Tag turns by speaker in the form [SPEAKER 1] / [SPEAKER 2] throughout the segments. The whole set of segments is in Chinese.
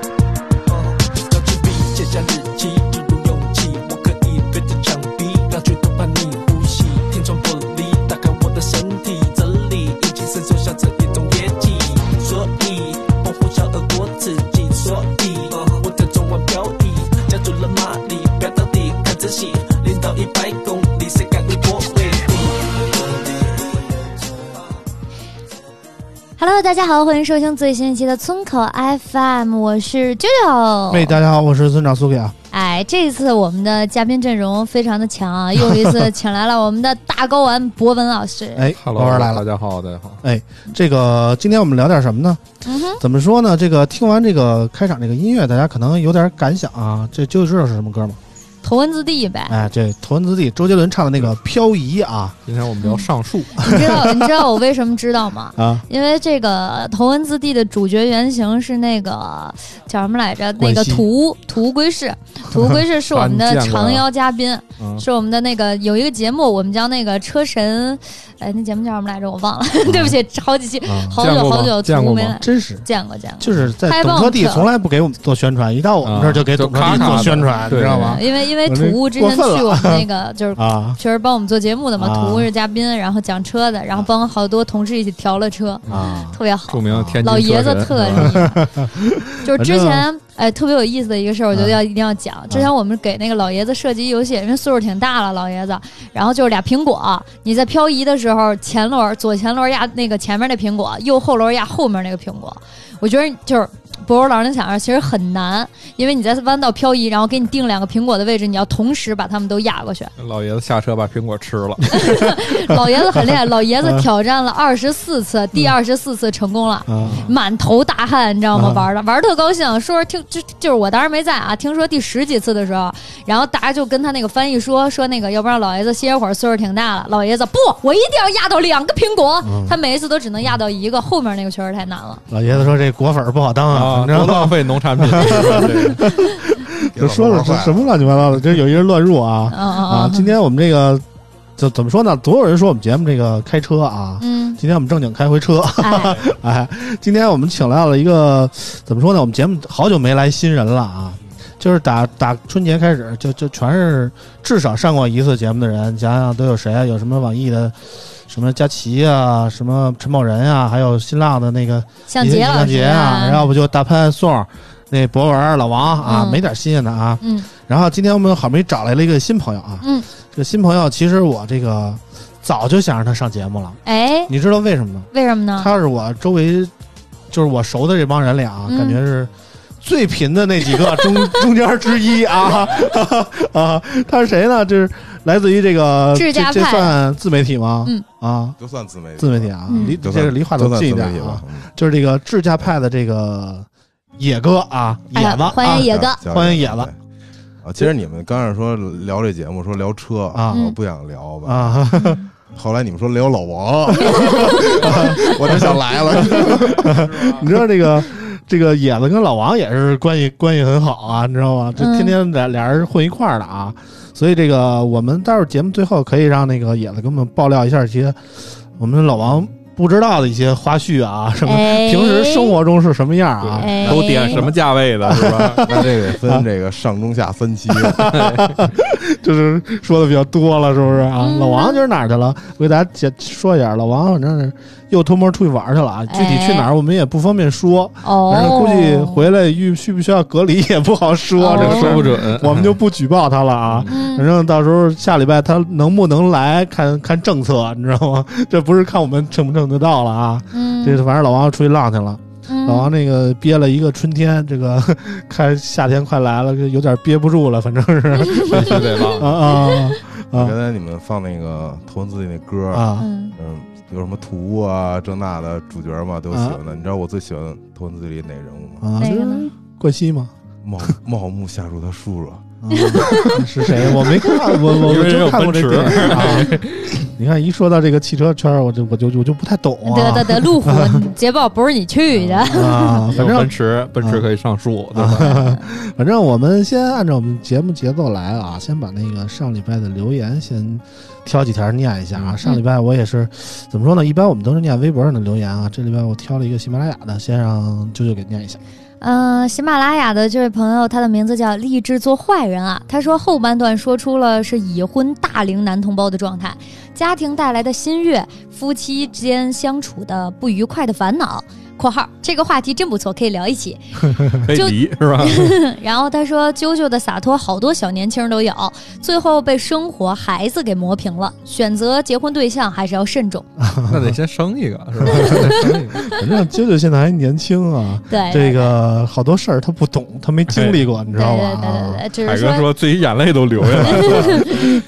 [SPEAKER 1] 到这里，写下日期，注入勇气，我可以对着墙壁，让全都怕你呼吸。天窗玻璃，打开我的身体，这里已经伸缩下这一种液体，所以保护小耳朵刺激，所以我的中文标语加注了马里，飙到底，看仔细，零到一百公里，谁敢与我为敌？
[SPEAKER 2] Hello，大家好，欢迎收听最新一期的村口 FM，我是舅舅。
[SPEAKER 3] 喂，大家好，我是村长苏给啊。
[SPEAKER 2] 哎，这一次我们的嘉宾阵容非常的强啊，又一 次请来了我们的大睾丸博文老师。
[SPEAKER 3] 哎，
[SPEAKER 4] 哈喽，
[SPEAKER 3] 博文来了。
[SPEAKER 4] 大家好，大家好。
[SPEAKER 3] 这个今天我们聊点什么呢？
[SPEAKER 2] 嗯哼，
[SPEAKER 3] 怎么说呢？这个听完这个开场这个音乐，大家可能有点感想啊。这就知道是什么歌吗？
[SPEAKER 2] 头文字 D 呗。
[SPEAKER 3] 哎，这头文字 D 周杰伦唱的那个《漂移》啊
[SPEAKER 4] 今天我们聊上树，
[SPEAKER 3] 嗯
[SPEAKER 2] 你知道你知道我为什么知道吗？
[SPEAKER 3] 啊，
[SPEAKER 2] 因为这个头文字 D 的主角原型是那个叫什么来着？那
[SPEAKER 3] 关
[SPEAKER 2] 个
[SPEAKER 3] 西
[SPEAKER 2] 土屋土屋归士，土屋归士是我们
[SPEAKER 4] 啊
[SPEAKER 2] 的
[SPEAKER 4] 你见过啊
[SPEAKER 2] 诚邀嘉宾，
[SPEAKER 4] 嗯
[SPEAKER 2] 是我们的那个有一个节目，我们叫那个车神，哎，那节目叫什么来着？我忘了， 对不起，好几期，
[SPEAKER 4] 啊
[SPEAKER 2] 好
[SPEAKER 4] 见
[SPEAKER 2] 久
[SPEAKER 4] 过吗
[SPEAKER 2] 好久
[SPEAKER 4] 见
[SPEAKER 2] 土屋
[SPEAKER 4] 过
[SPEAKER 2] 没
[SPEAKER 4] 吗
[SPEAKER 2] 来？，
[SPEAKER 3] 真是
[SPEAKER 2] 见过见过，
[SPEAKER 3] 就是在
[SPEAKER 2] 太
[SPEAKER 3] 懂
[SPEAKER 2] 棒
[SPEAKER 3] 科地
[SPEAKER 2] 了
[SPEAKER 3] 从来不给我们做宣传，一到我们这儿就给
[SPEAKER 4] 啊
[SPEAKER 3] 懂科地
[SPEAKER 4] 就咔咔
[SPEAKER 3] 做
[SPEAKER 4] 的
[SPEAKER 3] 宣传，你
[SPEAKER 4] 对
[SPEAKER 3] 知道吗？
[SPEAKER 2] 对嗯因为因为
[SPEAKER 3] 我
[SPEAKER 2] 土
[SPEAKER 3] 这
[SPEAKER 2] 屋之
[SPEAKER 3] 过
[SPEAKER 2] 前去
[SPEAKER 3] 分了
[SPEAKER 2] 我们那个就是。
[SPEAKER 3] 啊
[SPEAKER 2] 确实帮我们做节目的嘛，
[SPEAKER 3] 啊
[SPEAKER 2] 土屋是嘉宾，然后讲车的，然后帮好多同事一起调了车，
[SPEAKER 4] 嗯
[SPEAKER 3] 啊，
[SPEAKER 2] 特别好
[SPEAKER 4] 著。名的天津
[SPEAKER 2] 老爷子
[SPEAKER 4] 车神
[SPEAKER 2] 特
[SPEAKER 4] 是
[SPEAKER 2] 厉
[SPEAKER 4] 吧
[SPEAKER 2] 害，就是之
[SPEAKER 3] 反
[SPEAKER 2] 前哎特别有意思的一个事儿，我觉得要一定要讲。之前我们给那个老爷子射击游戏，因为岁数挺大了，老爷子，然后就是俩苹果，你在漂移的时候，前轮左前轮压那个前面那苹果，右后轮压后面那个苹果。我觉得就是博文老师能想象，其实很难，因为你在弯道漂移，然后给你定两个苹果的位置，你要同时把它们都压过去。
[SPEAKER 4] 老爷子下车把苹果吃了，
[SPEAKER 2] 老爷子很厉害，老爷子挑战了二十四次，第二十四次成功了。
[SPEAKER 3] 啊
[SPEAKER 2] 满头大汗，你知道吗？
[SPEAKER 3] 啊
[SPEAKER 2] 玩的玩儿特高兴，说是听就就是我当时没在啊，听说第十几次的时候，然后大家就跟他那个翻译说说那个，要不让老爷子歇会儿，岁数挺大了。老爷子不，我一定要压到两个苹果，
[SPEAKER 3] 嗯
[SPEAKER 2] 他每一次都只能压到一个，后面那个确实太难了。
[SPEAKER 3] 老爷子说这果粉儿不好当啊，
[SPEAKER 4] 啊，
[SPEAKER 3] 你知道
[SPEAKER 4] 多
[SPEAKER 3] 吗？
[SPEAKER 4] 浪费农 产品。这个
[SPEAKER 3] 就说了这什么乱七八糟的，这有一人乱入啊
[SPEAKER 2] 嗯嗯
[SPEAKER 3] 啊！今天我们这个怎怎么说呢？总有人说我们节目这个开车啊，
[SPEAKER 2] 嗯，
[SPEAKER 3] 今天我们正经开回车，
[SPEAKER 2] 哎，
[SPEAKER 3] 哎，今天我们请来了一个怎么说呢？我们节目好久没来新人了啊，就是打打春节开始，就就全是至少上过一次节目的人，想想都有谁啊？有什么网易的，什么佳琪啊，什么陈某人啊，还有新浪的那个
[SPEAKER 2] 向杰老
[SPEAKER 3] 向
[SPEAKER 2] 师
[SPEAKER 3] 杰啊，然后不就大潘宋儿。那博文老王啊，
[SPEAKER 2] 嗯
[SPEAKER 3] 没点新鲜的啊。
[SPEAKER 2] 嗯
[SPEAKER 3] 然后今天我们好不容易找来了一个新朋友啊。
[SPEAKER 2] 嗯，
[SPEAKER 3] 这个新朋友其实我这个早就想让他上节目了，
[SPEAKER 2] 哎，
[SPEAKER 3] 你知道为什么吗？
[SPEAKER 2] 为什么呢？
[SPEAKER 3] 他是我周围，就是我熟的这帮人里啊，
[SPEAKER 2] 嗯
[SPEAKER 3] 感觉是最贫的那几个 中中间之一啊 啊！他是谁呢？就是来自于这个
[SPEAKER 2] 智
[SPEAKER 3] 这
[SPEAKER 2] 家
[SPEAKER 3] 这
[SPEAKER 2] 派
[SPEAKER 3] 算自媒体吗？
[SPEAKER 2] 嗯
[SPEAKER 3] 啊，
[SPEAKER 5] 都算自媒体吧，
[SPEAKER 3] 自媒体啊，
[SPEAKER 2] 嗯
[SPEAKER 3] 离
[SPEAKER 5] 都
[SPEAKER 3] 这
[SPEAKER 5] 算
[SPEAKER 3] 个离话
[SPEAKER 5] 都
[SPEAKER 3] 筒
[SPEAKER 5] 算
[SPEAKER 3] 近一
[SPEAKER 5] 自
[SPEAKER 3] 点
[SPEAKER 5] 媒体吧嗯
[SPEAKER 3] 啊，。就是这个智家派的这个野哥啊，
[SPEAKER 2] 哎
[SPEAKER 3] 野
[SPEAKER 2] 呀
[SPEAKER 3] 子，
[SPEAKER 2] 欢迎野哥
[SPEAKER 5] 啊叫
[SPEAKER 3] 欢迎野
[SPEAKER 5] 子
[SPEAKER 3] 子。
[SPEAKER 5] 对啊，其实你们刚才说聊这节目，说聊车
[SPEAKER 3] 啊
[SPEAKER 2] 嗯
[SPEAKER 5] 我不想聊吧。
[SPEAKER 3] 啊，
[SPEAKER 5] 后来你们说聊老王，我就想来了。
[SPEAKER 3] 你知道这个这个野子跟老王也是关系关系很好啊，你知道吗？这
[SPEAKER 2] 嗯
[SPEAKER 3] 天天俩俩人混一块儿的啊，所以这个我们待会儿节目最后可以让那个野子给我们爆料一下一些我们老王不知道的一些花絮啊，什么
[SPEAKER 2] 哎，
[SPEAKER 3] 平时生活中是什么样啊？
[SPEAKER 2] 哎
[SPEAKER 4] 都点什么价位
[SPEAKER 3] 哎
[SPEAKER 4] 的，是 吧？
[SPEAKER 5] 那这个分这个上中下三期，
[SPEAKER 3] 就是说的比较多了，是不是啊？
[SPEAKER 2] 嗯
[SPEAKER 3] 老王今儿哪儿去了？我给大家解说一下，老王反正是又偷摸出去玩儿去了啊，具体去哪儿我们也不方便说，反正
[SPEAKER 2] 哎哦，
[SPEAKER 3] 估计回来遇需不需要隔离也不好说，
[SPEAKER 2] 哦
[SPEAKER 3] 这个事
[SPEAKER 4] 说
[SPEAKER 3] 儿
[SPEAKER 4] 不准，
[SPEAKER 3] 我们就不举报他了啊。反
[SPEAKER 2] 嗯
[SPEAKER 3] 正到时候下礼拜他能不能来，看看政策，你知道吗？这不是看我们挣不挣得到了啊。
[SPEAKER 2] 嗯
[SPEAKER 3] 这反正老王出去浪去了，
[SPEAKER 2] 嗯
[SPEAKER 3] 老王那个憋了一个春天，这个看夏天快来了，有点憋不住了，反正是
[SPEAKER 4] 必须得
[SPEAKER 3] 啊
[SPEAKER 4] 浪。
[SPEAKER 3] 啊啊
[SPEAKER 5] 刚才你们放那个头文字 D 那歌，
[SPEAKER 3] 啊！
[SPEAKER 2] 嗯，
[SPEAKER 5] 嗯，有什么图啊这那的主角嘛都喜欢的。你知道我最喜欢头文字 D 里哪人物吗？
[SPEAKER 3] 啊，
[SPEAKER 2] 那个呢？
[SPEAKER 3] 冠希嘛，
[SPEAKER 5] 茂茂木下树他 叔叔，
[SPEAKER 3] 啊是谁？我没看，我我
[SPEAKER 4] 因
[SPEAKER 3] 我
[SPEAKER 4] 为
[SPEAKER 3] 就
[SPEAKER 4] 有
[SPEAKER 3] 看过这
[SPEAKER 4] 奔驰
[SPEAKER 3] 电影啊。你看，一说到这个汽车圈儿，我就我就我就不太懂
[SPEAKER 2] 得得
[SPEAKER 3] 啊。
[SPEAKER 2] 得，路虎捷豹不是你去的，
[SPEAKER 3] 啊，
[SPEAKER 4] 有
[SPEAKER 3] 反
[SPEAKER 4] 奔
[SPEAKER 3] 正
[SPEAKER 4] 驰，奔驰可以上树，对吧？
[SPEAKER 3] 啊，反正我们先按照我们节目节奏来啊，先把那个上礼拜的留言先挑几条念一下啊。上礼拜我也是怎么说呢？一般我们都是念微博上的留言啊，这礼拜我挑了一个喜马拉雅的，先让啾啾给念一下。
[SPEAKER 2] 嗯、喜马拉雅的这位朋友，他的名字叫立志做坏人啊。他说后半段说出了是已婚大龄男同胞的状态，家庭带来的新月，夫妻之间相处的不愉快的烦恼。（括号这个话题真不错，可以聊一起。
[SPEAKER 4] 可以
[SPEAKER 2] 就
[SPEAKER 4] 离 是吧？）
[SPEAKER 2] 然后他说啾啾的洒脱，好多小年轻都有，最后被生活、孩子给磨平了。选择结婚对象还是要慎重。
[SPEAKER 4] 那得先生一个，是吧？得生一个
[SPEAKER 3] 反正啾啾现在还年轻 啊，
[SPEAKER 2] 对，
[SPEAKER 3] 这个好多事儿他不懂，他没经历过，你知
[SPEAKER 2] 对
[SPEAKER 3] 道
[SPEAKER 2] 对
[SPEAKER 3] 吧？
[SPEAKER 2] 对
[SPEAKER 3] 啊
[SPEAKER 2] 对对，只
[SPEAKER 4] 海
[SPEAKER 2] 是
[SPEAKER 4] 哥说自己眼泪都流下来 了，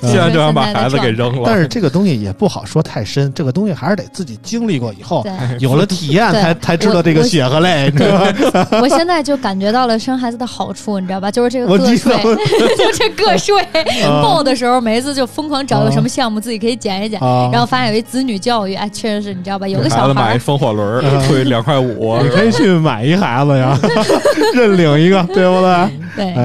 [SPEAKER 4] 现在就想把孩子给扔了。
[SPEAKER 3] 嗯但是这个东西也不好说太深，这个东西还是得自己经历过以后，
[SPEAKER 2] 对。
[SPEAKER 3] 有了体验
[SPEAKER 2] 对
[SPEAKER 3] 才才知道这个
[SPEAKER 2] 我
[SPEAKER 3] 血和泪，你知道吗？
[SPEAKER 2] 我现在就感觉到了生孩子的好处，你知道吧？就是这个
[SPEAKER 3] 我
[SPEAKER 2] 个
[SPEAKER 3] 知
[SPEAKER 2] 税
[SPEAKER 3] 道，
[SPEAKER 2] 就这个税
[SPEAKER 4] 嗯
[SPEAKER 3] 啊
[SPEAKER 2] 报的时候，每一次就疯狂找有什么项目自己可以减一减，
[SPEAKER 3] 啊
[SPEAKER 2] 然后发现有一子女教育，哎，确实是你知道吧？有
[SPEAKER 4] 给
[SPEAKER 2] 个
[SPEAKER 4] 孩
[SPEAKER 2] 小
[SPEAKER 4] 子
[SPEAKER 2] 孩
[SPEAKER 4] 买一
[SPEAKER 2] 儿，
[SPEAKER 4] 风火轮儿，
[SPEAKER 3] 嗯
[SPEAKER 4] 贵两块五，
[SPEAKER 3] 你可以去买一孩子呀， 认领一个，对不对？
[SPEAKER 2] 对，
[SPEAKER 3] 哎，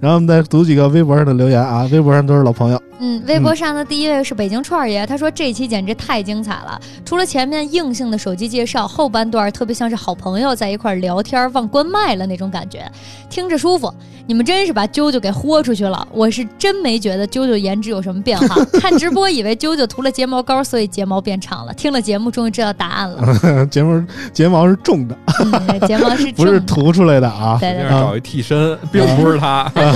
[SPEAKER 3] 然后我们再读几个微博上的留言啊，微博上都是老朋友，
[SPEAKER 2] 嗯，微博上的第一位是北京串儿爷，他说这一期简直太精彩了，除了前面硬性的手机介绍，后半段特别像是好朋友在一块儿聊天儿忘关麦了那种感觉，听着舒服。你们真是把啾啾给豁出去了，我是真没觉得啾啾颜值有什么变 化。看直播以为啾啾涂了睫毛膏，所以睫毛变长了。听了节目终于知道答案了，
[SPEAKER 3] 睫毛睫毛是种的，
[SPEAKER 2] 嗯、睫毛是
[SPEAKER 3] 不是
[SPEAKER 2] 正的
[SPEAKER 3] 涂出来的啊。
[SPEAKER 2] 对
[SPEAKER 4] 这样
[SPEAKER 2] 对对，
[SPEAKER 4] 找一替身，并不是他。
[SPEAKER 3] 嗯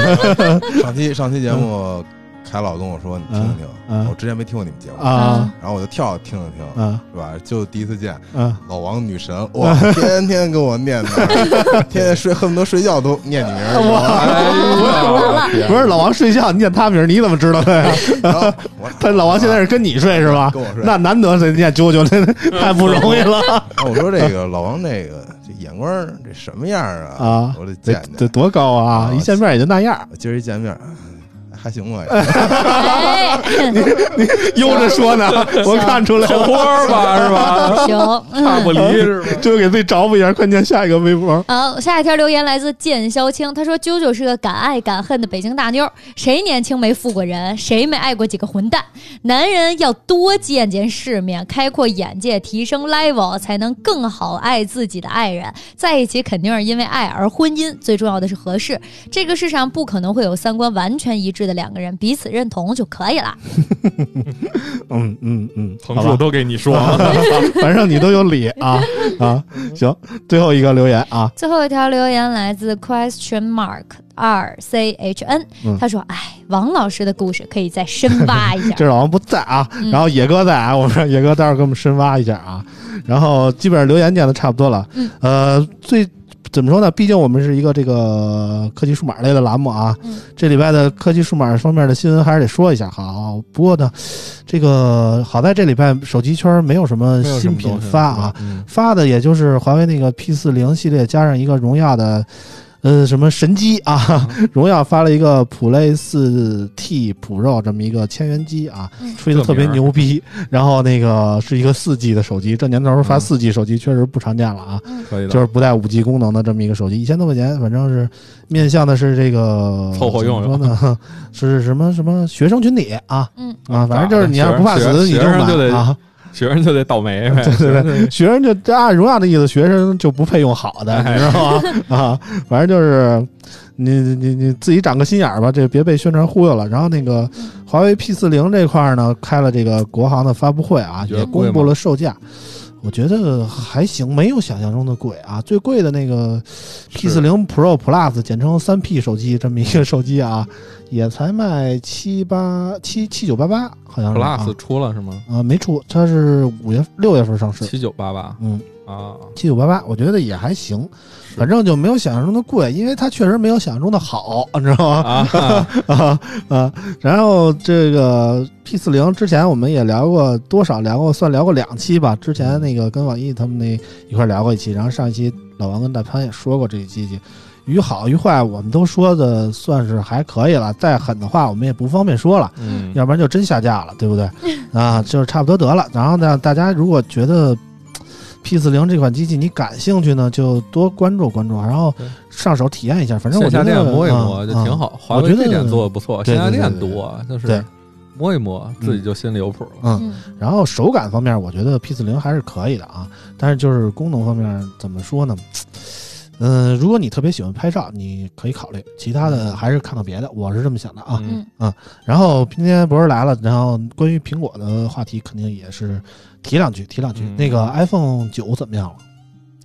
[SPEAKER 5] 上期上期节目，嗯凯老跟我说你听听，
[SPEAKER 3] 嗯嗯
[SPEAKER 5] 我之前没听过你们节目，
[SPEAKER 3] 啊
[SPEAKER 5] 然后我就跳听了听，
[SPEAKER 3] 啊
[SPEAKER 5] 是吧？就第一次见
[SPEAKER 3] 啊！
[SPEAKER 5] 老王女神， 哇，天天跟我念叨， 天天睡恨不得睡觉都念你名 儿。
[SPEAKER 4] 哎呦我天
[SPEAKER 3] 不是老王睡觉你念他名儿，你怎么知 道的 呀？
[SPEAKER 5] 然后我
[SPEAKER 3] 他老王现在是跟你睡是吧？
[SPEAKER 5] 跟我睡
[SPEAKER 3] 那难得谁念啾啾，这太不容易 了
[SPEAKER 5] 然后我说这个老王这个这眼光儿这什么样儿啊？
[SPEAKER 3] 啊！
[SPEAKER 5] 我得
[SPEAKER 3] 这
[SPEAKER 5] 见
[SPEAKER 3] 这
[SPEAKER 5] 见。
[SPEAKER 3] 多高啊！
[SPEAKER 5] 啊
[SPEAKER 3] 一见面也就那 样，
[SPEAKER 5] 今儿一见面儿，哎还行吧？
[SPEAKER 2] 哎，
[SPEAKER 3] 悠着说呢， 我看出 来
[SPEAKER 4] 口
[SPEAKER 3] 了，
[SPEAKER 4] 活儿吧，是吧？
[SPEAKER 3] 啊
[SPEAKER 2] 行，
[SPEAKER 4] 差不离是吧？
[SPEAKER 3] 就给自己找补一下。快念下一个微博，
[SPEAKER 2] 好，下一条留言来自剑萧青，他说：“啾啾是个敢爱敢恨的北京大妞儿，谁年轻没负过人，谁没爱过几个混蛋？男人要多见见世面，开阔眼界，提升 level，才能更好爱自己的爱人。在一起肯定是因为爱，而婚姻最重要的是合适。这个世上不可能会有三观完全一致的两个人，彼此认同就可以了。
[SPEAKER 3] 嗯嗯嗯，
[SPEAKER 4] 横
[SPEAKER 3] 好吧
[SPEAKER 4] 竖都给 你说，
[SPEAKER 3] 反正你都有理啊啊！行，最后一个留言啊，
[SPEAKER 2] 最后一条留言来自 question mark 二 c h n，、
[SPEAKER 3] 嗯
[SPEAKER 2] 他说：“哎，王老师的故事可以再深挖一下。
[SPEAKER 3] 这是老王不在啊，
[SPEAKER 2] 嗯
[SPEAKER 3] 然后野哥在啊，我们让野哥待会儿给我们深挖一下啊。然后基本上留言念的差不多了，
[SPEAKER 2] 嗯
[SPEAKER 3] 呃，最怎么说呢？毕竟我们是一个这个科技数码类的栏目啊，
[SPEAKER 2] 嗯
[SPEAKER 3] 这礼拜的科技数码方面的新闻还是得说一下好。不过呢，这个好在这礼拜手机圈没有什么
[SPEAKER 4] 没有什
[SPEAKER 3] 新
[SPEAKER 4] 么
[SPEAKER 3] 品
[SPEAKER 4] 东西
[SPEAKER 3] 发啊，
[SPEAKER 4] 嗯
[SPEAKER 3] 发的也就是华为那个 P 四零系列加上一个荣耀的，呃，什么神机啊，
[SPEAKER 4] 嗯
[SPEAKER 3] 荣耀发了一个普类四 T Pro 这么一个千元机啊
[SPEAKER 2] 嗯，
[SPEAKER 3] 吹的特别牛逼。然后那个是一个四 G 的手机，这年头发
[SPEAKER 4] 嗯
[SPEAKER 3] 四 G 手机确实不常见了啊，
[SPEAKER 2] 嗯
[SPEAKER 4] 可以
[SPEAKER 3] 就
[SPEAKER 4] 的，
[SPEAKER 3] 是不带五 G 功能的这么一个手机，一千多块钱，反正是面向的是这个
[SPEAKER 4] 凑合用用
[SPEAKER 3] 怎么说呢， 是什么什么学生群体啊”
[SPEAKER 2] 嗯。
[SPEAKER 3] 啊，反正就是你要是不怕
[SPEAKER 4] 学
[SPEAKER 3] 死，你
[SPEAKER 4] 学生就
[SPEAKER 3] 买
[SPEAKER 4] 得
[SPEAKER 3] 啊。
[SPEAKER 4] 学生就得倒霉呗。
[SPEAKER 3] 对对对，学生就按荣耀的意思，学生就不配用好的，你知道吗？
[SPEAKER 4] 哎
[SPEAKER 3] 啊，反正就是你你你自己长个心眼儿吧，这别被宣传忽悠了。然后那个华为 P 四零这块儿呢，开了这个国行的发布会啊，
[SPEAKER 4] 你觉
[SPEAKER 3] 也
[SPEAKER 4] 得贵吗
[SPEAKER 3] 公布了售价。我觉得还行，没有想象中的贵啊。最贵的那个 P 四零 Pro Plus，简称三 P 手机这么一个手机啊，也才卖七八七七九八八，好像是啊
[SPEAKER 4] Plus 出了是吗？
[SPEAKER 3] 啊没出，它是五月六月份上市，
[SPEAKER 4] 七九八八，
[SPEAKER 3] 嗯，
[SPEAKER 4] 啊，
[SPEAKER 3] 七九八八，我觉得也还行，反正就没有想象中的贵，因为它确实没有想象中的好，你知道吗？
[SPEAKER 4] 啊
[SPEAKER 3] 啊 啊！然后这个 P 四零之前我们也聊过多少聊过，算聊过两期吧。之前那个跟网易他们那一块儿聊过一期，然后上一期老王跟大潘也说过这一期，鱼好鱼坏我们都说的算是还可以了，再狠的话我们也不方便说了。
[SPEAKER 4] 嗯，
[SPEAKER 3] 要不然就真下架了，对 不对？啊，就是差不多得了。然后呢，大家如果觉得 P 四零这款机器你感兴趣呢，就多关注关注，然后
[SPEAKER 4] 对
[SPEAKER 3] 上手体验一下。 反正我
[SPEAKER 4] 线
[SPEAKER 3] 觉
[SPEAKER 4] 下
[SPEAKER 3] 得
[SPEAKER 4] 店摸一摸
[SPEAKER 3] 啊
[SPEAKER 4] 就挺好，华
[SPEAKER 3] 我
[SPEAKER 4] 为
[SPEAKER 3] 觉得
[SPEAKER 4] 这点做的不错，
[SPEAKER 3] 对
[SPEAKER 4] 线
[SPEAKER 3] 对
[SPEAKER 4] 下
[SPEAKER 3] 对
[SPEAKER 4] 店
[SPEAKER 3] 对
[SPEAKER 4] 多，就
[SPEAKER 3] 对
[SPEAKER 4] 是摸一摸
[SPEAKER 3] 嗯
[SPEAKER 4] 自己就心里有谱了。
[SPEAKER 3] 嗯。
[SPEAKER 2] 嗯，
[SPEAKER 3] 然后手感方面，我觉得 P 四零还是可以的啊，但是就是功能方面怎么说呢？嗯、如果你特别喜欢拍照，你可以考虑，其他的还是看看别的，我是这么想的啊。
[SPEAKER 4] 嗯
[SPEAKER 3] 然后今天博士来了，然后关于苹果的话题肯定也是提两句，提两句。
[SPEAKER 4] 嗯
[SPEAKER 3] 那个 iPhone 九怎么样了？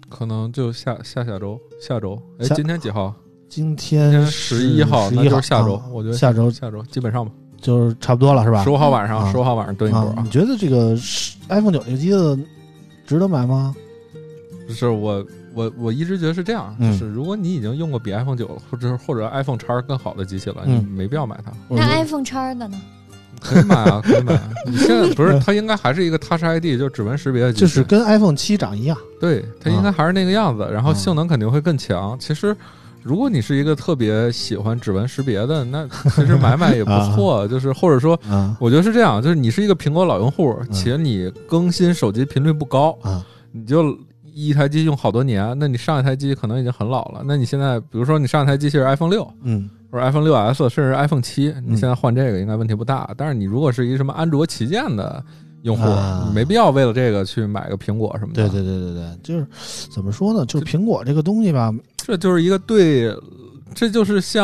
[SPEAKER 4] 可能就下下下周，下周，哎，
[SPEAKER 3] 下
[SPEAKER 4] 今天几号？
[SPEAKER 3] 今
[SPEAKER 4] 今
[SPEAKER 3] 天
[SPEAKER 4] 天11号
[SPEAKER 3] 十
[SPEAKER 4] 那
[SPEAKER 3] 一
[SPEAKER 4] 就
[SPEAKER 3] 号
[SPEAKER 4] 是下周
[SPEAKER 3] 啊
[SPEAKER 4] 我觉得
[SPEAKER 3] 下周
[SPEAKER 4] 下周基本上吧，
[SPEAKER 3] 就是差不多了，是吧？
[SPEAKER 4] 十五号晚上，
[SPEAKER 3] 啊
[SPEAKER 4] 十五号晚上蹲一波
[SPEAKER 3] 啊，
[SPEAKER 4] 啊
[SPEAKER 3] 你。觉得这个是 iPhone 九这个机子值得买吗？
[SPEAKER 4] 就是我我我一直觉得是这样，就
[SPEAKER 3] 嗯
[SPEAKER 4] 是如果你已经用过比 iPhone 九或者或者 iPhone 叉更好的机器了，
[SPEAKER 3] 嗯
[SPEAKER 4] 你没必要买它。
[SPEAKER 3] 我觉
[SPEAKER 2] 那
[SPEAKER 3] 得
[SPEAKER 2] iPhone 叉的呢？
[SPEAKER 4] 可以买啊，可以买啊。你现在不是它应该还是一个 Touch ID，就是指纹识别的机器，
[SPEAKER 3] 就是跟啊 iPhone 七长一样。
[SPEAKER 4] 对它应该还是那个样子，然
[SPEAKER 3] 啊
[SPEAKER 4] 后性能肯定会更强。其实。如果你是一个特别喜欢指纹识别的，那其实买买也不错。就是或者说，
[SPEAKER 3] 啊
[SPEAKER 4] 我觉得是这样，就是你是一个苹果老用户，
[SPEAKER 3] 嗯
[SPEAKER 4] 且你更新手机频率不高，
[SPEAKER 3] 啊
[SPEAKER 4] 你就一台机用好多年，那你上一台机可能已经很老了。那你现在，比如说你上一台机器是 iPhone 六，
[SPEAKER 3] 嗯
[SPEAKER 4] 或者 iPhone 六 S，甚至 iPhone 七，你现在换这个应该问题不大。但是你如果是一什么安卓旗舰的用户，
[SPEAKER 3] 啊
[SPEAKER 4] 你没必要为了这个去买个苹果什么的。
[SPEAKER 3] 对对对对对，就是怎么说呢？就是苹果这个东西吧，
[SPEAKER 4] 这就是一个对，这就是像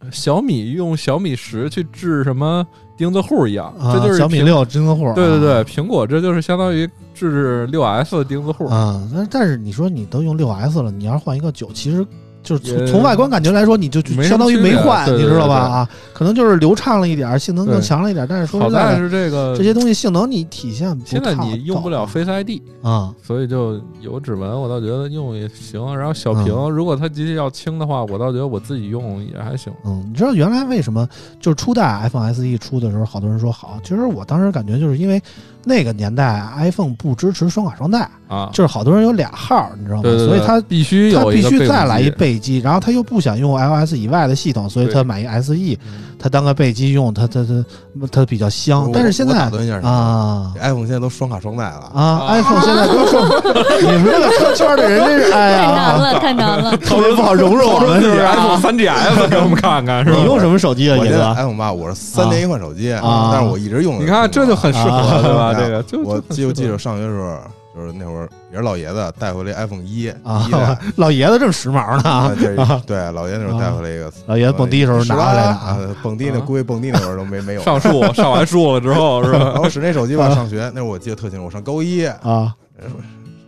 [SPEAKER 4] 呃小米用小米十去治什么钉子户一样，
[SPEAKER 3] 啊，
[SPEAKER 4] 这就是
[SPEAKER 3] 小米
[SPEAKER 4] 苹。
[SPEAKER 3] 六真的户，
[SPEAKER 4] 对对
[SPEAKER 3] 啊
[SPEAKER 4] 对，苹果这就是相当于治六 S 的钉子户。
[SPEAKER 3] 啊，但是但是你说你都用六 S 了，你要是换一个九，其实就是从
[SPEAKER 4] 也
[SPEAKER 3] 从外观感觉来说，你就
[SPEAKER 4] 没什么
[SPEAKER 3] 相当于
[SPEAKER 4] 区
[SPEAKER 3] 没
[SPEAKER 4] 别
[SPEAKER 3] 换，
[SPEAKER 4] 对
[SPEAKER 3] 你
[SPEAKER 4] 对
[SPEAKER 3] 知道
[SPEAKER 4] 对
[SPEAKER 3] 吧？
[SPEAKER 4] 对
[SPEAKER 3] 啊，可能就是流畅了一点儿，性能更
[SPEAKER 4] 对
[SPEAKER 3] 强了一点儿，但是说
[SPEAKER 4] 好
[SPEAKER 3] 实在
[SPEAKER 4] 在
[SPEAKER 3] 的，
[SPEAKER 4] 是这个
[SPEAKER 3] 这些东西性能你体现不
[SPEAKER 4] 现在
[SPEAKER 3] 太
[SPEAKER 4] 你用不
[SPEAKER 3] 到
[SPEAKER 4] 了 Face ID，
[SPEAKER 3] 啊
[SPEAKER 4] 所以就有指纹，我倒觉得用也行。然后小
[SPEAKER 3] 嗯
[SPEAKER 4] 屏，如果它机器要轻的话，我倒觉得我自己用也还行。
[SPEAKER 3] 嗯，你知道原来为什么就是初代 iPhone SE 出的时候，好多人说好，其实我当时感觉就是因为那个年代 iPhone 不支持双卡双待，
[SPEAKER 4] 啊，
[SPEAKER 3] 就是好多人有俩号儿，你知道吗？
[SPEAKER 4] 对对对，
[SPEAKER 3] 所以它
[SPEAKER 4] 必须
[SPEAKER 3] 他
[SPEAKER 4] 有一
[SPEAKER 3] 必
[SPEAKER 4] 个
[SPEAKER 3] 须
[SPEAKER 4] 备
[SPEAKER 3] 再
[SPEAKER 4] 用
[SPEAKER 3] 来一
[SPEAKER 4] 机
[SPEAKER 3] 备机，然后他又不想用 iOS 以外的系统，所以他买一 E SE，
[SPEAKER 4] 嗯
[SPEAKER 3] 他当个备机用，他他他他比较香
[SPEAKER 5] 我。
[SPEAKER 3] 但是现
[SPEAKER 5] 我
[SPEAKER 3] 在
[SPEAKER 5] 打断一下
[SPEAKER 3] 啊
[SPEAKER 5] 这 iPhone 哎现在都双卡双待了，
[SPEAKER 3] 啊，iPhone 现在都说 你们这个车圈的人真是哎
[SPEAKER 2] 太难
[SPEAKER 3] 呀，
[SPEAKER 2] 了，太难了。
[SPEAKER 3] 特别不好融入我 们，是不是啊？
[SPEAKER 4] iPhone 三 GS 给我们看看是吧
[SPEAKER 3] 你？用什么手机啊，
[SPEAKER 5] 我哎
[SPEAKER 3] 野
[SPEAKER 5] 现在
[SPEAKER 3] 哥？
[SPEAKER 5] iPhone 八，我是三年一换手机，嗯
[SPEAKER 3] 啊
[SPEAKER 5] 但是我一直用。
[SPEAKER 4] 你看这就很适
[SPEAKER 3] 啊
[SPEAKER 4] 合对吧？这个就
[SPEAKER 5] 我记
[SPEAKER 4] 就
[SPEAKER 5] 不
[SPEAKER 4] 很适
[SPEAKER 5] 记得
[SPEAKER 4] 合
[SPEAKER 5] 我上学的时候，就是那会儿也是老爷子带回来 iPhone 一
[SPEAKER 3] 啊
[SPEAKER 5] 一代，
[SPEAKER 3] 老爷子这么时髦呢
[SPEAKER 5] 啊
[SPEAKER 3] 啊？
[SPEAKER 5] 这
[SPEAKER 3] 啊
[SPEAKER 5] 对老爷那时候带回来一个，
[SPEAKER 3] 老爷子蹦迪的时候拿回来的啊
[SPEAKER 5] 啊，蹦迪那
[SPEAKER 4] 啊
[SPEAKER 5] 估计蹦迪那会儿都没没有。
[SPEAKER 4] 上树上完树了之后是吧？
[SPEAKER 5] 然后使那手机吧，上学那会儿我记得特清楚，我上高一，
[SPEAKER 3] 啊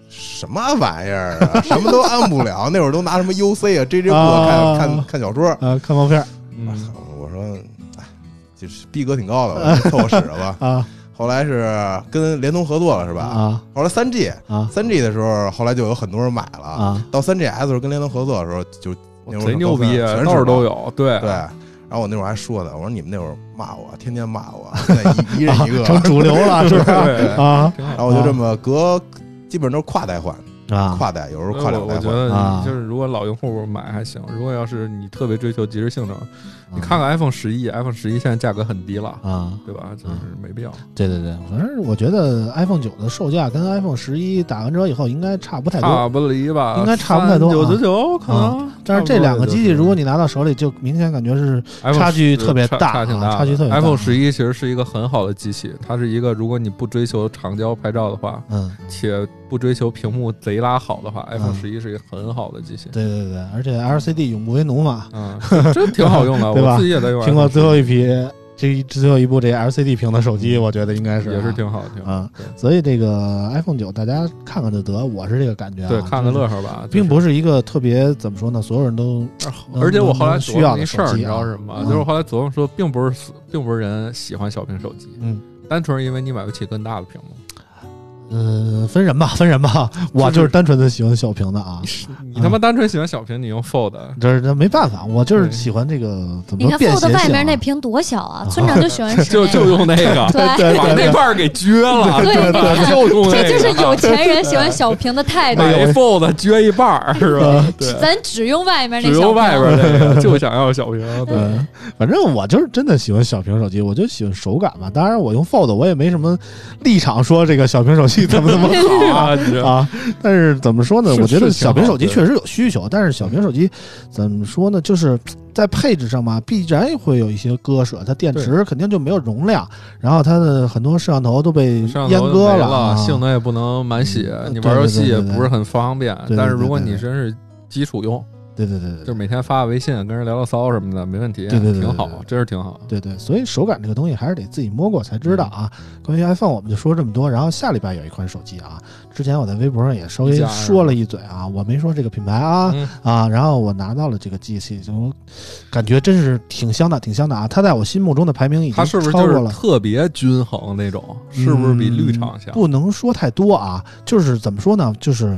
[SPEAKER 5] 什么玩意儿啊，什么都按不了，那会儿都拿什么 UC 啊、JJ
[SPEAKER 3] 啊
[SPEAKER 5] 过看看看小说，
[SPEAKER 3] 啊！看毛片儿。
[SPEAKER 5] 我
[SPEAKER 4] 嗯
[SPEAKER 5] 操！我说，哎，就是逼格挺高的，我说凑合使了吧
[SPEAKER 3] 啊
[SPEAKER 5] 后来是跟联通合作了，是吧？
[SPEAKER 3] 啊
[SPEAKER 5] 后来三 G，
[SPEAKER 3] 啊
[SPEAKER 5] 三 G 的时候，后来就有很多人买了。
[SPEAKER 3] 啊！
[SPEAKER 5] 到三 GS 的时候，跟联通合作的时候，就那会儿
[SPEAKER 4] 贼牛逼，啊
[SPEAKER 5] 全是
[SPEAKER 4] 到处都
[SPEAKER 5] 有。
[SPEAKER 4] 有。对
[SPEAKER 5] 对，然后我那会儿还说呢，我说你们那会儿骂我，天天骂我，现在一一人一个。
[SPEAKER 3] 啊成主流 了 是不是
[SPEAKER 4] 对
[SPEAKER 3] 啊
[SPEAKER 4] 挺好
[SPEAKER 5] 然。后我就这么隔，基本都是跨代换，
[SPEAKER 3] 啊？
[SPEAKER 5] 跨代有时候
[SPEAKER 4] 所以
[SPEAKER 5] 跨
[SPEAKER 4] 我
[SPEAKER 5] 两代
[SPEAKER 4] 我觉
[SPEAKER 5] 换。
[SPEAKER 4] 得
[SPEAKER 3] 啊
[SPEAKER 4] 你就是，如果老用户买还行，如果要是你特别追求即时性能，
[SPEAKER 3] 嗯
[SPEAKER 4] 你看看 iPhone 十一，iPhone 十一现在价格很低了，
[SPEAKER 3] 啊！
[SPEAKER 4] 对吧？就是没必要。
[SPEAKER 3] 对对对，反正我觉得 iPhone 九的售价跟 iPhone 十一打完折以后应该差不太多，
[SPEAKER 4] 差不离吧，
[SPEAKER 3] 应该差不太多
[SPEAKER 4] 九
[SPEAKER 3] 啊
[SPEAKER 4] 九九可能。
[SPEAKER 3] 但是这两个机器如果你拿到手里，就明显感觉是差距特别大
[SPEAKER 4] 差
[SPEAKER 3] 啊
[SPEAKER 4] 挺大的。
[SPEAKER 3] 差距特别大
[SPEAKER 4] iPhone 十一其实是一个很好的机器，它是一个如果你不追求长焦拍照的话，
[SPEAKER 3] 嗯，
[SPEAKER 4] 且不追求屏幕贼拉好的话，iPhone
[SPEAKER 3] 嗯
[SPEAKER 4] 十一是一个很好的机器。
[SPEAKER 3] 对对对，而且 LCD 永不为奴嘛，
[SPEAKER 4] 嗯，真挺好用的，
[SPEAKER 3] 对吧
[SPEAKER 4] 我自己也在用 iPhone
[SPEAKER 3] 苹
[SPEAKER 4] 11。
[SPEAKER 3] 果最后一批这一最后一部这 LCD 屏的手机，我觉得应该是啊
[SPEAKER 4] 嗯也是挺好，挺好。
[SPEAKER 3] 啊，所以这个 iPhone 九大家看看就得，我是这个感觉啊，
[SPEAKER 4] 对，看看
[SPEAKER 3] 就是
[SPEAKER 4] 乐呵吧，
[SPEAKER 3] 并
[SPEAKER 4] 就是
[SPEAKER 3] 不是一个特别怎么说呢，所有人都能
[SPEAKER 4] 而且我后来
[SPEAKER 3] 能
[SPEAKER 4] 琢
[SPEAKER 3] 需要
[SPEAKER 4] 磨
[SPEAKER 3] 的
[SPEAKER 4] 一事儿，
[SPEAKER 3] 手
[SPEAKER 4] 你
[SPEAKER 3] 机
[SPEAKER 4] 知
[SPEAKER 3] 啊
[SPEAKER 4] 道是什么吗？
[SPEAKER 3] 嗯
[SPEAKER 4] 就是我后来琢磨说，并不是，并不是人喜欢小屏手机，
[SPEAKER 3] 嗯，
[SPEAKER 4] 单纯是因为你买不起更大的屏幕。
[SPEAKER 3] 呃，分人吧， 分人吧，我就是单纯的喜欢小屏的啊，
[SPEAKER 4] 你他妈单纯喜欢小屏，你用 Fold，
[SPEAKER 3] 这是这没办法，我就是
[SPEAKER 4] 对
[SPEAKER 3] 喜欢这个怎
[SPEAKER 2] 你
[SPEAKER 3] 么
[SPEAKER 2] 看
[SPEAKER 3] 便
[SPEAKER 2] Fold
[SPEAKER 3] 携性啊、
[SPEAKER 2] 外面那屏多小啊，村长就喜欢 使
[SPEAKER 4] 就
[SPEAKER 2] 那
[SPEAKER 4] 就
[SPEAKER 2] 个。
[SPEAKER 4] 用那 个，
[SPEAKER 2] 对，
[SPEAKER 3] 对
[SPEAKER 4] 把那半儿给撅了，
[SPEAKER 2] 对 对对
[SPEAKER 4] 就用那个，
[SPEAKER 2] 这
[SPEAKER 4] 啊
[SPEAKER 2] 就是有钱 人喜欢小屏的态度。
[SPEAKER 4] 买一 Fold 撅一 半儿是吧？对，
[SPEAKER 2] 咱只用外面那
[SPEAKER 4] 只
[SPEAKER 2] 小
[SPEAKER 4] 用
[SPEAKER 2] 屏，
[SPEAKER 4] 外边那个，就想要小屏，对。，
[SPEAKER 3] 嗯，反正我就是真的喜欢小屏手机，我就喜欢手感嘛。当然，我用 Fold 我也没什么立场说这个小屏手机怎么怎么好啊
[SPEAKER 4] 你这
[SPEAKER 3] 啊。但是怎么说呢？
[SPEAKER 4] 是
[SPEAKER 3] 我觉得
[SPEAKER 4] 是挺
[SPEAKER 3] 小屏
[SPEAKER 4] 好
[SPEAKER 3] 手机
[SPEAKER 4] 的
[SPEAKER 3] 确实有需求，但是小屏手机怎么说呢？就是在配置上嘛，必然会有一些割舍。它电池肯定就没有容量，然后它的很多摄像头都被
[SPEAKER 4] 上
[SPEAKER 3] 阉
[SPEAKER 4] 头
[SPEAKER 3] 割
[SPEAKER 4] 没
[SPEAKER 3] 啊
[SPEAKER 4] 了，性能也不能满血，
[SPEAKER 3] 嗯
[SPEAKER 4] 你
[SPEAKER 3] 对
[SPEAKER 4] 玩游
[SPEAKER 3] 对
[SPEAKER 4] 戏
[SPEAKER 3] 对
[SPEAKER 4] 也
[SPEAKER 3] 对
[SPEAKER 4] 不是很方便。
[SPEAKER 3] 对对
[SPEAKER 4] 但是
[SPEAKER 3] 对
[SPEAKER 4] 如果
[SPEAKER 3] 对
[SPEAKER 4] 你
[SPEAKER 3] 对
[SPEAKER 4] 真是基础用，
[SPEAKER 3] 对对对对
[SPEAKER 4] 就是
[SPEAKER 3] 对。
[SPEAKER 4] 每天发个微信跟人聊聊骚什么的，没问题，
[SPEAKER 3] 对对对对
[SPEAKER 4] 挺
[SPEAKER 3] 对
[SPEAKER 4] 好，真是挺好。
[SPEAKER 3] 对对，所以手感这个东西还是得自己摸过才知道啊。
[SPEAKER 4] 嗯
[SPEAKER 3] 关于 iPhone 我们就说这么多，然后下礼拜有一款手机啊，之前我在微博上也稍微说了一嘴啊，我没说这个品牌啊、
[SPEAKER 4] 嗯
[SPEAKER 3] 啊，然后我拿到了这个机器，就感觉真是挺香的，挺香的啊。它在我心目中的排名已
[SPEAKER 4] 它
[SPEAKER 3] 经
[SPEAKER 4] 是不是
[SPEAKER 3] 超
[SPEAKER 4] 就
[SPEAKER 3] 过
[SPEAKER 4] 是
[SPEAKER 3] 了。
[SPEAKER 4] 特别均衡那种？是不是比绿厂强
[SPEAKER 3] 嗯？不能说太多啊，就是怎么说呢，就是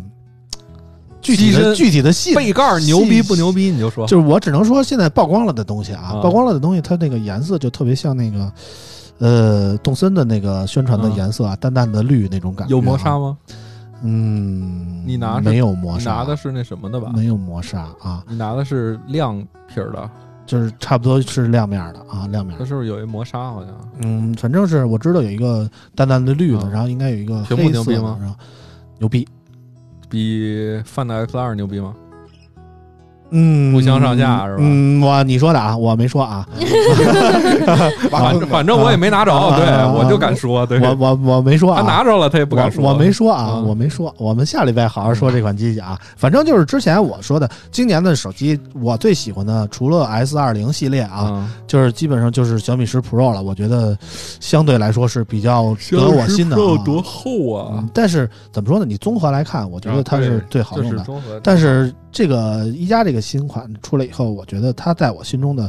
[SPEAKER 3] 具体
[SPEAKER 4] 机
[SPEAKER 3] 的
[SPEAKER 4] 身
[SPEAKER 3] 具体的细
[SPEAKER 4] 背盖儿牛逼不牛逼？你就说。
[SPEAKER 3] 就是我只能说现在曝光了的东西啊，
[SPEAKER 4] 啊
[SPEAKER 3] 曝光了的东西，它那个颜色就特别像那个，呃，动森的那个宣传的颜色啊，淡淡的绿那种感觉、啊
[SPEAKER 4] 有磨砂？吗？
[SPEAKER 3] 嗯，
[SPEAKER 4] 你拿是
[SPEAKER 3] 没有磨
[SPEAKER 4] 你
[SPEAKER 3] 砂？
[SPEAKER 4] 拿的是那什么的吧？
[SPEAKER 3] 没有磨砂啊，
[SPEAKER 4] 你拿的是亮皮儿的，
[SPEAKER 3] 就是差不多是亮面的啊，亮面
[SPEAKER 4] 它
[SPEAKER 3] 的。
[SPEAKER 4] 是不是有一磨砂？好像
[SPEAKER 3] 嗯，反正是我知道有一个淡淡的绿的，
[SPEAKER 4] 啊
[SPEAKER 3] 然后应该有一个
[SPEAKER 4] 屏
[SPEAKER 3] 黑
[SPEAKER 4] 幕
[SPEAKER 3] 色
[SPEAKER 4] 牛逼
[SPEAKER 3] 的，
[SPEAKER 4] 吗
[SPEAKER 3] 然后牛逼，
[SPEAKER 4] 比 Find X 二牛逼吗？
[SPEAKER 3] 嗯，
[SPEAKER 4] 不相上下是吧
[SPEAKER 3] 嗯，我你说的啊，我没说啊，
[SPEAKER 5] 完
[SPEAKER 4] 反
[SPEAKER 5] 了
[SPEAKER 4] 反正我也没拿着，
[SPEAKER 3] 啊
[SPEAKER 4] 对
[SPEAKER 3] 啊啊
[SPEAKER 4] 我就敢说， 对，
[SPEAKER 3] 我我我没说啊，
[SPEAKER 4] 他拿着了，他也不敢说。
[SPEAKER 3] 我。我没说啊，
[SPEAKER 4] 嗯
[SPEAKER 3] 我没说。我们下礼拜好好说这款机器啊。反正就是之前我说的，今年的手机我最喜欢的，除了 S 二零系列啊，
[SPEAKER 4] 啊，
[SPEAKER 3] 就是基本上就是小米十 Pro 了。我觉得相对来说是比较得我心的、啊。
[SPEAKER 4] 多厚啊
[SPEAKER 3] 嗯！但是怎么说呢？你综合来看，我觉得它是最好
[SPEAKER 4] 这
[SPEAKER 3] 用
[SPEAKER 4] 是
[SPEAKER 3] 的。
[SPEAKER 4] 综合，
[SPEAKER 3] 但是这个一加这个新款出来以后，我觉得它在我心中的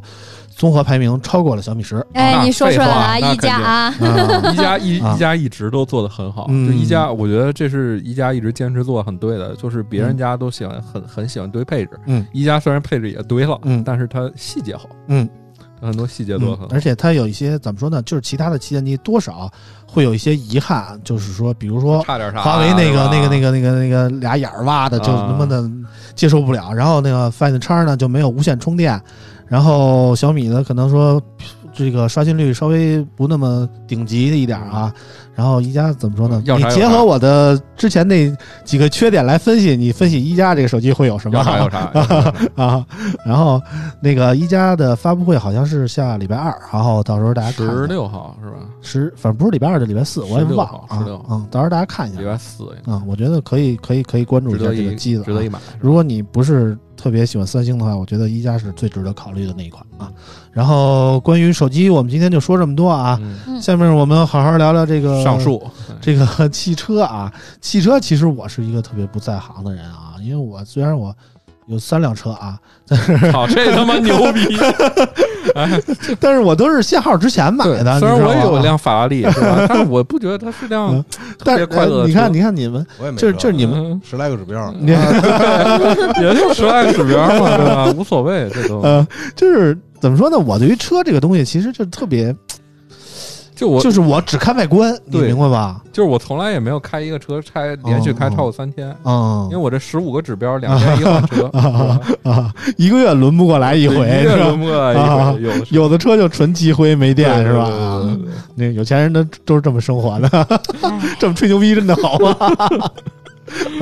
[SPEAKER 3] 综合排名超过了小米十。
[SPEAKER 2] 哎，
[SPEAKER 4] 那
[SPEAKER 2] 你说出来了啊，
[SPEAKER 4] 废话
[SPEAKER 2] 一加啊，
[SPEAKER 3] 啊
[SPEAKER 4] 一加一
[SPEAKER 3] 啊
[SPEAKER 4] 一加一直都做得很好，
[SPEAKER 3] 嗯
[SPEAKER 4] 就一加，我觉得这是一加一直坚持做得很对的，就是别人家都喜欢很很喜欢堆配置，
[SPEAKER 3] 嗯，
[SPEAKER 4] 一加虽然配置也堆了，
[SPEAKER 3] 嗯
[SPEAKER 4] 但是它细节好，
[SPEAKER 3] 嗯，
[SPEAKER 4] 很多细节
[SPEAKER 3] 嗯
[SPEAKER 4] 做得很好
[SPEAKER 3] 而，且它有一些怎么说呢？就是其他的旗舰机多少会有一些遗憾，就是说，比如说
[SPEAKER 4] 差点啥，
[SPEAKER 3] 华为那个、
[SPEAKER 4] 是吧
[SPEAKER 3] 那个、那，个、那个、那个俩眼儿挖的，就
[SPEAKER 4] 啊
[SPEAKER 3] 他妈的接受不了。然后那个 Find X 呢就没有无线充电，然后小米呢可能说这个刷新率稍微不那么顶级一点啊。然后一加怎么说呢？
[SPEAKER 4] 嗯要
[SPEAKER 3] 你
[SPEAKER 4] 啥有啥
[SPEAKER 3] 结合我的之前那几个缺点来分析，你分析一加这个手机会有什么
[SPEAKER 4] 要啥有啥，有啥
[SPEAKER 3] 啊？然后那个一加的发布会好像是下礼拜二，然后到时 候大家看一下
[SPEAKER 4] 十六号是吧？
[SPEAKER 3] 十，反正不是礼拜二就礼拜四，我也
[SPEAKER 4] 16
[SPEAKER 3] 忘
[SPEAKER 4] 号
[SPEAKER 3] 了啊
[SPEAKER 4] 16。
[SPEAKER 3] 嗯，到时候大家看一下
[SPEAKER 4] 礼
[SPEAKER 3] 啊
[SPEAKER 4] 拜四应
[SPEAKER 3] 嗯，我觉得可以，可以，可以关注
[SPEAKER 4] 该，值
[SPEAKER 3] 一下
[SPEAKER 4] 得
[SPEAKER 3] 这个
[SPEAKER 4] 一
[SPEAKER 3] 机子、
[SPEAKER 4] 值得
[SPEAKER 3] 啊
[SPEAKER 4] 一。买。
[SPEAKER 3] 如果你不是特别喜欢三星的话，我觉得一加是最值得考虑的那一款啊。然后关于手机，我们今天就说这么多啊。
[SPEAKER 4] 嗯
[SPEAKER 2] 嗯
[SPEAKER 3] 下面我们好好聊聊这个
[SPEAKER 4] 上树，
[SPEAKER 3] 这个汽车啊，汽车其实我是一个特别不在行的人啊，因为我虽然我有三辆车啊，
[SPEAKER 4] 好，这他妈牛 逼！
[SPEAKER 3] 但是我都是限号之前买
[SPEAKER 4] 对，
[SPEAKER 3] 的。
[SPEAKER 4] 虽然
[SPEAKER 3] 你知道
[SPEAKER 4] 我也
[SPEAKER 3] 吗
[SPEAKER 4] 有，辆法拉利，是吧？但是我不觉得它是辆
[SPEAKER 3] 嗯但是
[SPEAKER 4] 特别快乐的
[SPEAKER 3] 呃你
[SPEAKER 4] 车啊
[SPEAKER 3] 看，你看你们，
[SPEAKER 5] 我也没
[SPEAKER 3] 就是
[SPEAKER 5] 说
[SPEAKER 3] 就是你们，
[SPEAKER 4] 嗯
[SPEAKER 5] 十来个指标，
[SPEAKER 3] 你
[SPEAKER 4] 也就十来个指标嘛，对吧？无所谓，这都
[SPEAKER 3] 呃，就是怎么说呢？我对于车这个东西，其实就特别，
[SPEAKER 4] 就我
[SPEAKER 3] 就是我只看外观，你
[SPEAKER 4] 对
[SPEAKER 3] 明白吧？
[SPEAKER 4] 就是我从来也没有开一个车开连续
[SPEAKER 3] 哦
[SPEAKER 4] 开超过三天，因为
[SPEAKER 3] 嗯
[SPEAKER 4] 我这十五个指标两天一换车，是吧
[SPEAKER 3] 啊，一个月轮不过来 一回
[SPEAKER 4] 对一
[SPEAKER 3] 是
[SPEAKER 4] 个
[SPEAKER 3] 吧啊
[SPEAKER 4] 周？末 一回，有的时候
[SPEAKER 3] 有的车就纯积灰没电
[SPEAKER 4] 对
[SPEAKER 3] 是吧？
[SPEAKER 4] 对
[SPEAKER 3] 啊
[SPEAKER 4] 对对对
[SPEAKER 3] 那有钱人都都是这么生活的，
[SPEAKER 2] 哎
[SPEAKER 3] 这么吹牛逼真的好 吗？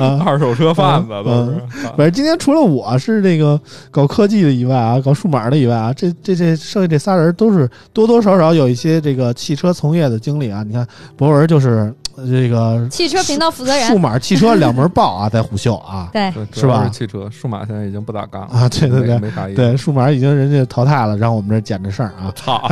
[SPEAKER 3] 啊，嗯
[SPEAKER 4] 二手车贩子都是。啊
[SPEAKER 3] 反正今天除了我是这个搞科技的以外啊，搞数码的以外啊，这这这剩下这仨人都是多多少少有一些这个汽车从业的经历啊。你看博文就是呃这个
[SPEAKER 2] 汽车频道负责
[SPEAKER 3] 数
[SPEAKER 2] 人，
[SPEAKER 3] 码汽车两门爆啊，在虎嗅 啊，
[SPEAKER 2] 对，
[SPEAKER 4] 对
[SPEAKER 3] 是吧
[SPEAKER 4] 主要汽车，数码现在已经不咋干了
[SPEAKER 3] 啊对对对
[SPEAKER 4] 没没啥意思。
[SPEAKER 3] 对，数码已经人家淘汰了，让我们这捡着事儿啊。
[SPEAKER 4] 操，
[SPEAKER 3] 啊，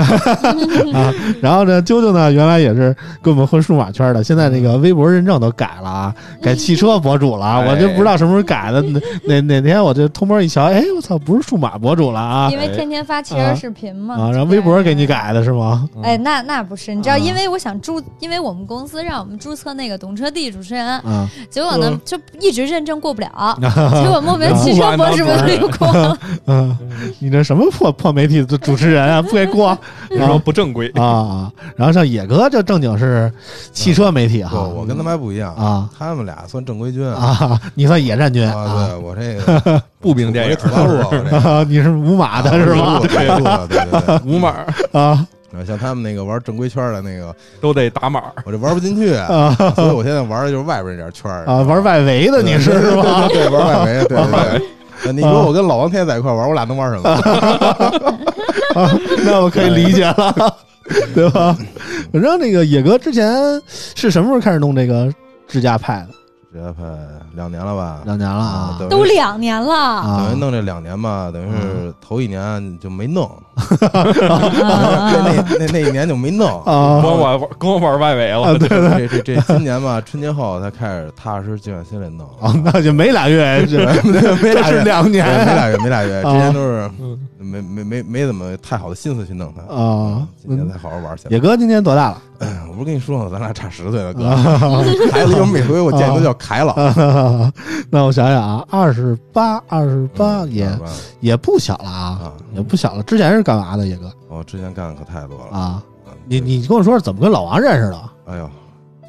[SPEAKER 3] 然后呢，啾啾呢，原来也是跟我们混数码圈的，现在这个微博认证都改了啊，改汽车博主了啊，
[SPEAKER 4] 哎
[SPEAKER 3] 我就不知道什么时候改的，哪哪哪天我就偷摸一瞧，哎，我操，不是数码博主了啊
[SPEAKER 4] 哎
[SPEAKER 2] 因为天天发汽车视频嘛，
[SPEAKER 3] 啊，然后
[SPEAKER 2] 就这样
[SPEAKER 3] 微博给你。改的是吗？
[SPEAKER 2] 哎，那那不是，你知道，
[SPEAKER 3] 啊
[SPEAKER 2] 因为我想注，因为我们公司让我们们注册那个懂车帝主持人，
[SPEAKER 3] 啊，
[SPEAKER 2] 结果呢
[SPEAKER 3] 嗯
[SPEAKER 2] 就一直认证过不 了，结果莫名其
[SPEAKER 3] 不把
[SPEAKER 2] 妙博
[SPEAKER 3] 你
[SPEAKER 2] 士
[SPEAKER 3] 当主
[SPEAKER 2] 们
[SPEAKER 3] 持
[SPEAKER 2] 没 过，
[SPEAKER 3] 嗯，你这什么破破媒体的主持人啊，不给过
[SPEAKER 6] 然后不正规，
[SPEAKER 3] 啊！然后像野哥就正经是汽车媒体
[SPEAKER 5] 不，
[SPEAKER 3] 哈，
[SPEAKER 5] 我跟他们还不一样
[SPEAKER 3] 啊，
[SPEAKER 5] 他们俩算正规军啊，
[SPEAKER 3] 啊，你算野战军
[SPEAKER 5] 啊
[SPEAKER 3] 啊
[SPEAKER 5] 对我这个
[SPEAKER 6] 步兵
[SPEAKER 5] 我
[SPEAKER 6] 连
[SPEAKER 5] 这
[SPEAKER 6] 一
[SPEAKER 5] 土
[SPEAKER 6] 土
[SPEAKER 5] 八
[SPEAKER 6] 八
[SPEAKER 5] 路
[SPEAKER 6] 路
[SPEAKER 5] 啊，我这个
[SPEAKER 3] 啊，你是无码的是
[SPEAKER 5] 啊
[SPEAKER 3] 吗？
[SPEAKER 5] 我这个土八路啊对对对
[SPEAKER 6] 五码 儿
[SPEAKER 3] 啊
[SPEAKER 5] 然后像他们那个玩正规圈儿的那个，
[SPEAKER 6] 都得打码儿，
[SPEAKER 5] 我这玩不进 去，
[SPEAKER 3] 啊
[SPEAKER 5] 所以我现在玩的就是外边这点圈儿
[SPEAKER 3] 啊，玩外围的你是
[SPEAKER 5] 对
[SPEAKER 3] 是吧？
[SPEAKER 5] 对，对玩外围，对对对。呃你说我跟老王天在一块玩，我俩能玩什么？
[SPEAKER 3] 啊，那我可以理解了，对吧？ 反正那个野哥之前是什么时候开始弄这个智驾派的？
[SPEAKER 5] 这快两年了吧？
[SPEAKER 3] 两年了啊，
[SPEAKER 5] 啊等于
[SPEAKER 2] 都两 年了。
[SPEAKER 3] 啊
[SPEAKER 5] 等于弄这两年吧，等于是头一年就 没弄，
[SPEAKER 2] 啊
[SPEAKER 5] 那那那一年就没 弄。
[SPEAKER 3] 啊
[SPEAKER 6] 光玩光玩外围了，
[SPEAKER 3] 对对
[SPEAKER 5] 这这这今年吧，春节后才开始踏实静下心来弄。
[SPEAKER 3] 啊，那就没俩月，这
[SPEAKER 5] 没
[SPEAKER 3] 这
[SPEAKER 5] 俩
[SPEAKER 3] 是
[SPEAKER 5] 月，
[SPEAKER 3] 两
[SPEAKER 5] 对
[SPEAKER 3] 年啊
[SPEAKER 5] 没俩月，没俩月，之前都是
[SPEAKER 4] 嗯
[SPEAKER 5] 没没没没怎么太好的心思去弄它。
[SPEAKER 3] 啊。
[SPEAKER 5] 今年才好好玩起来
[SPEAKER 3] 野。哥今年多大了？
[SPEAKER 5] 我不是跟你说吗？咱俩差十岁了，哥。凯了，因为每回我见你都叫凯老。
[SPEAKER 3] 啊，那我想想啊，二十八，二十八也
[SPEAKER 5] 嗯
[SPEAKER 3] 也不小了啊，
[SPEAKER 5] 啊！
[SPEAKER 3] 也不小了。之前是干嘛的，野哥
[SPEAKER 5] 我之前干的可太多了。
[SPEAKER 3] 啊？
[SPEAKER 5] 嗯
[SPEAKER 3] 你你跟我说是怎么跟老王认识的？
[SPEAKER 5] 哎呦，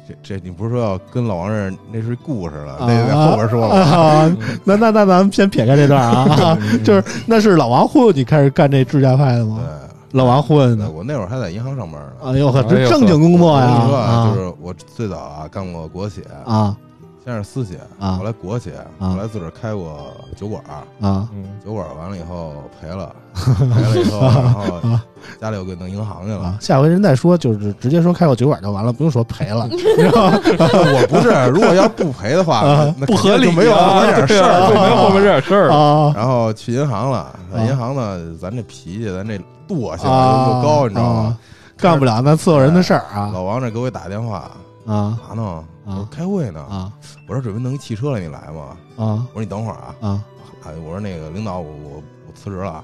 [SPEAKER 5] 这这你不是说要跟老王认识那是故事了，
[SPEAKER 3] 啊
[SPEAKER 5] 那在后边说了。
[SPEAKER 3] 啊，那那那咱们先撇开这段啊，就是那是老王忽悠你开始干这智驾派的吗？
[SPEAKER 5] 对，
[SPEAKER 3] 老王忽悠
[SPEAKER 5] 对
[SPEAKER 3] 的。
[SPEAKER 5] 我那会儿还在银行上班呢。
[SPEAKER 3] 哎呦呵，
[SPEAKER 4] 哎
[SPEAKER 3] 这
[SPEAKER 4] 呦呵
[SPEAKER 3] 正经工作呀！
[SPEAKER 5] 我跟你说啊，
[SPEAKER 3] 啊
[SPEAKER 5] 就是我最早啊干过国企，
[SPEAKER 3] 啊
[SPEAKER 5] 先是私企，
[SPEAKER 3] 啊
[SPEAKER 5] 后来国企，后来自个儿开过酒馆儿，
[SPEAKER 3] 啊
[SPEAKER 4] 嗯
[SPEAKER 5] 酒馆儿完了以后赔 了，赔了以后，然后
[SPEAKER 3] 啊
[SPEAKER 5] 家里又给弄银行去了
[SPEAKER 3] 啊。！下回人再说，就是直接说开过酒馆就完了，不用说赔了，你知道吗？
[SPEAKER 5] 我不是，如果要不赔的话，
[SPEAKER 3] 啊
[SPEAKER 5] 那那
[SPEAKER 6] 不合理
[SPEAKER 5] 肯定就没有后
[SPEAKER 6] 啊
[SPEAKER 5] 面这事
[SPEAKER 6] 对啊
[SPEAKER 5] 儿，
[SPEAKER 6] 就没有后面这点事儿了，
[SPEAKER 3] 啊
[SPEAKER 5] 然后去银行了，在
[SPEAKER 3] 啊
[SPEAKER 5] 银行呢，咱这脾气，咱这惰性
[SPEAKER 3] 啊
[SPEAKER 5] 又又高，你知道吗
[SPEAKER 3] 啊？干不了那伺候人的事儿啊
[SPEAKER 5] 老王这给我打电话，
[SPEAKER 3] 啊
[SPEAKER 5] 干嘛呢？我说
[SPEAKER 3] 啊
[SPEAKER 5] 开会呢。
[SPEAKER 3] 啊
[SPEAKER 5] 我说准备弄一汽车来，你来吗？
[SPEAKER 3] 啊
[SPEAKER 5] 我说你等会儿啊。
[SPEAKER 3] 啊！
[SPEAKER 5] 啊我说那个领导，我我我辞职了啊。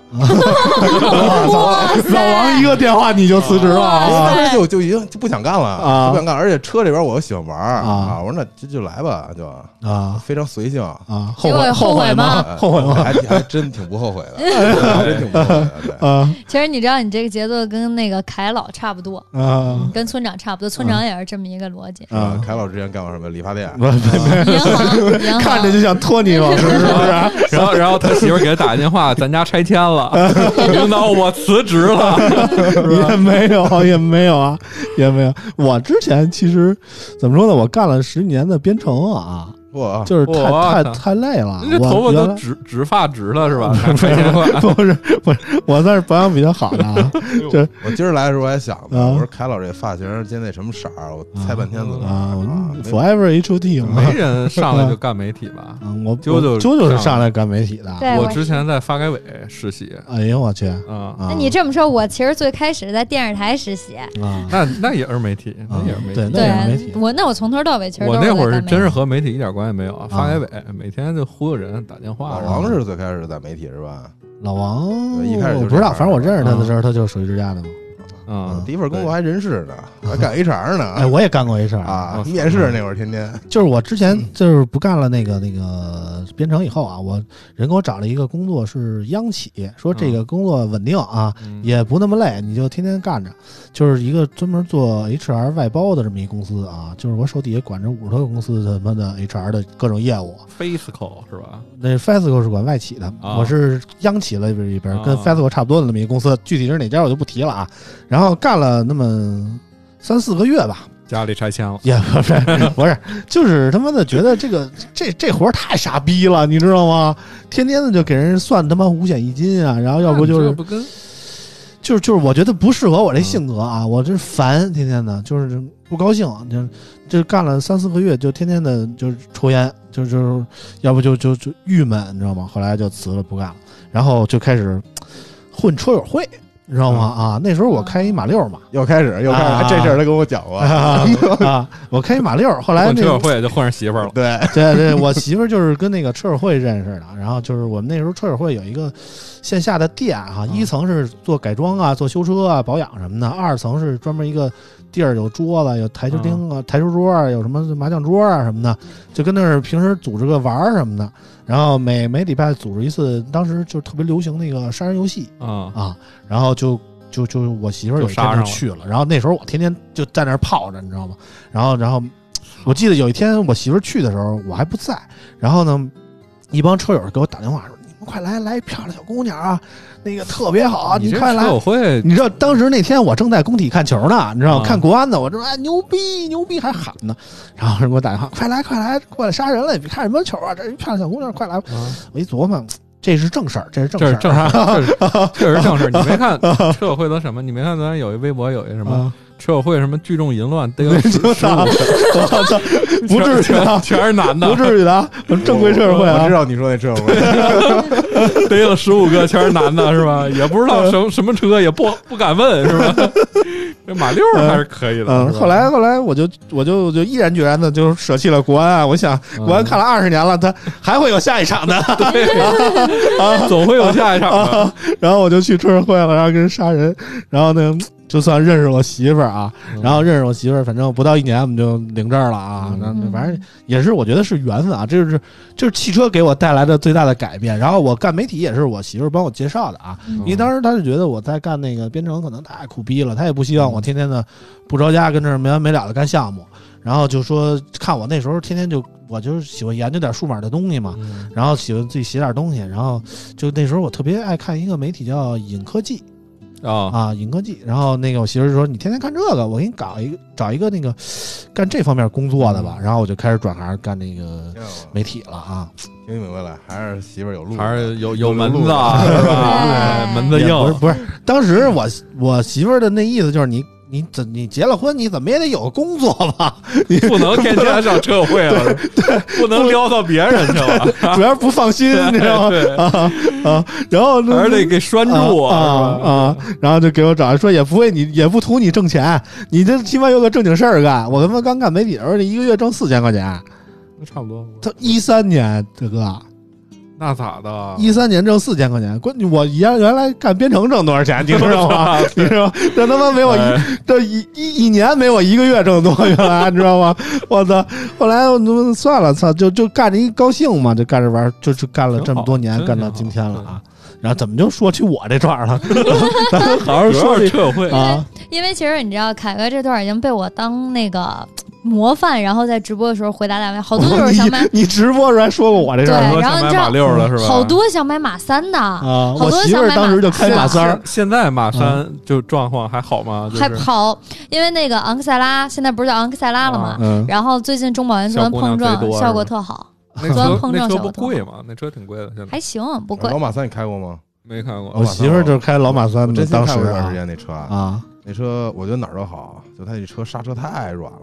[SPEAKER 2] 哇塞
[SPEAKER 3] 老王一个电话你就辞职了
[SPEAKER 5] 因为
[SPEAKER 3] 啊
[SPEAKER 5] 当时就就已经就不想干了，
[SPEAKER 3] 啊
[SPEAKER 5] 就不想干。而且车这边我又喜欢玩儿
[SPEAKER 3] 啊
[SPEAKER 5] 啊，我说那就就来吧，就
[SPEAKER 3] 啊
[SPEAKER 5] 非常随性。 哎
[SPEAKER 3] 啊！后
[SPEAKER 2] 结
[SPEAKER 3] 悔
[SPEAKER 2] 果后
[SPEAKER 3] 悔
[SPEAKER 2] 悔吗
[SPEAKER 3] 吗？后悔吗？
[SPEAKER 5] 还还真挺不后悔 的，真挺不后悔的。对，
[SPEAKER 3] 啊
[SPEAKER 2] 其实你知道，你这个节奏跟那个凯老差不多，
[SPEAKER 3] 啊
[SPEAKER 2] 跟村长差不多，村长也是这么一个逻辑。
[SPEAKER 3] 啊！
[SPEAKER 5] 凯老之前干过什么？理发店。
[SPEAKER 3] 不不
[SPEAKER 2] 银行，银行，
[SPEAKER 3] 看着就像托尼老师是不是？
[SPEAKER 4] 然后然后他媳妇儿给他打一电话，咱家拆迁了，领导我辞职了，
[SPEAKER 3] 也没有，也没有啊，也没有。我之前其实怎么说呢？我干了十年的编程啊，
[SPEAKER 5] 哇，
[SPEAKER 3] 就是太
[SPEAKER 4] 哇
[SPEAKER 3] 太太累了
[SPEAKER 4] 你。这
[SPEAKER 3] 我
[SPEAKER 4] 头发
[SPEAKER 3] 原
[SPEAKER 4] 都
[SPEAKER 3] 来
[SPEAKER 4] 直直发直了是吧？拿拆 迁款
[SPEAKER 3] 不是不是，我算是保养比较好的啊
[SPEAKER 5] 我今儿来的时候我还想呢，
[SPEAKER 3] 啊
[SPEAKER 5] 我说凯老这发型今天那什么色儿？我猜半天怎么
[SPEAKER 3] 啊
[SPEAKER 5] 啊没
[SPEAKER 3] ，Forever H O T 嘛
[SPEAKER 4] 没。人上来就干媒体 吧？
[SPEAKER 3] 啊我
[SPEAKER 4] 啾啾
[SPEAKER 3] 我啾啾是上来干媒体的。
[SPEAKER 2] 对，
[SPEAKER 4] 我
[SPEAKER 2] 是
[SPEAKER 4] 之前在发改委实习
[SPEAKER 3] 哎呦我去！
[SPEAKER 4] 啊，
[SPEAKER 3] 那
[SPEAKER 2] 那你这么说，我其实最开始在电视台实习，
[SPEAKER 3] 啊
[SPEAKER 4] 那那也是媒体，那也是媒
[SPEAKER 3] 对
[SPEAKER 4] 体。
[SPEAKER 3] 那也是媒体
[SPEAKER 2] 我那我从头到尾其实
[SPEAKER 4] 我
[SPEAKER 2] 都
[SPEAKER 4] 那
[SPEAKER 2] 在
[SPEAKER 4] 会儿是
[SPEAKER 2] 干媒
[SPEAKER 4] 真是
[SPEAKER 2] 体
[SPEAKER 4] 和媒体一点关系没有，啊！发改委每天就忽悠人打电
[SPEAKER 5] 老
[SPEAKER 3] 啊
[SPEAKER 4] 话，
[SPEAKER 5] 王是最开始在媒体是吧？
[SPEAKER 3] 老王
[SPEAKER 5] 对一开始就
[SPEAKER 3] 我不知道，
[SPEAKER 5] 这样啊
[SPEAKER 3] 反正我认识他的时候，他就是属于之家的嘛。
[SPEAKER 4] 啊
[SPEAKER 5] 第一份工作还人事呢，还干 HR
[SPEAKER 3] 哎，
[SPEAKER 5] 呢
[SPEAKER 3] 我也干过一事儿
[SPEAKER 5] 啊！嗯面试那会儿天天
[SPEAKER 3] 就是我之前就是不干了那个那个编程以后啊，我人给我找了一个工作是央企，说
[SPEAKER 5] 嗯
[SPEAKER 3] 这个工作稳定啊，
[SPEAKER 4] 嗯
[SPEAKER 3] 也不那么累，你就天天干着，就是一个专门做 HR 外包的这么一公司啊，就是我手底下管着五十多个公司他妈的 HR 的各种业务。
[SPEAKER 4] ，Fiscal 是吧？
[SPEAKER 3] 那 FESCO 是管外企的，
[SPEAKER 4] 啊
[SPEAKER 3] 我是央企里边里边
[SPEAKER 4] 啊
[SPEAKER 3] 跟 FESCO 差不多的那么一个公司，具体是哪家我就不提了啊。然后干了那么三四个月吧，
[SPEAKER 4] 家里拆迁了，
[SPEAKER 3] 也不是 不是，就是他妈的觉得这个这这活儿太傻逼了，你知道吗？天天的就给人算他妈五险一金啊，然后要不就
[SPEAKER 4] 那你
[SPEAKER 3] 是
[SPEAKER 4] 这不跟
[SPEAKER 3] 就是就是我觉得不适合我这
[SPEAKER 6] 嗯
[SPEAKER 3] 性格啊，我这烦，天天的就是不高兴，就就干了三四个月，就天天的就是抽烟，就就是要不就就就郁闷，你知道吗？后来就辞了不干了，然后就开始混车友会。你知道吗？
[SPEAKER 6] 嗯
[SPEAKER 3] 啊，那时候我开一马六嘛，
[SPEAKER 5] 又开始又开
[SPEAKER 3] 啊
[SPEAKER 5] 始，这事儿他跟我讲过。
[SPEAKER 3] 啊， 啊我开一马六，后来
[SPEAKER 6] 混
[SPEAKER 3] 那
[SPEAKER 6] 车
[SPEAKER 3] 个
[SPEAKER 6] 友会就混上媳妇儿了，
[SPEAKER 5] 对，
[SPEAKER 3] 对对，我媳妇儿就是跟那个车友会认识的，然后就是我们那时候车友会有一个线下的店哈、一层是做改装啊、做修车啊、保养什么的，二层是专门一个地儿有桌子、有台球厅啊、台球桌啊，有什么麻将桌啊什么的，就跟那儿平时组织个玩儿什么的，然后每每礼拜组织一次，当时就特别流行那个杀人游戏
[SPEAKER 4] 嗯
[SPEAKER 6] 啊，
[SPEAKER 3] 啊，然后就。就就我媳妇儿有一天
[SPEAKER 6] 就杀上
[SPEAKER 3] 就
[SPEAKER 6] 了
[SPEAKER 3] 去了，然后那时候我天天就在那儿泡着，你知道吗？然后然后
[SPEAKER 4] 啊
[SPEAKER 3] 我记得有一天我媳妇儿去的时候，我还不在，然后呢，一帮车友给我打电话说：“你们快来，来一漂亮小姑娘啊，那个特别好啊，
[SPEAKER 4] 你这
[SPEAKER 3] 快来
[SPEAKER 4] 车。友会”
[SPEAKER 3] 你知道当时那天我正在工体看球呢，你知道
[SPEAKER 6] 啊
[SPEAKER 3] 看国安的，我这哎牛逼牛逼还喊呢，然后人给我打电话，快来快来过来杀人了，你看什么球啊？这一漂亮小姑娘快来！我一琢磨，这是正事儿，这是正事
[SPEAKER 4] 啊这
[SPEAKER 3] 儿
[SPEAKER 4] 是
[SPEAKER 3] 啊，
[SPEAKER 4] 正事 儿，这是确实正事儿。你没看车友会都什么？你没看昨天有一微博有一什么
[SPEAKER 3] 啊
[SPEAKER 4] 车友会什么聚众淫乱，逮个十
[SPEAKER 3] 我
[SPEAKER 4] 十五
[SPEAKER 3] 操，不至于啊，
[SPEAKER 6] 全是男的
[SPEAKER 3] 不，至于的啊，我们正规社会
[SPEAKER 5] 我
[SPEAKER 3] 啊
[SPEAKER 5] 知，道你说那车友会，
[SPEAKER 6] 逮了十五个，全是男的，是吧？也不知
[SPEAKER 3] 嗯
[SPEAKER 6] 道什么什么车，也不不敢问，是吧？这马六还是可以的。
[SPEAKER 3] 嗯，
[SPEAKER 6] 是吧
[SPEAKER 3] 后来后来我就我就我就毅然决然的就舍弃了国安啊！我想国安看了二十年了，他还会有下一场的 啊！
[SPEAKER 6] 总会有下一场的。
[SPEAKER 3] 啊 然后我就去车友会了，然后跟人杀人，然后呢就算认识我媳妇儿啊，然后认识我媳妇儿，反正不到一年我们就领证了
[SPEAKER 2] 嗯
[SPEAKER 3] 啊。然后反正也是我觉得是缘分啊，这就是就是汽车给我带来的最大的改变。然后我干媒体也是我媳妇儿帮我介绍的啊，因为当时他就觉得我在干那个编程可能太苦逼了，他也不希望我天天的不着家跟这儿没完没了的干项目，然后就说看我那时候天天就我就是喜欢研究点数码的东西嘛，然后喜欢自己写点东西，然后就那时候我特别爱看一个媒体叫影科技
[SPEAKER 5] 嗯
[SPEAKER 6] 啊，
[SPEAKER 3] 啊，影科技，然后那个我媳妇儿就说你天天看这个，我给你搞一个找一个那个干这方面工作的
[SPEAKER 6] 嗯
[SPEAKER 3] 吧，然后我就开始转行干那个媒体了啊，
[SPEAKER 5] 听明白了，还是媳妇儿有路，
[SPEAKER 6] 还是有有门
[SPEAKER 5] 有
[SPEAKER 6] 子
[SPEAKER 5] 路
[SPEAKER 6] 啊
[SPEAKER 5] 的
[SPEAKER 6] 是吧？哎门子
[SPEAKER 3] 也
[SPEAKER 6] 硬，
[SPEAKER 3] 不是不是，当时我我媳妇儿的那意思就是你你怎你结了婚，你怎么也得有个工作吧，
[SPEAKER 6] 不能天天上车友会 了，不能撩到别人去了，
[SPEAKER 3] 主要是不放心，你知道吗？
[SPEAKER 6] 对，
[SPEAKER 3] 啊啊，然后 呢
[SPEAKER 6] 还是得给拴住
[SPEAKER 3] 啊啊啊！然后就给我找，说也不为你，也不图你挣钱，你这起码有个正经事儿干。我他妈刚干媒体的时候，一个月挣四千块钱，
[SPEAKER 4] 差不多。
[SPEAKER 3] 他一三年，大哥，
[SPEAKER 5] 啊
[SPEAKER 4] 那咋的？
[SPEAKER 3] 一三年挣四千块钱，关我原原来干编程挣多少钱，你知道 吗？ 你知道吗，这他妈没我
[SPEAKER 4] 哎
[SPEAKER 5] 哎
[SPEAKER 3] 一这一一一年没我一个月挣得多，原 来你知道吗？我操！后来我他妈算了，操，就就干着一高兴嘛，就干着玩儿，就就干了这么多年，
[SPEAKER 4] 挺好
[SPEAKER 3] 干到今天了啊。然后怎么就说起我这段儿 了？咱们好好
[SPEAKER 6] 主要
[SPEAKER 3] 说
[SPEAKER 6] 是
[SPEAKER 3] 这
[SPEAKER 6] 车友会，
[SPEAKER 3] 啊，
[SPEAKER 2] 因为其实你知道，凯哥这段已经被我当那个模范，然后在直播的时候回答大家，好多就是想买
[SPEAKER 3] 你直播时候还说过我这事儿
[SPEAKER 2] 对
[SPEAKER 6] 说
[SPEAKER 2] 然后
[SPEAKER 6] 想买
[SPEAKER 2] 你知
[SPEAKER 6] 马
[SPEAKER 2] 道
[SPEAKER 6] 六了是吧？
[SPEAKER 2] 好多想买马三的，
[SPEAKER 3] 啊！
[SPEAKER 2] 好
[SPEAKER 3] 我
[SPEAKER 2] 多人
[SPEAKER 3] 媳妇
[SPEAKER 2] 想
[SPEAKER 3] 儿
[SPEAKER 2] 买
[SPEAKER 3] 当时就开马
[SPEAKER 2] 马
[SPEAKER 3] 三儿嗯
[SPEAKER 2] 三，
[SPEAKER 4] 现在马三就状况还好吗？就
[SPEAKER 2] 还
[SPEAKER 4] 是
[SPEAKER 2] 跑，因为那个昂克赛拉现在不是叫昂克赛拉了吗？
[SPEAKER 3] 嗯，
[SPEAKER 2] 然后最近中保研
[SPEAKER 4] 小
[SPEAKER 2] 钻
[SPEAKER 4] 姑娘
[SPEAKER 2] 碰
[SPEAKER 4] 最
[SPEAKER 2] 撞
[SPEAKER 4] 多
[SPEAKER 2] 效
[SPEAKER 4] 是
[SPEAKER 2] 果
[SPEAKER 4] 吧
[SPEAKER 2] 特好，
[SPEAKER 4] 那
[SPEAKER 2] 钻
[SPEAKER 4] 车
[SPEAKER 2] 碰
[SPEAKER 4] 那
[SPEAKER 2] 撞
[SPEAKER 4] 车
[SPEAKER 2] 小
[SPEAKER 4] 不
[SPEAKER 2] 头
[SPEAKER 4] 贵吗？那车挺贵的，现在
[SPEAKER 2] 还行，不贵
[SPEAKER 5] 老。马三你开过吗？
[SPEAKER 4] 没看过。
[SPEAKER 3] 我媳妇儿就是开老马三
[SPEAKER 5] 我
[SPEAKER 3] 的，
[SPEAKER 5] 真心
[SPEAKER 3] 当
[SPEAKER 5] 开
[SPEAKER 3] 时
[SPEAKER 5] 过一段
[SPEAKER 3] 啊
[SPEAKER 5] 时间那车啊，
[SPEAKER 3] 啊，
[SPEAKER 5] 那车我觉得哪儿都好，就他那车刹车太软了，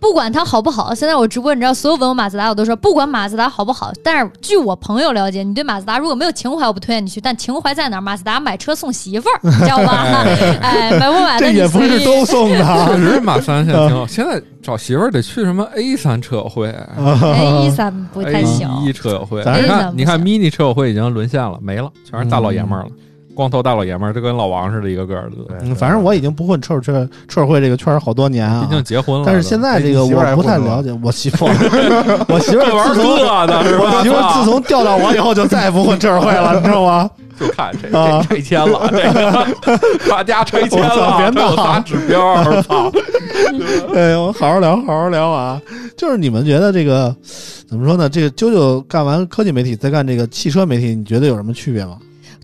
[SPEAKER 2] 不管它好不好，现在我直播，你知道所有问我马自达，我都说不管马自达好不好。但是据我朋友了解，你对马自达如果没有情怀，我不推荐你去。但情怀在哪儿？马自达买车送媳妇儿，你知道吧？哎，买不买的
[SPEAKER 3] 这
[SPEAKER 2] 你
[SPEAKER 3] 也不
[SPEAKER 2] 随
[SPEAKER 3] 是
[SPEAKER 2] 意。
[SPEAKER 3] 都送的
[SPEAKER 4] 确
[SPEAKER 3] 啊。
[SPEAKER 4] 实，马三现在
[SPEAKER 3] 嗯
[SPEAKER 4] 挺好。现在找媳妇儿得去什么 A 三车友会、
[SPEAKER 2] 哎，一三不
[SPEAKER 4] A
[SPEAKER 2] 太行。
[SPEAKER 4] 一车友会。
[SPEAKER 3] 咱
[SPEAKER 4] 你
[SPEAKER 2] 这咱
[SPEAKER 4] 看，
[SPEAKER 2] 不
[SPEAKER 4] 你看
[SPEAKER 2] 行
[SPEAKER 4] ，mini 车友会已经沦陷了，没了，全是大老爷们儿了，光头大老爷们儿，就跟老王似的，一个个儿的。
[SPEAKER 3] 嗯反正我已经不混车友圈车友会这个圈儿好多年啊
[SPEAKER 4] 毕，竟结婚了，
[SPEAKER 3] 但是现在这个
[SPEAKER 5] 你媳妇儿
[SPEAKER 3] 我
[SPEAKER 5] 还
[SPEAKER 3] 不太
[SPEAKER 5] 混吗
[SPEAKER 3] 了解。我媳 妇儿，我媳妇
[SPEAKER 6] 这玩
[SPEAKER 3] 儿
[SPEAKER 6] 意儿
[SPEAKER 3] 自从
[SPEAKER 6] 这的是吧？
[SPEAKER 3] 我媳妇儿自从调到我以后就再也不混车友会了，你知道吗？
[SPEAKER 6] 就看这
[SPEAKER 3] 啊
[SPEAKER 6] 这拆迁 了，这个大家拆迁
[SPEAKER 3] 我操别
[SPEAKER 6] 了，这
[SPEAKER 3] 闹啊
[SPEAKER 6] 有啥指标？我操！
[SPEAKER 3] 对，我们哎好好聊，好好聊啊！就是你们觉得这个怎么说呢？这个啾啾干完科技媒体，再干这个汽车媒体，你觉得有什么区别吗？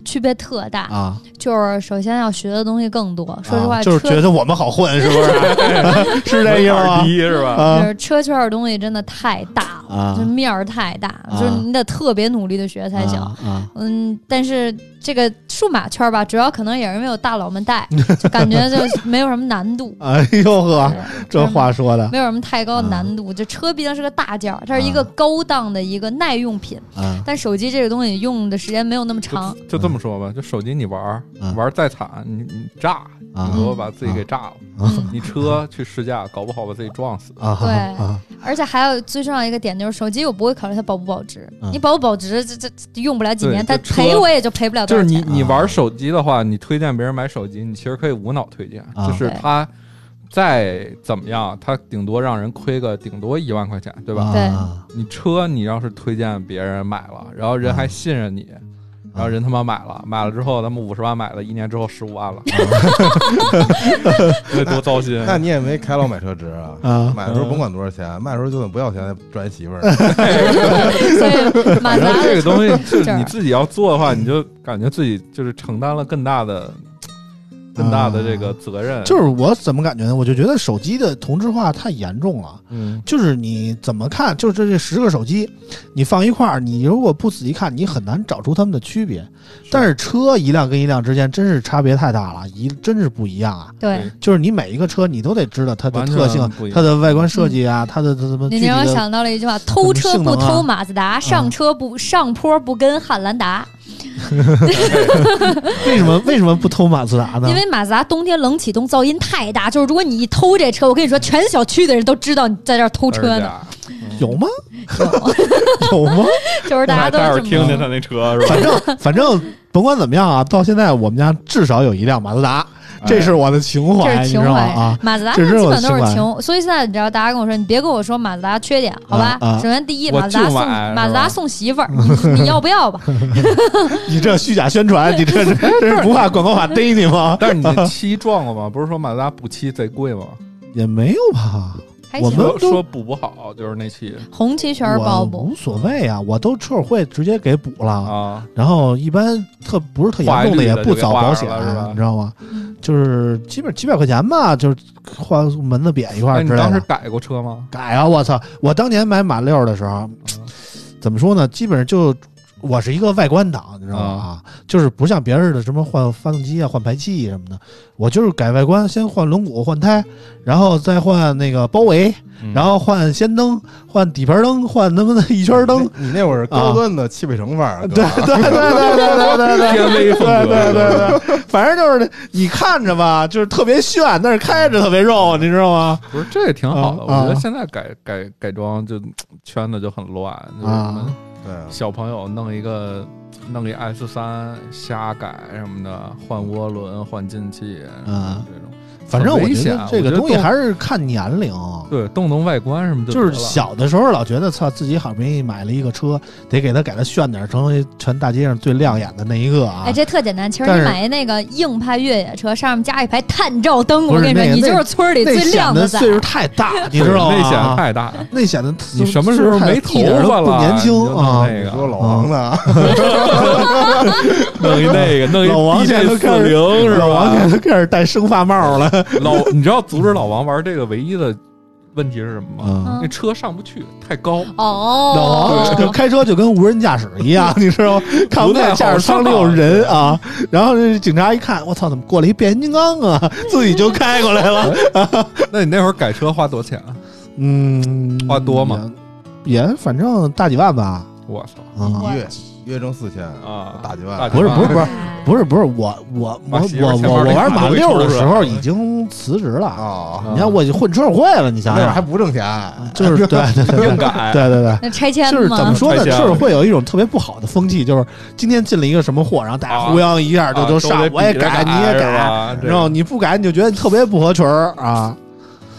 [SPEAKER 2] 区别特大，
[SPEAKER 3] 啊，
[SPEAKER 2] 就是首先要学的东西更多。 说实话，
[SPEAKER 3] 啊就是
[SPEAKER 2] 车
[SPEAKER 3] 觉得我们好混，是不 是？ 是这意思
[SPEAKER 6] 二
[SPEAKER 3] 吗？
[SPEAKER 6] 逼是吧？
[SPEAKER 3] 啊
[SPEAKER 2] 就是车圈的东西真的太大了，
[SPEAKER 3] 啊
[SPEAKER 2] 就面儿太大了，就是你得特别努力的学才行。
[SPEAKER 3] 啊啊，
[SPEAKER 2] 嗯，但是这个数码圈吧，主要可能也是因为有大佬们带，就感觉就没有什么难度
[SPEAKER 3] 哎呦呵，这话说的
[SPEAKER 2] 没有什么太高的难
[SPEAKER 3] 啊
[SPEAKER 2] 度。这车毕竟是个大件儿，它是一个高档的一个耐用品，
[SPEAKER 3] 啊，
[SPEAKER 2] 但手机这个东西用的时间没有那么长。
[SPEAKER 4] 就这么说吧，就手机你玩儿
[SPEAKER 3] 嗯
[SPEAKER 4] 玩儿再惨，你你炸，
[SPEAKER 3] 啊
[SPEAKER 4] 你给我把自己给炸了。
[SPEAKER 2] 嗯，
[SPEAKER 4] 你车去试驾，搞不好把自己撞死。
[SPEAKER 3] 啊，
[SPEAKER 2] 对
[SPEAKER 3] 啊，
[SPEAKER 2] 而且还有最重要一个点就是，手机我不会考虑它保不保值
[SPEAKER 3] 嗯，
[SPEAKER 2] 你保不保值，这这这用不了几年，它
[SPEAKER 4] 对这车
[SPEAKER 2] 赔我也就赔不了多
[SPEAKER 4] 就
[SPEAKER 2] 少
[SPEAKER 4] 是
[SPEAKER 2] 钱
[SPEAKER 4] 你。你玩手机的话，你推荐别人买手机，你其实可以无脑推荐，
[SPEAKER 3] 啊
[SPEAKER 4] 就是
[SPEAKER 2] 对
[SPEAKER 4] 他再怎么样，他顶多让人亏个顶多一万块钱，对吧？
[SPEAKER 2] 对
[SPEAKER 3] 啊
[SPEAKER 4] 你车你要是推荐别人买了，然后人还信任你。
[SPEAKER 3] 嗯
[SPEAKER 4] 然后人他妈买了，买了之后他们五十万买了，一年之后十 五万了，那多糟心！
[SPEAKER 6] 啊
[SPEAKER 5] 那你也没开老买车值啊。
[SPEAKER 3] 啊，
[SPEAKER 5] 买的时候甭管多少钱，卖的时候就算不要钱赚一媳妇儿，
[SPEAKER 2] 所以马自
[SPEAKER 4] 哎然
[SPEAKER 2] 达
[SPEAKER 4] 后
[SPEAKER 2] 的
[SPEAKER 4] 哎这个东西
[SPEAKER 2] 车
[SPEAKER 4] 就
[SPEAKER 2] 这
[SPEAKER 4] 你
[SPEAKER 2] 儿
[SPEAKER 4] 自己要做的话，你就感觉自己就是承担了更大的、更大的这个责任。
[SPEAKER 3] 嗯就是我怎么感觉呢？我就觉得手机的同质化太严重了。
[SPEAKER 4] 嗯，
[SPEAKER 3] 就是你怎么看，就是这这十个手机，你放一块儿，你如果不仔细看，你很难找出它们的区别。但是车一辆跟一辆之间真是差别太大了，一真是不一样啊！
[SPEAKER 2] 对，
[SPEAKER 3] 就是你每一个车你都得知道它的
[SPEAKER 4] 完全
[SPEAKER 3] 特性啊
[SPEAKER 4] 不一、样
[SPEAKER 3] 它的外观设计啊、它的它的什么啊具
[SPEAKER 2] 你
[SPEAKER 3] 体
[SPEAKER 2] 让我
[SPEAKER 3] 的
[SPEAKER 2] 想到了一句话：偷车不
[SPEAKER 4] 啊
[SPEAKER 2] 偷马
[SPEAKER 4] 嗯
[SPEAKER 2] 自达，上车不上坡不跟汉兰达。
[SPEAKER 3] 为什么为什么不偷马自啊达呢
[SPEAKER 2] 因？为马自达冬天冷启动噪音太大，就是如果你一偷这车，我跟你说，全小区的人都知道你在这儿偷车呢。
[SPEAKER 3] 有吗？ 有吗？
[SPEAKER 4] 哎
[SPEAKER 2] 就是大家都
[SPEAKER 6] 待会儿
[SPEAKER 2] 是这
[SPEAKER 6] 听
[SPEAKER 2] 么
[SPEAKER 6] 听他那车是吧？
[SPEAKER 3] 反正反正甭管怎么样啊，到现在我们家至少有一辆马自达，
[SPEAKER 4] 哎
[SPEAKER 3] 这是我的情怀，
[SPEAKER 2] 这是
[SPEAKER 3] 你
[SPEAKER 2] 情
[SPEAKER 3] 知道吗？
[SPEAKER 2] 怀
[SPEAKER 3] 啊，
[SPEAKER 2] 马自达
[SPEAKER 3] 这
[SPEAKER 2] 基
[SPEAKER 3] 是我
[SPEAKER 2] 本都
[SPEAKER 3] 情
[SPEAKER 2] 是
[SPEAKER 3] 怀
[SPEAKER 2] 情，所以现在你知道，大家跟我说，你别跟我说马自达缺点，好吧？
[SPEAKER 3] 啊啊
[SPEAKER 2] 首先第一，
[SPEAKER 4] 我
[SPEAKER 2] 马自达
[SPEAKER 4] 就
[SPEAKER 2] 送
[SPEAKER 4] 买是吧
[SPEAKER 2] 马自达送 媳妇儿，你你要不要吧？
[SPEAKER 3] 你这虚假宣 传，你这是这是不怕广告法逮你吗？
[SPEAKER 4] 但是你的漆撞过吗？不是说马自达补漆贼贵吗？
[SPEAKER 3] 也没有吧，
[SPEAKER 2] 还
[SPEAKER 3] 我
[SPEAKER 2] 行
[SPEAKER 3] 们，
[SPEAKER 4] 说
[SPEAKER 3] 都
[SPEAKER 4] 说补不好，就是那漆
[SPEAKER 2] 红旗全是
[SPEAKER 3] 我
[SPEAKER 2] 包补
[SPEAKER 3] 无，所谓啊，我都车友会直接给补了。
[SPEAKER 4] 啊，
[SPEAKER 3] 然后一般特不是特严重
[SPEAKER 4] 花一
[SPEAKER 3] 也
[SPEAKER 4] 绿的
[SPEAKER 3] 不找保险
[SPEAKER 4] 就给挂了是吧，
[SPEAKER 3] 你知道吗？
[SPEAKER 2] 嗯
[SPEAKER 3] 就是基本几百块钱吧，就是换门子瘪一块
[SPEAKER 4] 哎，
[SPEAKER 3] 儿
[SPEAKER 4] 你
[SPEAKER 3] 之类
[SPEAKER 4] 当时
[SPEAKER 3] 的。
[SPEAKER 4] 改过车吗？
[SPEAKER 3] 改啊！我操！我当年买马六的时候，
[SPEAKER 4] 嗯
[SPEAKER 3] 怎么说呢？基本上就我是一个外观党，你知道吗？啊，就是不像别人的什么换发动机啊、换排气什么的，我就是改外观，先换轮毂、换胎，然后再换那个包围，
[SPEAKER 4] 嗯
[SPEAKER 3] 然后换氙灯、换底盘灯、换他妈的一圈灯。
[SPEAKER 5] 你那会儿高端的汽配城范儿，
[SPEAKER 3] 对
[SPEAKER 5] 哥
[SPEAKER 3] 对对对对对对对。
[SPEAKER 4] 天威风
[SPEAKER 3] 对对
[SPEAKER 4] 格，
[SPEAKER 3] 对对，反正就是你看着吧，就是特别炫，但是开着特别肉，你知道吗？
[SPEAKER 4] 不是这也挺
[SPEAKER 3] 啊
[SPEAKER 4] 好的。我觉
[SPEAKER 3] 啊
[SPEAKER 4] 得现在改改改装就圈的就很乱，就是什么
[SPEAKER 5] 对啊，
[SPEAKER 4] 小朋友弄一个弄一 S 三瞎改什么的，换涡轮、换进气，
[SPEAKER 3] 嗯
[SPEAKER 4] 这种
[SPEAKER 3] 反正我
[SPEAKER 4] 很危
[SPEAKER 3] 觉
[SPEAKER 4] 险啊
[SPEAKER 3] 得这
[SPEAKER 4] 我觉
[SPEAKER 3] 个
[SPEAKER 4] 得
[SPEAKER 3] 东西
[SPEAKER 4] 动
[SPEAKER 3] 还是看年龄。
[SPEAKER 4] 对动动外观什么
[SPEAKER 3] 就是
[SPEAKER 4] 得了
[SPEAKER 3] 小的时候老觉得操，自己好不容易买了一个车，得给它改的炫点儿，成为全大街上最亮眼的那一个啊。
[SPEAKER 2] 哎，这特简单。其实
[SPEAKER 3] 但
[SPEAKER 2] 你
[SPEAKER 3] 是
[SPEAKER 2] 买那个硬派越野车，上面加一排探照灯，
[SPEAKER 3] 不
[SPEAKER 2] 我
[SPEAKER 3] 是
[SPEAKER 2] 跟你说，
[SPEAKER 3] 那个
[SPEAKER 2] 你就
[SPEAKER 3] 那
[SPEAKER 2] 是村儿里
[SPEAKER 3] 那
[SPEAKER 2] 最
[SPEAKER 3] 显
[SPEAKER 2] 亮
[SPEAKER 3] 得
[SPEAKER 2] 仔。
[SPEAKER 3] 岁数太 大，你
[SPEAKER 4] 对
[SPEAKER 3] 知 道吗？啊
[SPEAKER 4] 内显太大，
[SPEAKER 3] 那显得
[SPEAKER 4] 你什么时候没头发了？
[SPEAKER 3] 不年轻
[SPEAKER 4] 你就弄
[SPEAKER 3] 啊？
[SPEAKER 4] 那个
[SPEAKER 5] 说老王的，
[SPEAKER 4] 弄一那个，弄一
[SPEAKER 3] 老王现在都
[SPEAKER 4] DJ
[SPEAKER 3] 开
[SPEAKER 4] 四
[SPEAKER 3] 始
[SPEAKER 4] 零是
[SPEAKER 3] 老王
[SPEAKER 4] 吧？
[SPEAKER 3] 现在都开始戴生发帽了。
[SPEAKER 4] 老，你知道阻止老王玩这个唯一的问题是什么吗？
[SPEAKER 3] 嗯
[SPEAKER 4] 那车上不去，太高，
[SPEAKER 2] 哦，
[SPEAKER 3] 老王 就开车就跟无人驾驶一样，你知 道吗？看不见驾驶舱里有人啊。然后这警察一看，我操，怎么过来一变形金刚 啊？自己就开过来了。
[SPEAKER 4] 那你那会儿改车花多少钱啊？
[SPEAKER 3] 嗯，
[SPEAKER 4] 花多吗？
[SPEAKER 3] 也反正大几万吧。
[SPEAKER 4] 我操
[SPEAKER 3] 啊，
[SPEAKER 2] 嗯
[SPEAKER 5] 一月一月挣四千，
[SPEAKER 4] 啊！
[SPEAKER 5] 打几万，
[SPEAKER 4] 大
[SPEAKER 3] 不是不是不是
[SPEAKER 2] 哎
[SPEAKER 3] 不是不是，我我我
[SPEAKER 4] 把媳妇儿
[SPEAKER 3] 我
[SPEAKER 4] 钱包
[SPEAKER 3] 我
[SPEAKER 4] 里
[SPEAKER 3] 我玩
[SPEAKER 4] 拿
[SPEAKER 3] 马
[SPEAKER 4] 回去
[SPEAKER 3] 六的
[SPEAKER 4] 是吧
[SPEAKER 3] 时候已经辞职了。
[SPEAKER 5] 啊，
[SPEAKER 4] 嗯
[SPEAKER 3] 你看我已经混车友会了，你
[SPEAKER 5] 那
[SPEAKER 3] 想
[SPEAKER 4] 啊
[SPEAKER 5] 会儿还
[SPEAKER 3] 想，
[SPEAKER 5] 不挣钱，
[SPEAKER 3] 就是对对对
[SPEAKER 4] 硬
[SPEAKER 3] 对
[SPEAKER 4] 啊
[SPEAKER 3] 啊
[SPEAKER 4] 改，
[SPEAKER 3] 对对对。
[SPEAKER 2] 那拆迁
[SPEAKER 3] 就是
[SPEAKER 2] 吗？
[SPEAKER 3] 怎么说呢？
[SPEAKER 4] 拆
[SPEAKER 3] 就
[SPEAKER 4] 迁
[SPEAKER 3] 是会有一种特别不好的风气，就是今天进了一个什么货，然后大家
[SPEAKER 4] 啊
[SPEAKER 3] 互相一下就
[SPEAKER 4] 啊
[SPEAKER 3] 都
[SPEAKER 4] 都
[SPEAKER 3] 上
[SPEAKER 4] 得，
[SPEAKER 3] 我也
[SPEAKER 4] 比着
[SPEAKER 3] 改，你也
[SPEAKER 4] 是
[SPEAKER 3] 改，
[SPEAKER 4] 吧这
[SPEAKER 3] 然后你不改你就觉得你特别不合群儿啊。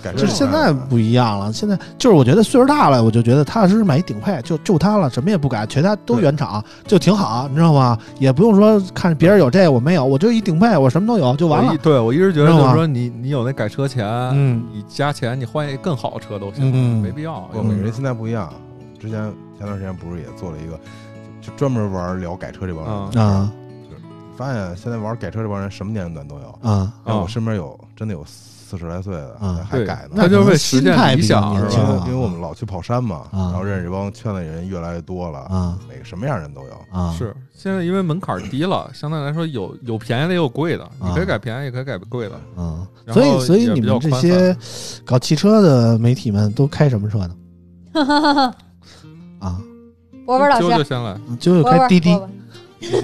[SPEAKER 5] 改
[SPEAKER 3] 这
[SPEAKER 5] 成
[SPEAKER 3] 现
[SPEAKER 5] 这
[SPEAKER 3] 在
[SPEAKER 5] 样
[SPEAKER 3] 不一样了，现在就是我觉得岁数大了，我就觉得踏踏实实买一顶配，就就它了，什么也不改，全家都原厂就挺好，你知道吗？也不用说看别人有这个我没有，我就一顶配，我什么都有就完
[SPEAKER 4] 我
[SPEAKER 3] 了
[SPEAKER 4] 一。对我一直觉得
[SPEAKER 3] 知道
[SPEAKER 4] 就是
[SPEAKER 3] 吗
[SPEAKER 4] 说你，你有那改车钱，
[SPEAKER 3] 嗯
[SPEAKER 4] 你加钱，你换一更好的车都行，
[SPEAKER 3] 嗯
[SPEAKER 4] 没必要。
[SPEAKER 5] 我们人现在不一样，之前
[SPEAKER 4] 嗯
[SPEAKER 5] 前段时间不是也做了一个，就就专门玩聊改车这帮人
[SPEAKER 3] 啊，
[SPEAKER 5] 发现现在玩改车这帮人什么年龄段都有。
[SPEAKER 3] 啊，
[SPEAKER 5] 然后我
[SPEAKER 4] 啊
[SPEAKER 5] 身边有真的有四十来岁的
[SPEAKER 3] 啊
[SPEAKER 5] 还改呢
[SPEAKER 4] 他，就
[SPEAKER 3] 可能
[SPEAKER 4] 为实
[SPEAKER 3] 心
[SPEAKER 4] 践
[SPEAKER 3] 态
[SPEAKER 4] 理
[SPEAKER 3] 比较
[SPEAKER 4] 想
[SPEAKER 3] 年
[SPEAKER 4] 是
[SPEAKER 3] 轻
[SPEAKER 4] 吧
[SPEAKER 3] 啊
[SPEAKER 5] 因为我们老去跑山嘛，
[SPEAKER 3] 啊
[SPEAKER 5] 然后认识这帮圈内人越来越多了，
[SPEAKER 3] 啊
[SPEAKER 5] 每个什么样人都有。
[SPEAKER 3] 啊，
[SPEAKER 4] 是现在因为门槛儿低了，相对来说有有便宜的也有贵的，你可以改便宜，也可以改贵的。
[SPEAKER 3] 啊，
[SPEAKER 4] 然
[SPEAKER 3] 所以
[SPEAKER 4] 后
[SPEAKER 3] 所以
[SPEAKER 4] 也
[SPEAKER 3] 你
[SPEAKER 4] 比较
[SPEAKER 3] 们这
[SPEAKER 4] 宽
[SPEAKER 3] 些搞汽车的媒体们都开什么车呢？ 啊，
[SPEAKER 2] 博文老
[SPEAKER 4] 啾
[SPEAKER 2] 师
[SPEAKER 4] 啾，先来，
[SPEAKER 3] 就是
[SPEAKER 2] 博文
[SPEAKER 3] 开滴滴
[SPEAKER 2] 博文
[SPEAKER 4] 就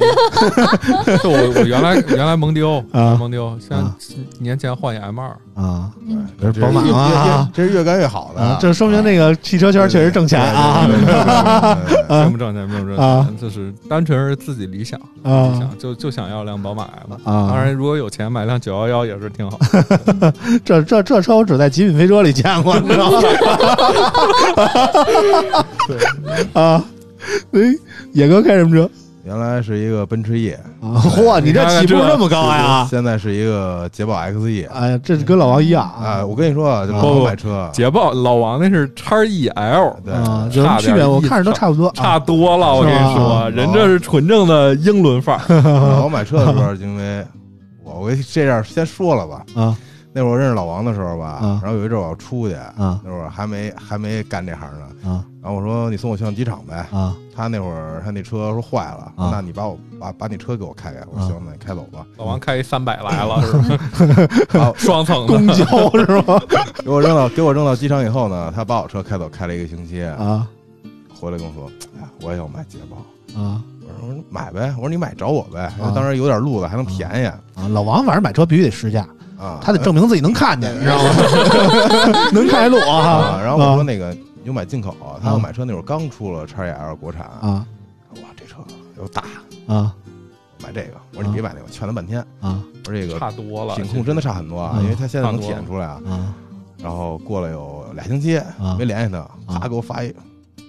[SPEAKER 4] 我我原来原来蒙迪欧，
[SPEAKER 3] 啊
[SPEAKER 4] 蒙迪欧，现在
[SPEAKER 3] 啊
[SPEAKER 4] 年前换一 M 二，
[SPEAKER 3] 啊，
[SPEAKER 2] 嗯
[SPEAKER 3] 这是宝马
[SPEAKER 5] 越越
[SPEAKER 3] 啊
[SPEAKER 5] 越这是越干越好的
[SPEAKER 3] 啊，，这说明那个汽车圈确实挣钱啊
[SPEAKER 5] 对。对对对对对对
[SPEAKER 4] 挣不挣钱挣不挣
[SPEAKER 3] 啊
[SPEAKER 4] 钱，就是单纯是自己理想，
[SPEAKER 3] 啊
[SPEAKER 4] 理想就就想要辆宝马 M。
[SPEAKER 3] 啊
[SPEAKER 4] 当然，如果有钱买辆九幺幺也是挺好。
[SPEAKER 3] 这这这车我只在《极品飞车》里见过，你知道吗？啊，哎，野哥开什么车？
[SPEAKER 5] 原来是一个奔驰 E，
[SPEAKER 3] 啊 嚯，你这起步这么高哎呀？
[SPEAKER 5] 现在是一个捷豹 XE。
[SPEAKER 3] 哎呀，这是跟老王一样
[SPEAKER 5] 哎，
[SPEAKER 3] 啊
[SPEAKER 5] 我跟你说啊，就
[SPEAKER 4] 不
[SPEAKER 5] 老
[SPEAKER 4] 不
[SPEAKER 5] 买车，
[SPEAKER 4] 捷豹老王那是叉 E L，
[SPEAKER 5] 对，
[SPEAKER 3] 啊，有什么
[SPEAKER 4] 差点
[SPEAKER 3] 区别？我
[SPEAKER 4] 意思
[SPEAKER 3] 看着都差不多，啊
[SPEAKER 4] 差多了，我跟你说，
[SPEAKER 5] 是吧
[SPEAKER 4] 人这是纯正的英伦范儿。
[SPEAKER 5] 老王买车的时候，因为我我这样先说了吧，
[SPEAKER 3] 啊
[SPEAKER 5] 那会儿我认识老王的时候吧，
[SPEAKER 3] 啊
[SPEAKER 5] 然后有一阵儿我要出去，
[SPEAKER 3] 啊
[SPEAKER 5] 那会儿还没还没干这行呢，
[SPEAKER 3] 啊
[SPEAKER 5] 然后我说你送我去趟机场呗，
[SPEAKER 3] 啊
[SPEAKER 5] 他那会儿他那车说坏了，那你把我把把你车给我开开，我说
[SPEAKER 3] 啊
[SPEAKER 5] 行，那你开走吧。
[SPEAKER 4] 老王开一三百来了，是
[SPEAKER 5] 啊
[SPEAKER 4] 吧？双层 的，
[SPEAKER 3] 交是吗？
[SPEAKER 5] 给我扔到给我扔到机场以后呢，他把我车开走，开了一个星期，
[SPEAKER 3] 啊
[SPEAKER 5] 回来跟我说，哎呀，我也要买捷豹。
[SPEAKER 3] 啊
[SPEAKER 5] 我说买呗，我说你买找我呗，因为当时有点路子还能便宜
[SPEAKER 3] 啊！老王晚上买车必须得试驾，
[SPEAKER 5] 啊。
[SPEAKER 3] 他得证明自己能看见，你知道吗？ 能开路啊
[SPEAKER 5] 啊，！然后我说
[SPEAKER 3] 啊
[SPEAKER 5] 那个你就买进口，他要买车那会儿刚出了叉 E L 国产，
[SPEAKER 3] 啊
[SPEAKER 5] 哇，这车又大，
[SPEAKER 3] 啊
[SPEAKER 5] 买这个。我说你别买那个，我劝他半天，
[SPEAKER 3] 啊
[SPEAKER 5] 我说这个
[SPEAKER 4] 差多了。
[SPEAKER 5] 品控真的差很多啊，
[SPEAKER 3] 嗯
[SPEAKER 5] 因为他现在能
[SPEAKER 4] 差
[SPEAKER 5] 体
[SPEAKER 4] 多了
[SPEAKER 5] 现出来啊。
[SPEAKER 3] 啊
[SPEAKER 5] 然后过了有俩星期
[SPEAKER 3] 啊
[SPEAKER 5] 没联系他，
[SPEAKER 3] 啊
[SPEAKER 5] 啪给我发一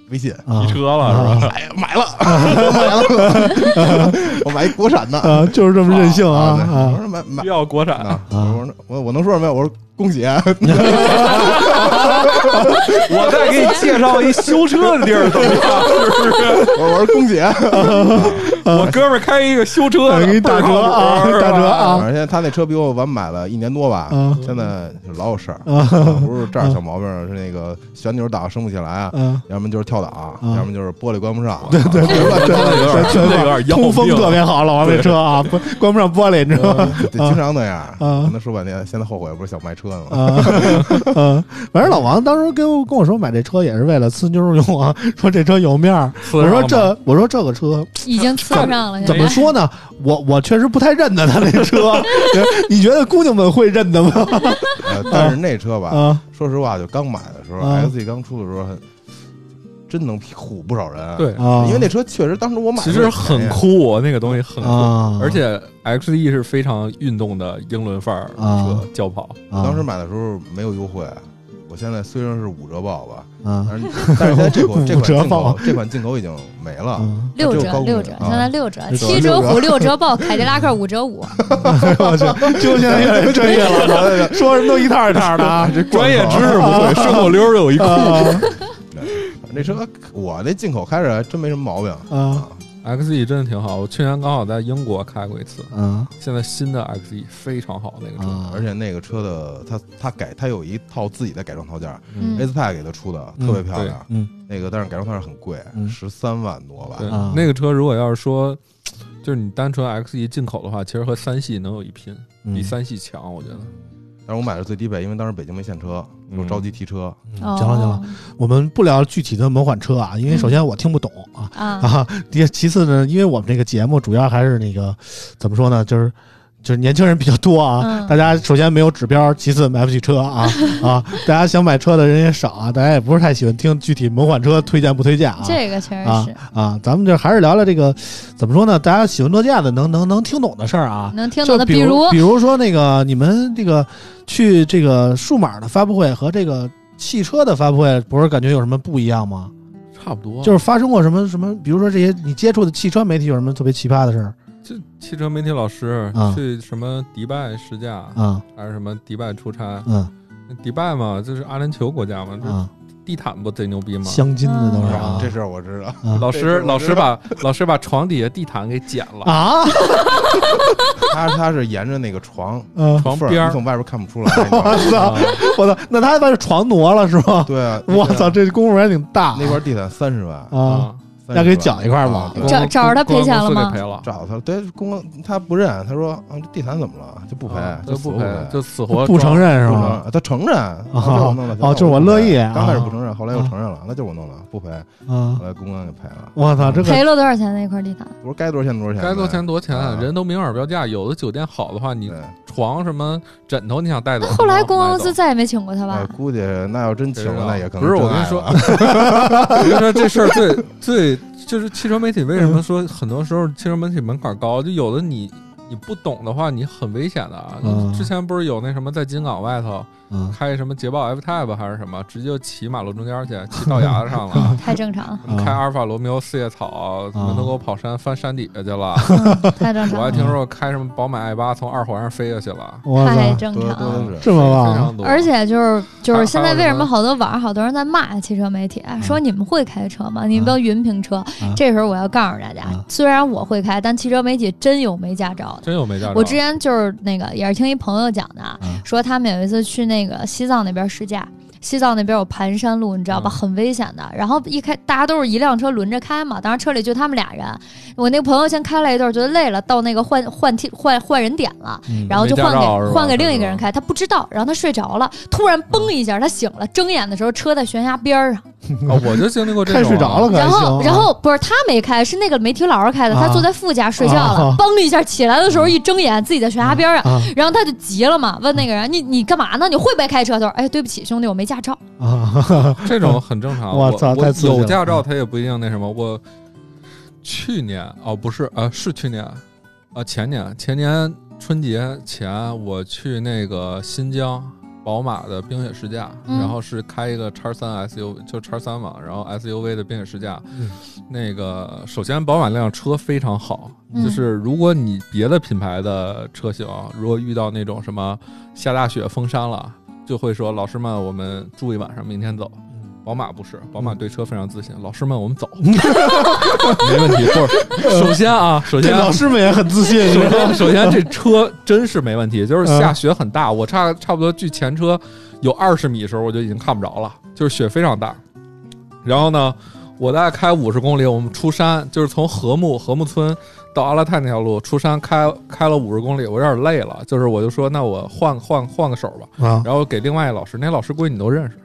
[SPEAKER 5] 微信，
[SPEAKER 3] 啊！
[SPEAKER 4] 提车了是吧？
[SPEAKER 5] 哎呀买了， 我买了，我买一国产 的
[SPEAKER 3] 啊，就是这么任性啊
[SPEAKER 5] 对我
[SPEAKER 3] 啊！
[SPEAKER 5] 说买买
[SPEAKER 4] 必。要国产，
[SPEAKER 5] 啊！我说我我能说什么呀？我说恭喜，啊
[SPEAKER 4] 我再给你介绍一修车的地儿，怎么 样？
[SPEAKER 5] 我我说恭喜。啊
[SPEAKER 4] 我哥们儿开一个修车
[SPEAKER 3] 啊
[SPEAKER 4] 的，
[SPEAKER 3] 给你打折啊
[SPEAKER 4] 倍儿靠谱
[SPEAKER 3] 打折啊
[SPEAKER 5] 反正现在他那车比我晚买了一年多吧
[SPEAKER 3] 啊，
[SPEAKER 5] 现在就老有事儿，啊 不是这儿小毛病，是那个旋钮档升不起来啊，
[SPEAKER 3] 嗯，
[SPEAKER 5] 要么就是跳档，
[SPEAKER 3] 啊
[SPEAKER 5] 要么就是玻璃关不上。啊
[SPEAKER 3] 对 对对对对，
[SPEAKER 4] 真 的有点要
[SPEAKER 3] 啊通风
[SPEAKER 4] 命啊
[SPEAKER 3] 特别好，老王这车啊，不关不上玻璃，你知道吗？
[SPEAKER 5] 对，经常那样。
[SPEAKER 3] 啊
[SPEAKER 5] 跟他说半天，现在后悔不是想卖车呢吗？
[SPEAKER 3] 啊， 嗯，反正老王当时跟我跟我说买这车也是为了呲妞儿用啊，说这车有面儿。
[SPEAKER 4] 呲
[SPEAKER 3] 我说
[SPEAKER 4] 上
[SPEAKER 3] 这，我说这个车
[SPEAKER 2] 已经刺上了，
[SPEAKER 3] 怎么
[SPEAKER 2] 现在
[SPEAKER 3] 说呢？我我确实不太认得他那车， 你觉得姑娘们会认得吗？
[SPEAKER 5] 呃但是那车吧，
[SPEAKER 3] 啊
[SPEAKER 5] 说实话，就刚买的时候
[SPEAKER 3] 啊
[SPEAKER 5] ，X E 刚出的时候，很真能唬不少人。，
[SPEAKER 4] 对，
[SPEAKER 3] 啊，
[SPEAKER 5] 因为那车确实当时我买的
[SPEAKER 4] 其
[SPEAKER 5] 时候
[SPEAKER 4] 实
[SPEAKER 5] 也便宜，啊
[SPEAKER 4] 很酷，那个东西很酷，
[SPEAKER 3] 啊，
[SPEAKER 4] 而且 X E 是非常运动的英伦范儿
[SPEAKER 3] 啊
[SPEAKER 4] 车轿跑，
[SPEAKER 3] 啊
[SPEAKER 5] 当时买的时候没有优惠。我现在虽然是五折报吧，
[SPEAKER 3] 啊
[SPEAKER 5] 但是但是现在 这款这
[SPEAKER 3] 五
[SPEAKER 5] 款
[SPEAKER 3] 折
[SPEAKER 5] 进
[SPEAKER 3] 报
[SPEAKER 5] 口这款进口已经没了。
[SPEAKER 3] 啊，
[SPEAKER 2] 六
[SPEAKER 5] 这个
[SPEAKER 2] 折
[SPEAKER 5] 高功
[SPEAKER 2] 六
[SPEAKER 5] 能
[SPEAKER 2] 折，
[SPEAKER 5] 啊
[SPEAKER 2] 现在六折，
[SPEAKER 5] 六折
[SPEAKER 2] 七折五，六折报，凯迪拉克五 折五，
[SPEAKER 3] 我去，就现在越来越 专业了，说什么都一套一套的啊。
[SPEAKER 4] 这专业知识不 会，顺口溜儿有一库。
[SPEAKER 3] 啊
[SPEAKER 5] 那车我那进口开着还真没什么毛病
[SPEAKER 3] 啊
[SPEAKER 4] X E 真的挺好，我去年刚好在英国开过一次。
[SPEAKER 3] 啊
[SPEAKER 4] 现在新的 X E 非常好，那个车，
[SPEAKER 3] 啊
[SPEAKER 5] 而且那个车的它它改它有一套自己的改装套件儿
[SPEAKER 2] 嗯
[SPEAKER 5] a c e p a 给它出的，
[SPEAKER 3] 嗯
[SPEAKER 5] 特别漂亮。
[SPEAKER 3] 嗯，
[SPEAKER 5] 那个但是改装套件很贵
[SPEAKER 3] 嗯，
[SPEAKER 5] 十三万多吧
[SPEAKER 4] 对。
[SPEAKER 3] 啊，
[SPEAKER 4] 那个车如果要是说，就是你单纯 X E 进口的话，其实和三系能有一拼，比
[SPEAKER 3] 嗯
[SPEAKER 4] 三系强，我觉得。
[SPEAKER 5] 但是我买的最低配，因为当时北京没现车，
[SPEAKER 4] 嗯
[SPEAKER 5] 我着急提车。
[SPEAKER 3] 嗯
[SPEAKER 2] 哦
[SPEAKER 3] 行了行了，我们不聊具体的某款车啊，因为首先我听不懂啊
[SPEAKER 2] 嗯啊，
[SPEAKER 3] 啊，第其次呢，因为我们这个节目主要还是那个怎么说呢，就是。就是年轻人比较多啊，
[SPEAKER 2] 嗯
[SPEAKER 3] 大家首先没有指标，其次买不起车 啊啊，大家想买车的人也少啊，大家也不是太喜欢听具体某款车推荐不推荐啊。
[SPEAKER 2] 这个确实
[SPEAKER 3] 啊
[SPEAKER 2] 是
[SPEAKER 3] 啊，咱们就还是聊聊这个怎么说呢？大家喜闻乐见的，能能能听懂的事儿啊。
[SPEAKER 2] 能听懂
[SPEAKER 3] 就
[SPEAKER 2] 的，
[SPEAKER 3] 比
[SPEAKER 2] 如
[SPEAKER 3] 比如说那个你们这个去这个数码的发布会和这个汽车的发布会，不是感觉有什么不一样吗？
[SPEAKER 4] 差不多，
[SPEAKER 3] 就是发生过什么什么，比如说这些你接触的汽车媒体有什么特别奇葩的事儿
[SPEAKER 4] 就汽车媒体老师
[SPEAKER 3] 啊
[SPEAKER 4] 去什么迪拜试驾，
[SPEAKER 3] 啊？
[SPEAKER 4] 还是什么迪拜出差？
[SPEAKER 3] 嗯
[SPEAKER 4] 那迪拜嘛，就是阿联酋国家嘛，
[SPEAKER 3] 啊
[SPEAKER 4] 地毯不贼牛逼吗？
[SPEAKER 3] 镶金的都是
[SPEAKER 5] 啊
[SPEAKER 3] 啊，
[SPEAKER 5] 这事儿我知道。
[SPEAKER 4] 老师
[SPEAKER 5] 这事，儿
[SPEAKER 4] 老
[SPEAKER 5] 我
[SPEAKER 4] 师
[SPEAKER 5] 知
[SPEAKER 4] 把老师把床底下地毯给剪了，
[SPEAKER 3] 啊，
[SPEAKER 5] 他他是沿着那个床
[SPEAKER 3] 嗯，
[SPEAKER 4] 床
[SPEAKER 5] 缝儿
[SPEAKER 4] 边
[SPEAKER 5] 你
[SPEAKER 4] 儿
[SPEAKER 5] 从外边看不出来。你知道
[SPEAKER 3] 操，
[SPEAKER 5] 吗
[SPEAKER 3] 我操，那他还把这床挪了是吗？
[SPEAKER 5] 对啊，
[SPEAKER 3] 我操，这功夫还挺大
[SPEAKER 5] 那块地毯三十万，
[SPEAKER 3] 啊，
[SPEAKER 5] 30
[SPEAKER 3] 那给
[SPEAKER 5] 万
[SPEAKER 3] 搅一块儿吧
[SPEAKER 5] 啊对
[SPEAKER 4] 公
[SPEAKER 2] 找找着他赔钱了
[SPEAKER 4] 公安
[SPEAKER 2] 吗
[SPEAKER 4] 公司给赔了，
[SPEAKER 5] 找他，对公安他不认，他说啊，这地毯怎么了？就不赔
[SPEAKER 4] 啊，
[SPEAKER 5] 就
[SPEAKER 4] 就
[SPEAKER 5] 死
[SPEAKER 4] 不
[SPEAKER 5] 不
[SPEAKER 4] 赔，就死活
[SPEAKER 3] 不承
[SPEAKER 4] 认。
[SPEAKER 3] 认
[SPEAKER 5] 不
[SPEAKER 3] 是
[SPEAKER 5] 承
[SPEAKER 3] 吗？
[SPEAKER 5] 认，他承认
[SPEAKER 3] 哦哦
[SPEAKER 5] 哦
[SPEAKER 3] 就是我乐意啊
[SPEAKER 5] 刚开始不
[SPEAKER 4] 哦
[SPEAKER 5] 承认，后来又承认了，那就是我弄了，不赔。
[SPEAKER 3] 啊
[SPEAKER 5] 后，来公安给赔了，
[SPEAKER 3] 我操，这个
[SPEAKER 2] 赔了多少钱那块地毯？
[SPEAKER 5] 我说该多少钱多少钱，
[SPEAKER 4] 该多钱多钱
[SPEAKER 5] 啊，
[SPEAKER 4] 人都明码标价。有的酒店好的话，你
[SPEAKER 5] 对，
[SPEAKER 4] 床什么枕头你想带走，
[SPEAKER 2] 后来公关
[SPEAKER 4] 买
[SPEAKER 2] 公司
[SPEAKER 4] 走
[SPEAKER 2] 再也没请过他
[SPEAKER 5] 哎
[SPEAKER 2] 吧？。
[SPEAKER 5] 估计那要真请了，那也可能
[SPEAKER 4] 不是我跟你说，我 跟你说这事儿最最就是汽车媒体为什么说很多时候汽车媒体门槛高，就有的你你不懂的话，你很危险的啊。
[SPEAKER 3] 嗯
[SPEAKER 4] 之前不是有那什么在金港外头
[SPEAKER 3] 嗯
[SPEAKER 4] 开什么捷豹 F Type 还是什么，直接就骑马路中间去，骑到 崖上了
[SPEAKER 2] 太正常，
[SPEAKER 3] 嗯
[SPEAKER 4] 开阿尔法罗密欧四叶草，门头沟跑山翻山底下去
[SPEAKER 3] 啊
[SPEAKER 4] 了。
[SPEAKER 2] 嗯太正
[SPEAKER 4] 我还
[SPEAKER 2] 常，
[SPEAKER 4] 听说开什么宝马 i 八从二环上飞下去了，
[SPEAKER 3] 我
[SPEAKER 2] 太
[SPEAKER 3] 操，
[SPEAKER 2] 正
[SPEAKER 5] 多
[SPEAKER 2] 常
[SPEAKER 5] 多
[SPEAKER 2] 了。
[SPEAKER 5] 都 是
[SPEAKER 3] 这么
[SPEAKER 4] 非
[SPEAKER 3] 棒，
[SPEAKER 4] 常多。
[SPEAKER 2] 而且就是就是现在为什
[SPEAKER 4] 还有什么
[SPEAKER 2] 么好多网上好多人在骂汽车媒体，
[SPEAKER 3] 嗯
[SPEAKER 2] 说你们会开车吗？你们都云评车。这时候我要告诉大家
[SPEAKER 3] 啊，
[SPEAKER 2] 虽然我会开，但汽车媒体真有没驾照的。
[SPEAKER 4] 真有没驾照。啊
[SPEAKER 2] 我之前就是那个，也是听一朋友讲的啊
[SPEAKER 3] 嗯，
[SPEAKER 2] 说他们有一次去那个西藏那边试驾，西藏那边有盘山路，你知道吧，
[SPEAKER 4] 嗯
[SPEAKER 2] 很危险的。然后一开，大家都是一辆车轮着开嘛，当时车里就他们俩人。我那个朋友先开了一段，觉得累了，到那个换换替换换人点了，
[SPEAKER 3] 嗯
[SPEAKER 2] 然后就
[SPEAKER 4] 没驾
[SPEAKER 2] 换给
[SPEAKER 4] 照是吧
[SPEAKER 2] 换给
[SPEAKER 4] 这
[SPEAKER 2] 另一个
[SPEAKER 4] 是
[SPEAKER 2] 人开，他不知道，然后他睡着了，突然嘣一下，他醒了，睁眼的时候车在悬崖边儿上，
[SPEAKER 4] 啊我就经历过这
[SPEAKER 3] 看
[SPEAKER 4] 种啊。
[SPEAKER 3] 睡着了，感
[SPEAKER 2] 然
[SPEAKER 3] 觉
[SPEAKER 2] 后然后不是他没开，是那个媒体老师开的，他
[SPEAKER 3] 啊
[SPEAKER 2] 坐在副驾睡觉
[SPEAKER 3] 啊
[SPEAKER 2] 了，嘣一下起来的时候一睁眼自己在悬崖边儿上，
[SPEAKER 3] 啊
[SPEAKER 2] 然后他就急了嘛，问那个人你你干嘛呢？你会不会开车？他说哎对不起兄弟，我没驾照。
[SPEAKER 3] 啊，
[SPEAKER 4] 这种很正常。
[SPEAKER 3] 哇
[SPEAKER 4] 我
[SPEAKER 3] 操
[SPEAKER 4] 我
[SPEAKER 3] 太刺激了
[SPEAKER 4] 有驾照他也不一定那什么。我去年哦，不是啊、呃是去年啊、前年前年春节前我去那个新疆宝马的冰雪试驾，
[SPEAKER 2] 嗯
[SPEAKER 4] 然后是开一个叉三 SUV，就叉三嘛，然后 SUV 的冰雪试驾。
[SPEAKER 3] 嗯
[SPEAKER 4] 那个首先宝马那辆车非常好，
[SPEAKER 2] 嗯
[SPEAKER 4] 就是如果你别的品牌的车型啊，如果遇到那种什么下大雪封山了。就会说老师们，我们住一晚上，明天走。
[SPEAKER 3] 嗯
[SPEAKER 4] 宝马不是，宝马对车非 常自信。老师们，我们走，没问题。或者首 先啊，首
[SPEAKER 3] 这
[SPEAKER 4] 先
[SPEAKER 3] 老师们也很自信，
[SPEAKER 4] 首 先首先这车真是没问题，就是
[SPEAKER 3] 嗯
[SPEAKER 4] 下雪很大，我差差不多距前车有二十米的时候我就已经看不着了，就是雪非常大。然后呢，我大概开五十公里，我们出山，就是从禾木禾木村到阿拉泰那条路出山开开了五十公里，我有点累了，就是我就说那我换换换个手吧。
[SPEAKER 3] 啊
[SPEAKER 4] 然后给另外一老师，那老师估计你都认识，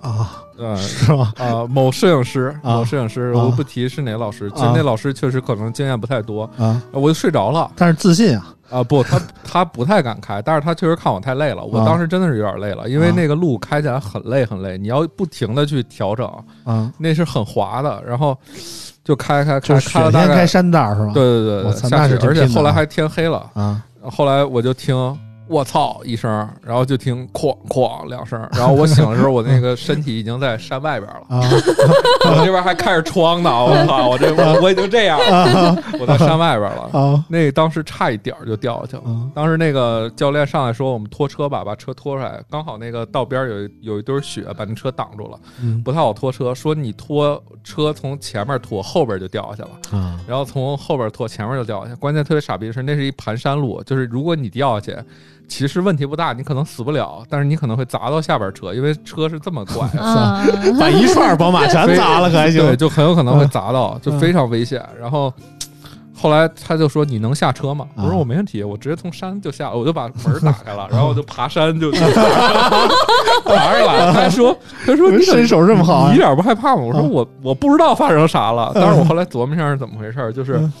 [SPEAKER 3] 啊，
[SPEAKER 4] 呃
[SPEAKER 3] 是吧？
[SPEAKER 4] 啊，某摄影师，
[SPEAKER 3] 啊
[SPEAKER 4] 某摄影师，
[SPEAKER 3] 啊
[SPEAKER 4] 我不提是哪老师，其实
[SPEAKER 3] 啊
[SPEAKER 4] 那老师确实可能经验不太多，呃
[SPEAKER 3] 啊，
[SPEAKER 4] 我就睡着了
[SPEAKER 3] 但是自信啊，
[SPEAKER 4] 啊，不， 他他不太敢开，但是他确实看我太累了，我
[SPEAKER 3] 啊
[SPEAKER 4] 当时真的是有点累了，因为
[SPEAKER 3] 啊
[SPEAKER 4] 那个路开起来很累很累，你要不停的去调整，
[SPEAKER 3] 啊，
[SPEAKER 4] 那是很滑的，然后就开开
[SPEAKER 3] 就
[SPEAKER 4] 开
[SPEAKER 3] 是雪
[SPEAKER 4] 开了
[SPEAKER 3] 天
[SPEAKER 4] 大概
[SPEAKER 3] 开，山道是吧？
[SPEAKER 4] 对对对
[SPEAKER 3] 我
[SPEAKER 4] 对，
[SPEAKER 3] 操
[SPEAKER 4] 下
[SPEAKER 3] 那是
[SPEAKER 4] 雪，
[SPEAKER 3] 挺
[SPEAKER 4] 而且
[SPEAKER 3] 拼的
[SPEAKER 4] 后来
[SPEAKER 3] 啊
[SPEAKER 4] 还天黑了。
[SPEAKER 3] 啊，
[SPEAKER 4] 后来我就听我操一声，然后就听哐哐两声，然后我醒的时候，我那个身体已经在山外边了，
[SPEAKER 3] 啊
[SPEAKER 4] 我这边还开着窗呢，我操，我这我我已经这样了，我在山外边了。
[SPEAKER 3] 啊
[SPEAKER 4] 那当时差一点儿就掉下去了。
[SPEAKER 3] 啊
[SPEAKER 4] 当时那个教练上来说：“我们拖车吧，把车拖出来。”刚好那个道边有一有一堆雪，把那车挡住了，
[SPEAKER 3] 嗯
[SPEAKER 4] 不太好拖车。说你拖车从前面拖，后边就掉下去了。
[SPEAKER 3] 啊
[SPEAKER 4] 然后从后边拖，前面就掉下去。关键特别傻逼的是，那是一盘山路，就是如果你掉下去，其实问题不大，你可能死不了，但是你可能会砸到下边车，因为车是这么拐 的。
[SPEAKER 2] 啊，
[SPEAKER 3] 把一串宝马全砸 了，可还行嗯
[SPEAKER 4] 对，就很有可能会砸到，就非常危险。然后后来他就说：“你能下车吗？”我说：“
[SPEAKER 3] 啊
[SPEAKER 4] 我没问题，我直接从山就下，我就把门打开了，然后我就爬山就 就爬上来。”他说：“他说你怎么
[SPEAKER 3] 身手这么好啊
[SPEAKER 4] 你一点不害怕吗？”我说
[SPEAKER 3] 啊
[SPEAKER 4] 我：“我不知道发生啥了。”但是我后来琢磨一下是怎么回事儿，就是
[SPEAKER 3] 嗯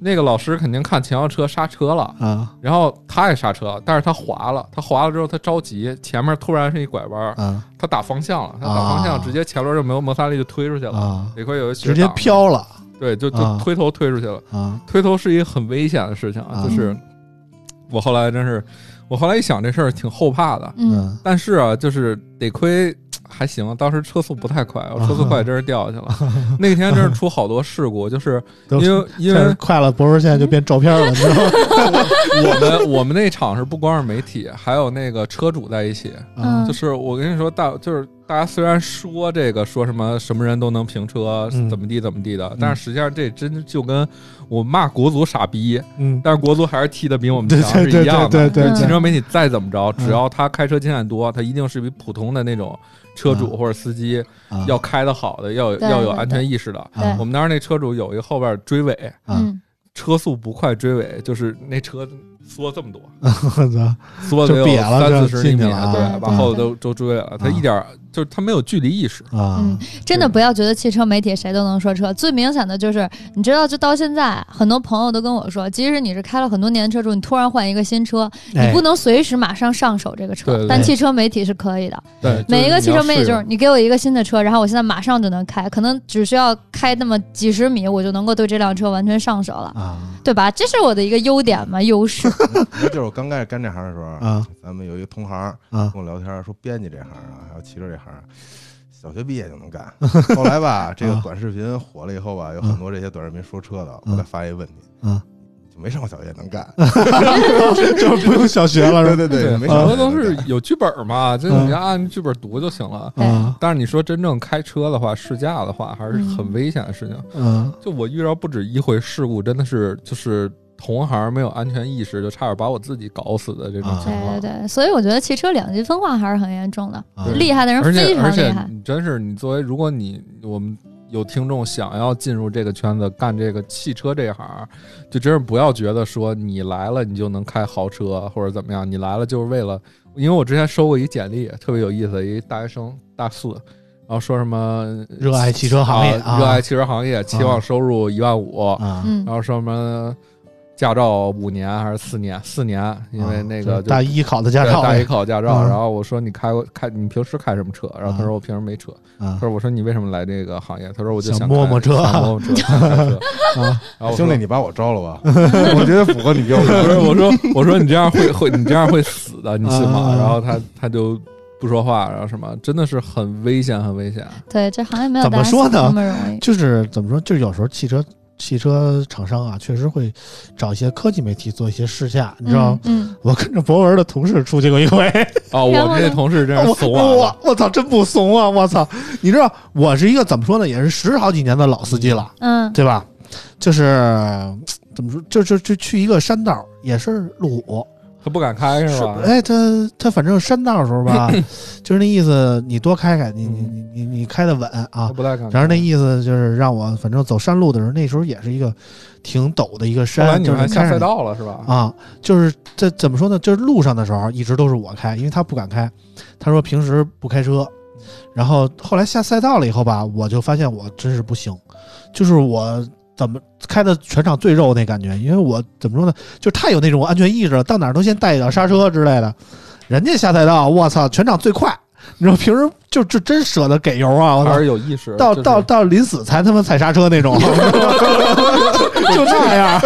[SPEAKER 4] 那个老师肯定看前摇车刹车了。
[SPEAKER 3] 啊
[SPEAKER 4] 然后他也刹车，但是他滑了，他滑了之后他着急，前面突然是一拐弯儿，
[SPEAKER 3] 啊
[SPEAKER 4] 他打方向了，他打方向
[SPEAKER 3] 啊
[SPEAKER 4] 直接前轮就没有摩擦力就推出去了。
[SPEAKER 3] 啊，
[SPEAKER 4] 得亏有一学
[SPEAKER 3] 直接
[SPEAKER 4] 长，
[SPEAKER 3] 飘了
[SPEAKER 4] 对，就
[SPEAKER 3] 啊
[SPEAKER 4] 就推头推出去了。
[SPEAKER 3] 啊
[SPEAKER 4] 推头是一个很危险的事情啊，
[SPEAKER 3] 啊
[SPEAKER 4] 就是我后来真是，我后来一想这事儿挺后怕的。
[SPEAKER 2] 嗯，
[SPEAKER 4] 但是啊，就是得亏还行，当时车速不太快，我车速快真是掉下去了。 那天真是出好多事故，就是
[SPEAKER 3] 都
[SPEAKER 4] 因为因
[SPEAKER 3] 开始
[SPEAKER 4] 为
[SPEAKER 3] 快了，博士现在就变照片了，你知道 吗？啊
[SPEAKER 4] 我们我们那场是不光是媒体，还有那个车主在一起，
[SPEAKER 2] 嗯
[SPEAKER 4] 就是我跟你说，大就是大家虽然说这个说什么什么人都能评车，
[SPEAKER 3] 嗯
[SPEAKER 4] 怎么地怎么地的，但是实际上这真就跟我骂国足傻逼，
[SPEAKER 3] 嗯，
[SPEAKER 4] 但是国足还是踢得比我 们
[SPEAKER 3] 对
[SPEAKER 4] 强
[SPEAKER 3] 对
[SPEAKER 4] 是
[SPEAKER 3] 对
[SPEAKER 4] 一样的。
[SPEAKER 3] 对对对
[SPEAKER 2] 嗯
[SPEAKER 4] 汽
[SPEAKER 3] 对，
[SPEAKER 4] 车媒体再怎么着，
[SPEAKER 3] 嗯
[SPEAKER 4] 只要他开车经验多，他一定是比普通的那种车主
[SPEAKER 3] 啊
[SPEAKER 4] 或者司机
[SPEAKER 3] 啊
[SPEAKER 4] 要开得好的，要有
[SPEAKER 2] 对
[SPEAKER 4] 要有
[SPEAKER 2] 对
[SPEAKER 4] 安全意识的。
[SPEAKER 2] 对
[SPEAKER 4] 我们当时那车主有一个后边追尾，
[SPEAKER 3] 啊
[SPEAKER 2] 嗯，
[SPEAKER 4] 车速不快追尾，就是那车缩这么多，
[SPEAKER 3] 我操，
[SPEAKER 4] 缩得
[SPEAKER 3] 就
[SPEAKER 4] 有
[SPEAKER 3] 瘪了
[SPEAKER 4] 三
[SPEAKER 3] 就
[SPEAKER 4] 四十厘
[SPEAKER 3] 进去
[SPEAKER 4] 米
[SPEAKER 3] 了啊
[SPEAKER 4] 对，
[SPEAKER 2] 对
[SPEAKER 4] 把
[SPEAKER 2] 对
[SPEAKER 4] 后
[SPEAKER 2] 对
[SPEAKER 4] 头都都追尾了，他一点儿就是他没有距离意识。
[SPEAKER 3] 啊，
[SPEAKER 2] 嗯真的不要觉得汽车媒体谁都能说车，最明显的就是，你知道，就到现在，很多朋友都跟我说，即使你是开了很多年的车主，你突然换一个新车，你
[SPEAKER 3] 哎
[SPEAKER 2] 不能随时马上上手这个车，
[SPEAKER 4] 对对
[SPEAKER 2] 但
[SPEAKER 3] 对
[SPEAKER 2] 汽车媒体是可以的。
[SPEAKER 4] 对，就是
[SPEAKER 2] 每一个汽
[SPEAKER 4] 你要
[SPEAKER 2] 车媒体
[SPEAKER 4] 适
[SPEAKER 2] 就
[SPEAKER 4] 应
[SPEAKER 2] 是你给我一个新的车，然后我现在马上就能开，可能只需要开那么几十米，我就能够对这辆车完全上手了，
[SPEAKER 3] 啊
[SPEAKER 2] 对吧？这是我的一个优点嘛，优势。
[SPEAKER 5] 就是我刚开始干这行的时候，
[SPEAKER 3] 啊
[SPEAKER 5] 咱们有一个同行
[SPEAKER 3] 啊
[SPEAKER 5] 跟我聊天，说编辑这行啊，还有骑车这行，小学毕业就能干。 后来吧，这个
[SPEAKER 3] 啊
[SPEAKER 5] 短视频火了以后吧，有很多这些短视频说车的，我
[SPEAKER 3] 嗯
[SPEAKER 5] 才发现一个问题，
[SPEAKER 3] 啊，
[SPEAKER 5] 就没上过小学也能 干。
[SPEAKER 3] 就不用小学了
[SPEAKER 5] 对
[SPEAKER 3] 是吧？
[SPEAKER 5] 对对，
[SPEAKER 4] 很
[SPEAKER 5] 没上
[SPEAKER 4] 多都
[SPEAKER 5] 过小学也能
[SPEAKER 4] 是
[SPEAKER 5] 干
[SPEAKER 4] 有剧本嘛，就
[SPEAKER 3] 嗯
[SPEAKER 4] 你就按剧本读就行了。
[SPEAKER 2] 对
[SPEAKER 3] 啊
[SPEAKER 4] 但是你说真正开车的话，试驾的话，还是很危险的事情。
[SPEAKER 3] 嗯
[SPEAKER 4] 就我遇到不止一回事故，真的是就是同行没有安全意识，就差点把我自己搞死的这种
[SPEAKER 3] 啊
[SPEAKER 4] 情况。
[SPEAKER 2] 对对对，所以我觉得汽车两极分化还是很严重的，
[SPEAKER 3] 啊
[SPEAKER 2] 厉害的人
[SPEAKER 4] 而
[SPEAKER 2] 非
[SPEAKER 4] 且而
[SPEAKER 2] 常厉
[SPEAKER 4] 且啊
[SPEAKER 2] 害，，
[SPEAKER 4] 你真是你作为，如果你我们有听众想要进入这个圈子干这个汽车这一行，就真是不要觉得说你来了你就能开豪车或者怎么样，你来了就是为了，因为我之前收过一简历，特别有意思，一大学生大四，然后说什么
[SPEAKER 3] 热爱汽车行业
[SPEAKER 4] 啊
[SPEAKER 3] 啊，
[SPEAKER 4] 热爱汽车行业，期望收入一万五，
[SPEAKER 3] 啊，
[SPEAKER 2] 嗯
[SPEAKER 4] 然，后说什么驾照五年还是四年？四年，因为
[SPEAKER 3] 啊
[SPEAKER 4] 那
[SPEAKER 3] 就
[SPEAKER 4] 个
[SPEAKER 3] 是
[SPEAKER 4] 就
[SPEAKER 3] 大一考的驾照
[SPEAKER 4] 对大一考驾照，
[SPEAKER 3] 啊
[SPEAKER 4] 然后我说你开过开你平时开什么车？然后他说我平时没车。
[SPEAKER 3] 啊
[SPEAKER 4] 他说我说你为什么来这个行业？他说我就
[SPEAKER 3] 想
[SPEAKER 4] 想
[SPEAKER 3] 摸摸车
[SPEAKER 4] 开想摸摸 车，想开车。
[SPEAKER 2] 啊
[SPEAKER 4] 然后我说
[SPEAKER 5] 哎兄弟，你把我招了吧？我觉得符合你标
[SPEAKER 4] 不是
[SPEAKER 5] 准。
[SPEAKER 4] 我说我说你这样会会你这样会死的，你信
[SPEAKER 3] 啊啊
[SPEAKER 4] 吗？
[SPEAKER 3] 啊
[SPEAKER 4] 然后他他就不说话，然后什么真的是很危险，很危险。
[SPEAKER 2] 对，这行业没有
[SPEAKER 3] 怎么
[SPEAKER 2] 大家
[SPEAKER 3] 说
[SPEAKER 2] 想的
[SPEAKER 3] 呢
[SPEAKER 2] 那么容易。
[SPEAKER 3] 就是怎么说，就是有时候汽车汽车厂商啊，确实会找一些科技媒体做一些试驾，你知道。
[SPEAKER 2] 嗯，
[SPEAKER 3] 我跟着博文的同事出去过一回，
[SPEAKER 4] 哦，
[SPEAKER 2] 然后
[SPEAKER 4] 我
[SPEAKER 2] 呢
[SPEAKER 4] 这同事 真是
[SPEAKER 3] 我
[SPEAKER 4] 怂啊
[SPEAKER 3] 我！我操，真不怂啊！我操，你知道我是一个怎么说呢，也是十好几年的老司机了，
[SPEAKER 2] 嗯嗯，
[SPEAKER 3] 对吧？就是呃怎么说，就就就去一个山道，也是路虎，
[SPEAKER 4] 他不敢开是
[SPEAKER 3] 是
[SPEAKER 4] 吧？
[SPEAKER 3] 哎，他他反正山道的时候 吧，就是那意思，你多开开，
[SPEAKER 4] 嗯
[SPEAKER 3] 你你你你你开的稳啊
[SPEAKER 4] 他。不太敢开。
[SPEAKER 3] 然后那意思就是让我，反正走山路的时候，那时候也是一个挺陡的一个
[SPEAKER 4] 后来
[SPEAKER 3] 山，
[SPEAKER 4] 你
[SPEAKER 3] 就
[SPEAKER 4] 们
[SPEAKER 3] 是
[SPEAKER 4] 还
[SPEAKER 3] 开着
[SPEAKER 4] 下赛道了是吧？
[SPEAKER 3] 啊，就是这怎么说呢？就是路上的时候一直都是我开，因为他不敢开，他说平时不开车。
[SPEAKER 4] 嗯
[SPEAKER 3] 然后后来下赛道了以后吧，我就发现我真是不行，就是我怎么开的全场最肉那感觉，因为我怎么说呢，就太有那种安全意识了，到哪儿都先带一脚刹车之类的。人家下赛道，我操，全场最快，你知道平时就就真舍得给油啊，我操
[SPEAKER 4] 还。是有意识。
[SPEAKER 3] 到
[SPEAKER 4] 就是
[SPEAKER 3] 到到临死才他妈踩刹车那 种，啊就那样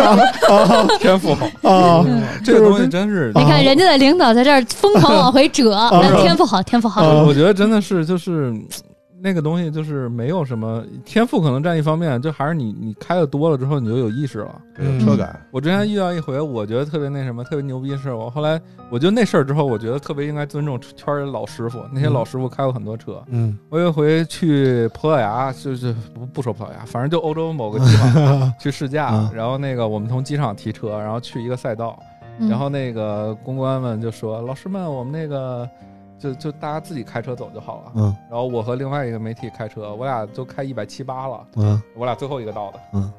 [SPEAKER 4] 天赋好，
[SPEAKER 3] 啊！
[SPEAKER 4] 嗯这个东西真是，
[SPEAKER 2] 你看人家的领导在这儿疯狂往回折，
[SPEAKER 3] 是吧
[SPEAKER 2] 那天赋好，天赋 好。
[SPEAKER 4] 我我觉得真的是就是。那个东西就是没有什么天赋，可能占一方面，就还是你你开的多了之后你就有意识了。
[SPEAKER 3] 嗯
[SPEAKER 5] 有车感，
[SPEAKER 4] 我之前遇到一回，我觉得特别那什么，特别牛逼的是，我后来我就那事儿之后，我觉得特别应该尊重圈儿里老师傅，那些
[SPEAKER 3] 嗯
[SPEAKER 4] 老师傅开过很多车。
[SPEAKER 3] 嗯，
[SPEAKER 4] 我有一回去葡萄牙，就是不不说葡萄牙，反正就欧洲某个地方去试驾
[SPEAKER 3] 啊，
[SPEAKER 4] 然后那个我们从机场提车，然后去一个赛道，
[SPEAKER 2] 嗯
[SPEAKER 4] 然后那个公关们就说：“老师们，我们那个就就大家自己开车走就好了。
[SPEAKER 3] 嗯”
[SPEAKER 4] 然后我和另外一个媒体开车，我俩都开一百七八了，
[SPEAKER 3] 嗯，
[SPEAKER 4] 我俩最后一个到的。
[SPEAKER 3] 嗯，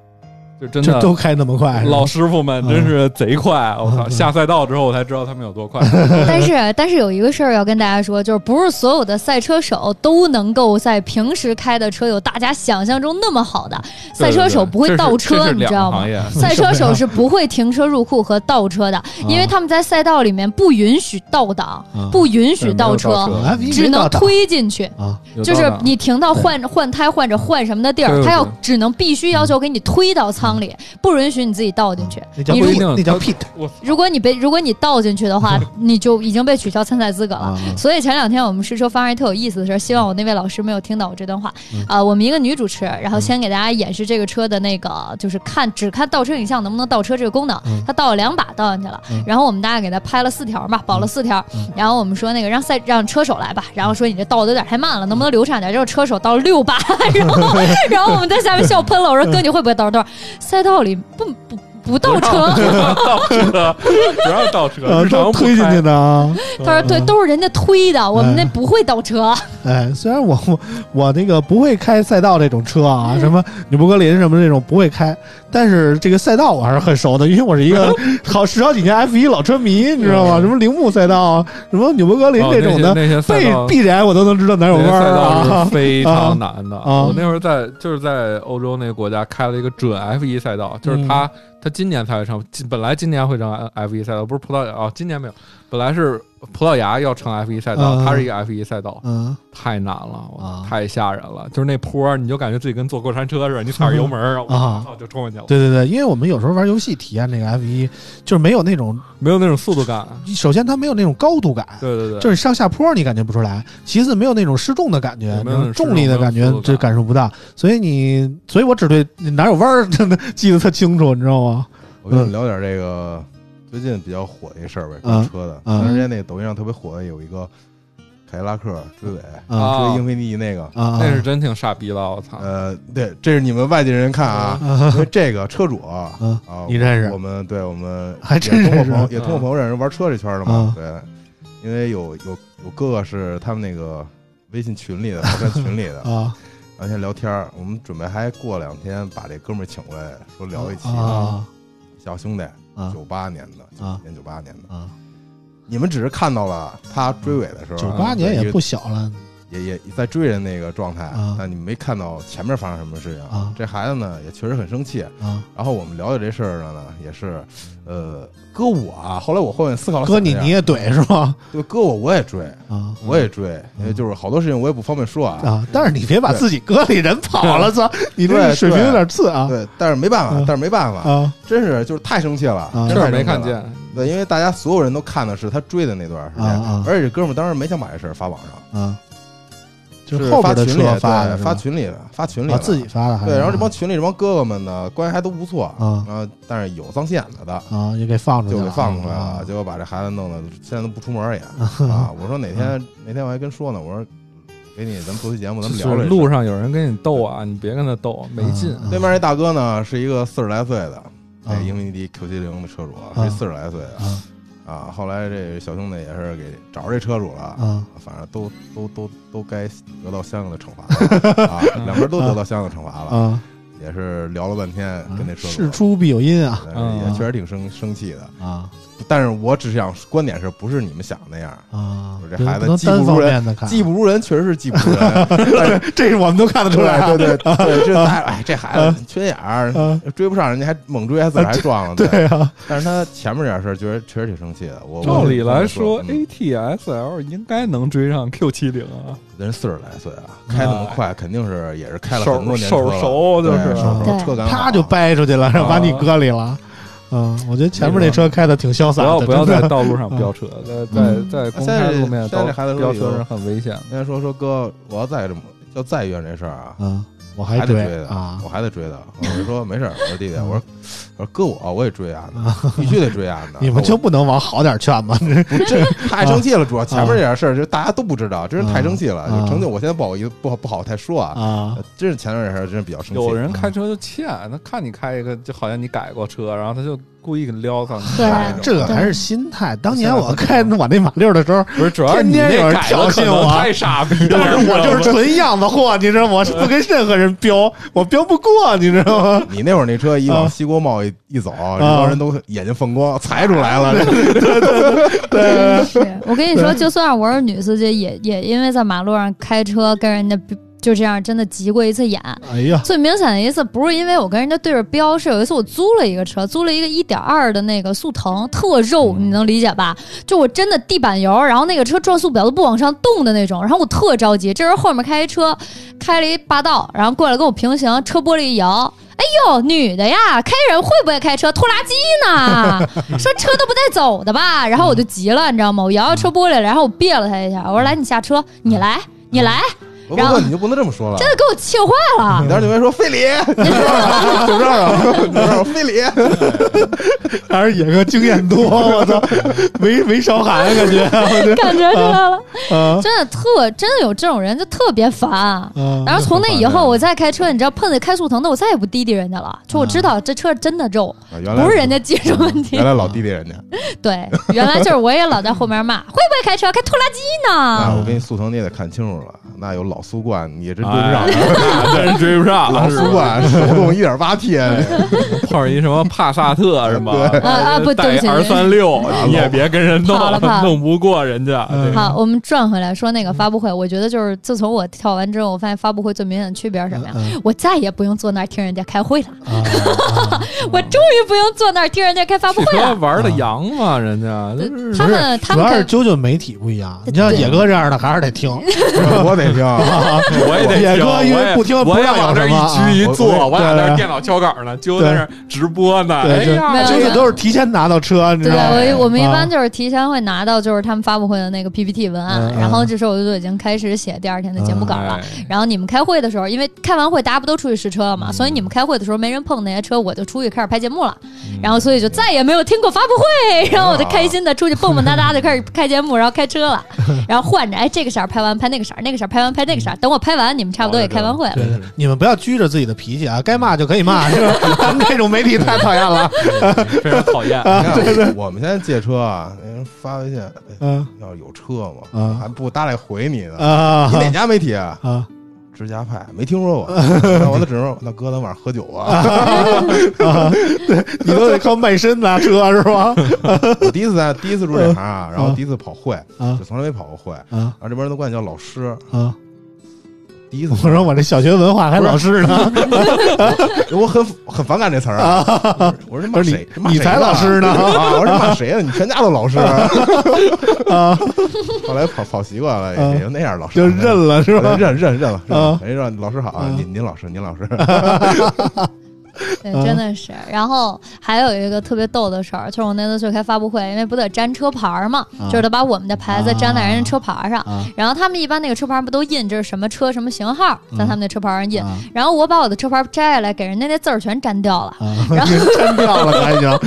[SPEAKER 4] 就真
[SPEAKER 3] 就
[SPEAKER 4] 的
[SPEAKER 3] 都开那么快，
[SPEAKER 4] 老师傅们真是贼快！我操，
[SPEAKER 3] 嗯
[SPEAKER 4] 下赛道之后我才知道他们有多快。
[SPEAKER 2] 但是但是有一个事儿要跟大家说，就是不是所有的赛车手都能够在平时开的车有大家想象中那么好的。赛车手不会倒
[SPEAKER 4] 这
[SPEAKER 2] 车，
[SPEAKER 4] 是
[SPEAKER 2] 你知道吗？
[SPEAKER 4] 这是两 个行业
[SPEAKER 2] 赛车手是不会停车入库和倒车的，因为他们在赛道里面不允许倒档，
[SPEAKER 4] 嗯
[SPEAKER 3] 啊
[SPEAKER 2] 不允许倒
[SPEAKER 4] 没有倒
[SPEAKER 2] 车
[SPEAKER 4] 车，
[SPEAKER 3] 啊你
[SPEAKER 2] 只
[SPEAKER 3] 没
[SPEAKER 2] 能
[SPEAKER 3] 到达
[SPEAKER 2] 推进去。
[SPEAKER 3] 啊，
[SPEAKER 4] 有
[SPEAKER 2] 就
[SPEAKER 4] 道
[SPEAKER 2] 是
[SPEAKER 4] 理
[SPEAKER 2] 你停到换换胎或者换什么的地
[SPEAKER 4] 对
[SPEAKER 2] 儿，
[SPEAKER 4] 对嗯
[SPEAKER 2] 他要
[SPEAKER 4] 对
[SPEAKER 2] 只能必须要求给你推到舱里，不允许你自己倒进去。
[SPEAKER 3] 那叫
[SPEAKER 2] 你
[SPEAKER 4] 不
[SPEAKER 2] 如
[SPEAKER 4] 一定，
[SPEAKER 3] 那叫
[SPEAKER 4] 他
[SPEAKER 3] pit
[SPEAKER 2] 如果你被如果你倒进去 的话，你就已经被取消参赛资格了。
[SPEAKER 3] 啊，
[SPEAKER 2] 所以前两天我们试车发生一特有意思的事儿，希望我那位老师没有听到我这段话。
[SPEAKER 4] 嗯
[SPEAKER 2] 啊，我们一个女主持，然后先给大家演示这个车的那个，就是看只看倒车影像能不能倒车这个功能
[SPEAKER 4] 嗯。
[SPEAKER 2] 她倒了两把倒进去了
[SPEAKER 4] 嗯，
[SPEAKER 2] 然后我们大概给她拍了四条嘛，保了四条
[SPEAKER 4] 嗯。
[SPEAKER 2] 然后我们说那个让赛让车手来吧，然后说你这倒的有点太慢了，能不能流畅点？结果车手倒了 六把，然后然后我们在下面笑喷了。我说哥你会不会倒车？他说赛道里不不不倒车。
[SPEAKER 6] 不让倒车，
[SPEAKER 4] 啊
[SPEAKER 3] 呃，
[SPEAKER 6] 日常
[SPEAKER 3] 都
[SPEAKER 6] 不
[SPEAKER 3] 推进
[SPEAKER 6] 开
[SPEAKER 3] 去的啊。
[SPEAKER 2] 他说对，都是人家推的，我们那不会倒车。
[SPEAKER 3] 哎，虽然我我我那个不会开赛道这种车啊，什么纽博格林什么这种不会开，但是这个赛道我还是很熟的，因为我是一 个好十好几年 F 一老车迷，你知道吗？什么铃木赛道啊，什么纽博格林
[SPEAKER 4] 哦
[SPEAKER 3] 这种的，
[SPEAKER 4] 那些那些赛
[SPEAKER 3] 必
[SPEAKER 4] 道
[SPEAKER 3] 必然我都能知道哪有
[SPEAKER 4] 那
[SPEAKER 3] 弯
[SPEAKER 4] 些赛
[SPEAKER 3] 儿
[SPEAKER 4] 道
[SPEAKER 3] 啊
[SPEAKER 4] 是。非常难的。
[SPEAKER 3] 啊
[SPEAKER 4] 我那会儿在就是在欧洲那个国家开了一个准 F 一赛道，就是他、
[SPEAKER 3] 嗯
[SPEAKER 4] 他今年才会上，今本来今年会上 F 一赛道，不是葡萄牙哦，今年没有，本来是葡萄牙要成 F 一赛道，
[SPEAKER 3] 嗯
[SPEAKER 4] 它是一个 F 一赛道，
[SPEAKER 3] 嗯，
[SPEAKER 4] 太难了，我
[SPEAKER 3] 啊
[SPEAKER 4] 太吓人了，就是那坡儿你就感觉自己跟坐过山车似的，你踩着油门儿，我
[SPEAKER 3] 啊
[SPEAKER 4] 操就冲上去了，
[SPEAKER 3] 对对对，因为我们有时候玩游戏体验这个 F 一，就是没有那种，
[SPEAKER 4] 没有那种速度感。
[SPEAKER 3] 首先它没有那种高度感，
[SPEAKER 4] 对对对，
[SPEAKER 3] 就是上下坡你感觉不出来，其次没有那种失重的感觉，
[SPEAKER 4] 对没有
[SPEAKER 3] 那
[SPEAKER 4] 那
[SPEAKER 3] 种
[SPEAKER 4] 种
[SPEAKER 3] 重力的感觉
[SPEAKER 4] 失重没有
[SPEAKER 3] 这感受不到，所以你，所以我只对哪有弯儿真的记得特清楚，你知道吗？
[SPEAKER 5] 我跟你聊点这个最近比较火的一事儿呗，
[SPEAKER 3] 嗯
[SPEAKER 5] 撞车的。
[SPEAKER 3] 嗯
[SPEAKER 5] 前段时间那个抖音上特别火的有一个凯迪拉克追尾
[SPEAKER 3] 啊
[SPEAKER 4] 啊
[SPEAKER 5] 追英菲尼迪那个，
[SPEAKER 3] 啊，
[SPEAKER 4] 那是真挺傻逼的，我操！
[SPEAKER 5] 呃，对，这是你们外地人看啊，
[SPEAKER 3] 啊
[SPEAKER 5] 因为这个车主啊
[SPEAKER 3] 嗯，
[SPEAKER 5] 啊
[SPEAKER 3] 你认识
[SPEAKER 5] 我们对我们
[SPEAKER 3] 还
[SPEAKER 5] 也
[SPEAKER 3] 真
[SPEAKER 5] 通过
[SPEAKER 3] 认识
[SPEAKER 5] 朋友，也通过朋友认识玩车这圈的嘛
[SPEAKER 3] 嗯，
[SPEAKER 5] 对，因为有有有哥哥是他们那个微信群里的，好像群里 的，
[SPEAKER 3] 啊
[SPEAKER 5] 然后先聊天儿，我们准备还过两天把这哥们儿请过来，说聊一期
[SPEAKER 3] 啊
[SPEAKER 5] 小兄弟，
[SPEAKER 3] 啊
[SPEAKER 5] 九八年的，
[SPEAKER 3] 啊
[SPEAKER 5] 年九八年的，
[SPEAKER 3] 啊，
[SPEAKER 5] 你们只是看到了他追尾的时候，啊
[SPEAKER 3] 九八年也
[SPEAKER 5] 也
[SPEAKER 3] 不小了
[SPEAKER 5] 也也在追人那个状态，
[SPEAKER 3] 啊
[SPEAKER 5] 但你们没看到前面发生什么事情。
[SPEAKER 3] 啊
[SPEAKER 5] 这孩子呢也确实很生气，
[SPEAKER 3] 啊，
[SPEAKER 5] 然后我们聊起这事儿了呢，也是，呃，搁我啊，后来我后面思考了
[SPEAKER 3] 哥
[SPEAKER 5] 想了
[SPEAKER 3] 你
[SPEAKER 5] 想，
[SPEAKER 3] 你也怼是吗？
[SPEAKER 5] 对，搁我我也追，
[SPEAKER 3] 啊
[SPEAKER 5] 我也追，因为就是好多事情我也不方便说啊。
[SPEAKER 3] 啊，但是你别把自己哥里人跑了，操，你这
[SPEAKER 5] 对
[SPEAKER 3] 个水平
[SPEAKER 5] 对
[SPEAKER 3] 有点次啊
[SPEAKER 5] 对，但是没办法，
[SPEAKER 3] 啊
[SPEAKER 5] 但是没办法，
[SPEAKER 3] 啊
[SPEAKER 5] 真是就是太生气了，
[SPEAKER 3] 啊
[SPEAKER 5] 真
[SPEAKER 4] 这
[SPEAKER 5] 太
[SPEAKER 4] 儿没
[SPEAKER 5] 生气
[SPEAKER 4] 看
[SPEAKER 5] 了
[SPEAKER 4] 见，
[SPEAKER 5] 对，因为大家所有人都看的是他追的那段时间，
[SPEAKER 3] 啊啊
[SPEAKER 5] 而且这哥们儿当时没想把这事儿发网上，
[SPEAKER 3] 啊，就是后
[SPEAKER 5] 发
[SPEAKER 3] 边的
[SPEAKER 5] 群里
[SPEAKER 3] 车
[SPEAKER 5] 对
[SPEAKER 3] 发的是吧
[SPEAKER 5] 发群里的，发群里
[SPEAKER 3] 啊
[SPEAKER 5] 的
[SPEAKER 3] 自己发的还是，
[SPEAKER 5] 对，然后这帮群里这帮哥哥们呢，关系还都不错
[SPEAKER 3] 啊
[SPEAKER 5] 然后但是有脏心眼子的，
[SPEAKER 3] 啊也给放出去
[SPEAKER 5] 就
[SPEAKER 3] 了
[SPEAKER 5] 给
[SPEAKER 3] 啊，
[SPEAKER 5] 放出来了，
[SPEAKER 3] 啊
[SPEAKER 5] 结果把这孩子弄得现在都不出门儿也 啊。我说哪天那天我还跟说呢，我说给你咱们做期节目，咱们聊
[SPEAKER 4] 就是
[SPEAKER 5] 聊这
[SPEAKER 4] 路
[SPEAKER 5] 事儿。
[SPEAKER 4] 上有人跟你斗啊，你别跟他斗，没劲。
[SPEAKER 3] 啊
[SPEAKER 5] 对面这大哥呢是一个四十来岁的，哎
[SPEAKER 3] 啊
[SPEAKER 5] 那英菲尼迪 Q 7 0的车主啊，
[SPEAKER 3] 啊
[SPEAKER 5] 是四十来岁的
[SPEAKER 3] 啊
[SPEAKER 5] 啊。后来这小兄弟也是给找着这车主了，
[SPEAKER 3] 啊
[SPEAKER 5] 反正都都都都该得到相应的惩罚了啊，两边都得到相应的惩罚了，
[SPEAKER 3] 啊，
[SPEAKER 5] 也是聊了半天跟那车主
[SPEAKER 3] 事出必有因啊
[SPEAKER 5] 但是也
[SPEAKER 4] 嗯
[SPEAKER 5] 确实挺生生气的。
[SPEAKER 3] 啊
[SPEAKER 5] 但是我只是想观点是不是你们想的那样，
[SPEAKER 3] 啊，
[SPEAKER 5] 这孩
[SPEAKER 3] 不
[SPEAKER 5] 子
[SPEAKER 3] 能
[SPEAKER 5] 技不
[SPEAKER 3] 单
[SPEAKER 5] 如
[SPEAKER 3] 方
[SPEAKER 5] 人
[SPEAKER 3] 面的看，
[SPEAKER 5] 技不如人，确实是技不如人。但是
[SPEAKER 3] 这是我们都看 得出来 嗯啊，
[SPEAKER 5] 对对对对，这大哎这孩子缺眼儿，
[SPEAKER 3] 啊
[SPEAKER 5] 追不上人家还猛追，还自个儿还撞 了。
[SPEAKER 3] 对啊，
[SPEAKER 5] 但是他前面点事儿，觉得确实挺生气的。我
[SPEAKER 4] 照理来说哎
[SPEAKER 5] 我嗯
[SPEAKER 4] ，ATSL 应该能追上 Q 7 0啊，
[SPEAKER 5] 人四十来岁啊，开那么快，肯定是也是开了很
[SPEAKER 4] 手
[SPEAKER 5] 多年车了
[SPEAKER 4] 手熟就
[SPEAKER 5] 对啊
[SPEAKER 4] 是
[SPEAKER 5] 手熟
[SPEAKER 2] 对
[SPEAKER 5] 车感好
[SPEAKER 3] 啪就掰出去了，然后把你搁里了。嗯，我觉得前面那车开的挺潇
[SPEAKER 4] 不
[SPEAKER 3] 洒
[SPEAKER 4] 要
[SPEAKER 3] 的，
[SPEAKER 4] 不要在
[SPEAKER 3] 真的
[SPEAKER 4] 道路上飙车，在
[SPEAKER 2] 嗯
[SPEAKER 4] 在在公开路面
[SPEAKER 5] 现在
[SPEAKER 4] 道
[SPEAKER 5] 这孩子
[SPEAKER 4] 飙车
[SPEAKER 5] 说
[SPEAKER 4] 是很危险的。
[SPEAKER 5] 人家说说哥，我要再这么要再遇见这事儿啊，
[SPEAKER 3] 嗯，我
[SPEAKER 5] 还
[SPEAKER 3] 还
[SPEAKER 5] 得
[SPEAKER 3] 追
[SPEAKER 5] 追的
[SPEAKER 3] 啊
[SPEAKER 5] 我还得追的。我就说没事儿，我说弟
[SPEAKER 3] 嗯
[SPEAKER 5] 弟，我说我说哥我我也追啊，必须得追啊 呢。
[SPEAKER 3] 你们就不能往好点劝吗？ 这
[SPEAKER 5] 不这 太生气了，
[SPEAKER 2] 啊
[SPEAKER 5] 主要前面这点事儿就大家都不知道，真是太生气了。
[SPEAKER 3] 啊
[SPEAKER 5] 就成就我现在不好意思不好不好太说啊，
[SPEAKER 3] 啊
[SPEAKER 5] 呃真是前面这事儿真是比较生气。
[SPEAKER 4] 有人开车就欠，他看你开一个，就好像你改过车，然后他就故意给你撩上。
[SPEAKER 2] 对啊
[SPEAKER 4] 那种
[SPEAKER 3] 这个还是心态。当年我开我那马六的时候，
[SPEAKER 4] 不是主要是你
[SPEAKER 3] 天天有
[SPEAKER 4] 那
[SPEAKER 3] 人
[SPEAKER 4] 改的
[SPEAKER 3] 挑
[SPEAKER 4] 可
[SPEAKER 3] 衅
[SPEAKER 4] 能
[SPEAKER 3] 我
[SPEAKER 4] 太傻逼了，
[SPEAKER 3] 但是我就是纯样子货，你知道吗？我是不跟任何人飙，我飙不过，你知道吗？
[SPEAKER 5] 你那会儿那车一
[SPEAKER 3] 啊
[SPEAKER 5] 往西国贸一一走，
[SPEAKER 2] 啊
[SPEAKER 5] 这帮人都眼睛放光，裁出来了。 这
[SPEAKER 2] 真是，我跟你说，就算我是女司机，也也因为在马路上开车跟人家比就这样，真的急过一次眼。
[SPEAKER 3] 哎 呀，
[SPEAKER 2] 最明显的一次不是因为我跟人家对着飙，是有一次我租了一个车，租了一个一点二的那个速腾，特肉，你能理解吧？就我真的地板油，然后那个车转速表都不往上动的那种，然后我特着急。这人后面开一车，开了一霸道，然后过来跟我平行，车玻璃一摇，哎呦，女的呀，开人会不会开车？拖拉机呢？ 说车都不带走的吧？然后我就急了，你知道吗？我摇摇车玻璃了，然后我别了他一下，我说来，你下车，你来，你来，
[SPEAKER 5] 不
[SPEAKER 2] 然后
[SPEAKER 5] 过你就不能这么说了，
[SPEAKER 2] 真的给我气坏了
[SPEAKER 5] 你。当时就该说非礼，就这样啊，就这样，非礼。
[SPEAKER 3] 还是野哥经验多，我操，没没少喊啊感觉， 我
[SPEAKER 2] 感觉出来了，
[SPEAKER 3] 这啊
[SPEAKER 2] 真的特真的有这种人，就特别烦。然
[SPEAKER 3] 啊，
[SPEAKER 2] 后从那以后，我再开车，你知道碰见开速腾的，我再也不滴滴人家了。就我知道这车真的皱，
[SPEAKER 5] 啊原来
[SPEAKER 2] 不是人家技术问题
[SPEAKER 5] 原。来老弟弟人家。
[SPEAKER 2] 对，原来就是我也老在后 面骂，会不会开车？开拖拉机呢？
[SPEAKER 3] 啊
[SPEAKER 5] 那啊我跟你速腾你也得看清楚了，那有老苏冠，你也真追
[SPEAKER 4] 哎
[SPEAKER 5] 不上，
[SPEAKER 6] 真追不上
[SPEAKER 5] 老
[SPEAKER 6] 了，是吧
[SPEAKER 5] 苏冠手动一点八 T，
[SPEAKER 4] 哎
[SPEAKER 6] 碰上一什么帕萨特是吧？
[SPEAKER 2] 啊啊不啊对
[SPEAKER 6] 带
[SPEAKER 2] 不起
[SPEAKER 6] 二三六，你也别跟人弄
[SPEAKER 2] 怕了怕了，
[SPEAKER 6] 弄不过人家。
[SPEAKER 3] 嗯
[SPEAKER 2] 好，我们转回来说那个发布会，我觉得就是自从我跳完之后，我发现发布会最明显的区别是
[SPEAKER 3] 啊
[SPEAKER 2] 什么呀？我再也不用坐那儿听人家开会了，
[SPEAKER 3] 哦
[SPEAKER 2] 我终于不用坐那儿听人家开发布
[SPEAKER 6] 汽
[SPEAKER 2] 会
[SPEAKER 6] 车
[SPEAKER 2] 了。
[SPEAKER 6] 玩的洋嘛，人家
[SPEAKER 2] 对
[SPEAKER 6] 就是
[SPEAKER 3] 主
[SPEAKER 2] 他们他们
[SPEAKER 3] 要是
[SPEAKER 2] 开
[SPEAKER 3] 揪揪媒体不一样，你像野哥这样的还是得听，
[SPEAKER 5] 我得 听。
[SPEAKER 6] 我也得
[SPEAKER 3] 野
[SPEAKER 6] 听
[SPEAKER 3] 哥因为不听
[SPEAKER 6] 我也
[SPEAKER 3] 不
[SPEAKER 6] 我
[SPEAKER 3] 知
[SPEAKER 6] 也
[SPEAKER 3] 道
[SPEAKER 6] 往这儿
[SPEAKER 3] 有什么啊
[SPEAKER 6] 一屈一
[SPEAKER 3] 我
[SPEAKER 6] 坐，
[SPEAKER 3] 我
[SPEAKER 6] 我俩在
[SPEAKER 3] 对
[SPEAKER 6] 那儿电脑敲杆呢，就在那儿直播呢。哎
[SPEAKER 3] 对，就
[SPEAKER 6] 呀，
[SPEAKER 2] 没有
[SPEAKER 3] 这个都是提前拿到车，你知
[SPEAKER 2] 对
[SPEAKER 3] 道吗？
[SPEAKER 2] 我，我们一
[SPEAKER 3] 啊
[SPEAKER 2] 般就是提前会拿到就是他们发布会的那个 PPT 文案，
[SPEAKER 3] 嗯嗯
[SPEAKER 2] 然后这时候我就已经开始写第二天的节目稿了。
[SPEAKER 6] 哎
[SPEAKER 2] 然后你们开会的时候，因为开完会大家不都出去试车了嘛，所以
[SPEAKER 3] 嗯
[SPEAKER 2] 你们开会的时候没人碰那些车，我就出去开始拍节目了。然后所以就再也没有听过发布会，然后我就
[SPEAKER 3] 嗯
[SPEAKER 2] 开心的出去蹦蹦哒 哒的开始开节目，然后开车了，然后换着哎这个色儿拍完拍那个色儿，那个色儿拍完拍那个色儿，等我拍完你们差不多也开完会了。
[SPEAKER 3] 对，对你们不要拘着自己的脾气啊，该骂就可以 骂，是吧？咱们这种媒体太讨厌 了。
[SPEAKER 6] 非常讨厌。
[SPEAKER 3] 啊
[SPEAKER 5] 你看我们现在借车啊，那人发微信，哎
[SPEAKER 3] 嗯
[SPEAKER 5] 要是有车
[SPEAKER 3] 嗯
[SPEAKER 5] 嘛，还不搭理回你呢。
[SPEAKER 3] 啊
[SPEAKER 5] 你哪家媒体啊？
[SPEAKER 3] 啊
[SPEAKER 5] 之家派没听说过，那我那只能说那哥咱晚上喝酒啊。
[SPEAKER 3] 啊！你都得靠卖身拿 车是吧？
[SPEAKER 5] 我第一次在第一次入这行啊，然后第一次跑会，
[SPEAKER 3] 啊
[SPEAKER 5] 就从来没跑过会，然
[SPEAKER 3] 啊
[SPEAKER 5] 后这边人都管你叫老师。
[SPEAKER 3] 啊！
[SPEAKER 5] 第一次
[SPEAKER 3] 我说我这小学文化还老师呢，
[SPEAKER 5] 哎我很很反感这词儿啊！我说这
[SPEAKER 3] 不
[SPEAKER 5] 骂
[SPEAKER 3] 是
[SPEAKER 5] 谁
[SPEAKER 3] 你？
[SPEAKER 5] 这骂
[SPEAKER 3] 你
[SPEAKER 5] 谁
[SPEAKER 3] 才老师呢
[SPEAKER 5] 啊！我说这骂谁呢？你全家都老师啊！ 后来跑跑习惯了，
[SPEAKER 3] 啊
[SPEAKER 5] 也也就那样，老师
[SPEAKER 3] 就认了是吧？
[SPEAKER 5] 哎认认认了，认了
[SPEAKER 3] 啊
[SPEAKER 5] 没让老师好
[SPEAKER 3] 啊！
[SPEAKER 5] 啊
[SPEAKER 3] 哎
[SPEAKER 5] 您您老师，您老师，
[SPEAKER 2] 对，
[SPEAKER 3] 啊
[SPEAKER 2] 真的是。然后还有一个特别逗的事儿，就是我那次去开发布会，因为不得粘车牌儿嘛，
[SPEAKER 3] 啊
[SPEAKER 2] 就是得把我们的牌子粘在人家车牌儿上。
[SPEAKER 3] 啊
[SPEAKER 2] 然后他们一般那个车牌儿不都印这是什么车什么型号，在他们那车牌儿上印。
[SPEAKER 3] 嗯啊
[SPEAKER 2] 然后我把我的车牌儿摘下来，给人家那字儿全粘 掉了。
[SPEAKER 3] 啊！删掉了还行， 啊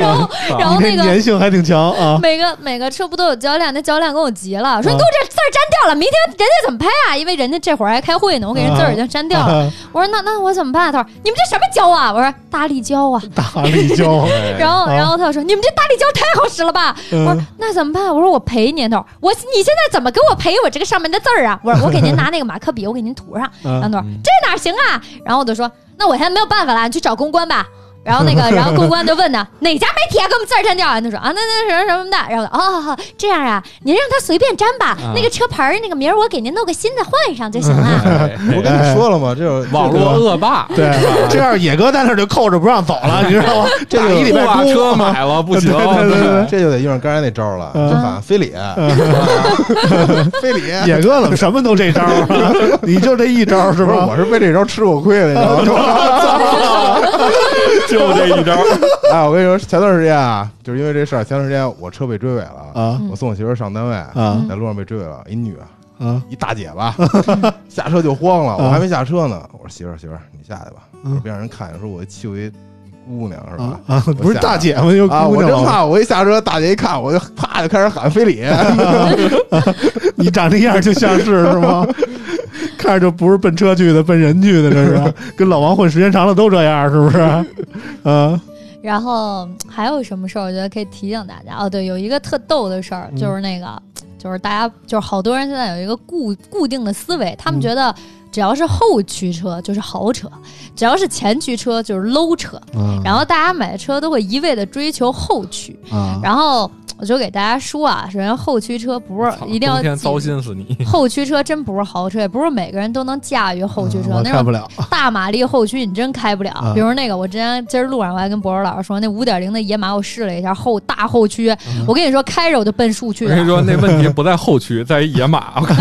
[SPEAKER 2] 然后，然后那
[SPEAKER 3] 你这
[SPEAKER 2] 个
[SPEAKER 3] 粘性还挺强啊
[SPEAKER 2] 每个每个车不都有教练？那教练跟我急了，说
[SPEAKER 3] 啊
[SPEAKER 2] 你给我这字儿粘掉了，明天人家怎么拍啊？因为人家这会儿还开会呢，我给人字儿已经粘掉了。
[SPEAKER 3] 啊！
[SPEAKER 2] 我说那那我怎么办啊？他说你们这什么胶啊？我说大力胶啊。
[SPEAKER 3] 大力 胶，
[SPEAKER 2] 然后，
[SPEAKER 3] 啊
[SPEAKER 2] 然后他就说：“你们这大力胶太好使了吧？”
[SPEAKER 3] 嗯
[SPEAKER 2] 我说：“那怎么办？”我说：“我赔您。”他说：“我你现在怎么给我赔我这个上面的字儿啊？”我说：“我给您拿那个马克笔，我给您涂上。”
[SPEAKER 3] 嗯
[SPEAKER 2] 然后他说：“这哪行啊？”然后我就说：“那我现在没有办法了，你去找公关吧。”然后那个，然后公关就问他哪家媒体啊，给我们字儿粘掉啊？他说啊，那那什么什么的。然后哦，好这样啊，您让他随便粘吧。那个车牌儿那个名儿，我给您弄个新的换上就行 了。
[SPEAKER 4] 哎
[SPEAKER 5] 我跟
[SPEAKER 3] 哎
[SPEAKER 5] 你说了嘛，这种
[SPEAKER 6] 网络恶霸，
[SPEAKER 3] 对，这样野哥在那儿就扣着不让走了，你知道吗？ 这
[SPEAKER 6] 打
[SPEAKER 3] 一
[SPEAKER 6] 一
[SPEAKER 3] 礼
[SPEAKER 6] 不
[SPEAKER 3] 拜
[SPEAKER 6] 把
[SPEAKER 3] 工
[SPEAKER 6] 车买了不行，
[SPEAKER 5] 这就得用上刚才那招了，
[SPEAKER 3] 嗯
[SPEAKER 5] 就反非礼， 非礼。
[SPEAKER 3] 野哥怎么什么都这招 啊？你就这一招是啊
[SPEAKER 5] 不是，
[SPEAKER 3] 吧？
[SPEAKER 5] 我是被这招吃过亏的，你知道吗？
[SPEAKER 6] 就这一招。
[SPEAKER 5] 哎，我跟你说，前段时间啊，就是因为这事儿，前段时间我车被追尾了，
[SPEAKER 3] 啊
[SPEAKER 5] 我送我媳妇儿上单位，
[SPEAKER 3] 啊
[SPEAKER 5] 在路上被追尾了，一女啊，
[SPEAKER 3] 啊！
[SPEAKER 5] 一大姐 吧，下车就慌了，我
[SPEAKER 3] 啊
[SPEAKER 5] 还没下车呢，我说媳妇儿媳妇儿你下去吧，
[SPEAKER 3] 嗯
[SPEAKER 5] 我说别让人看见，说我气我一姑娘是吧
[SPEAKER 3] 啊？啊！不是大姐吗？又
[SPEAKER 5] 啊！
[SPEAKER 3] 姑
[SPEAKER 5] 我真
[SPEAKER 3] 娘吗？
[SPEAKER 5] 怕，我一下车，大姐一看，我就啪就开始喊非礼，
[SPEAKER 3] 你长这样就像是是 吗？看着就不是奔车去的，奔人去的，这 是跟老王混时间长了都这样，是不 是？啊
[SPEAKER 2] 然后嗯还有什么事儿？我觉得可以提醒大家哦。对，有一个特逗的事儿，
[SPEAKER 3] 嗯
[SPEAKER 2] 就是那个，就是大家就是好多人现在有一个固固定的思维，他们
[SPEAKER 3] 嗯
[SPEAKER 2] 觉得只要是后驱车就是豪车，只要是前驱
[SPEAKER 4] 嗯
[SPEAKER 2] 车 就是 low 车。
[SPEAKER 3] 啊
[SPEAKER 4] 嗯
[SPEAKER 2] 然后大家买车都会一味的追求后驱，
[SPEAKER 3] 啊
[SPEAKER 2] 然后我就给大家说啊，首先后驱车不是
[SPEAKER 4] 操
[SPEAKER 2] 一定要
[SPEAKER 4] 冬天
[SPEAKER 2] 记
[SPEAKER 4] 糟心死你！
[SPEAKER 2] 后驱车真不是豪车，也不是每个人都能驾驭后驱车。
[SPEAKER 3] 嗯我
[SPEAKER 2] 那
[SPEAKER 3] 开
[SPEAKER 2] 种
[SPEAKER 3] 不了，
[SPEAKER 2] 大马力后驱你真开不了。
[SPEAKER 3] 啊
[SPEAKER 2] 比如那个，我之前今儿路上我还跟博士老师说，那五点零的野马我试了一下后大后驱，我跟你说开着我就奔树去
[SPEAKER 4] 我跟你
[SPEAKER 2] 了，
[SPEAKER 4] 说，那问题不在后驱，在于野马。我看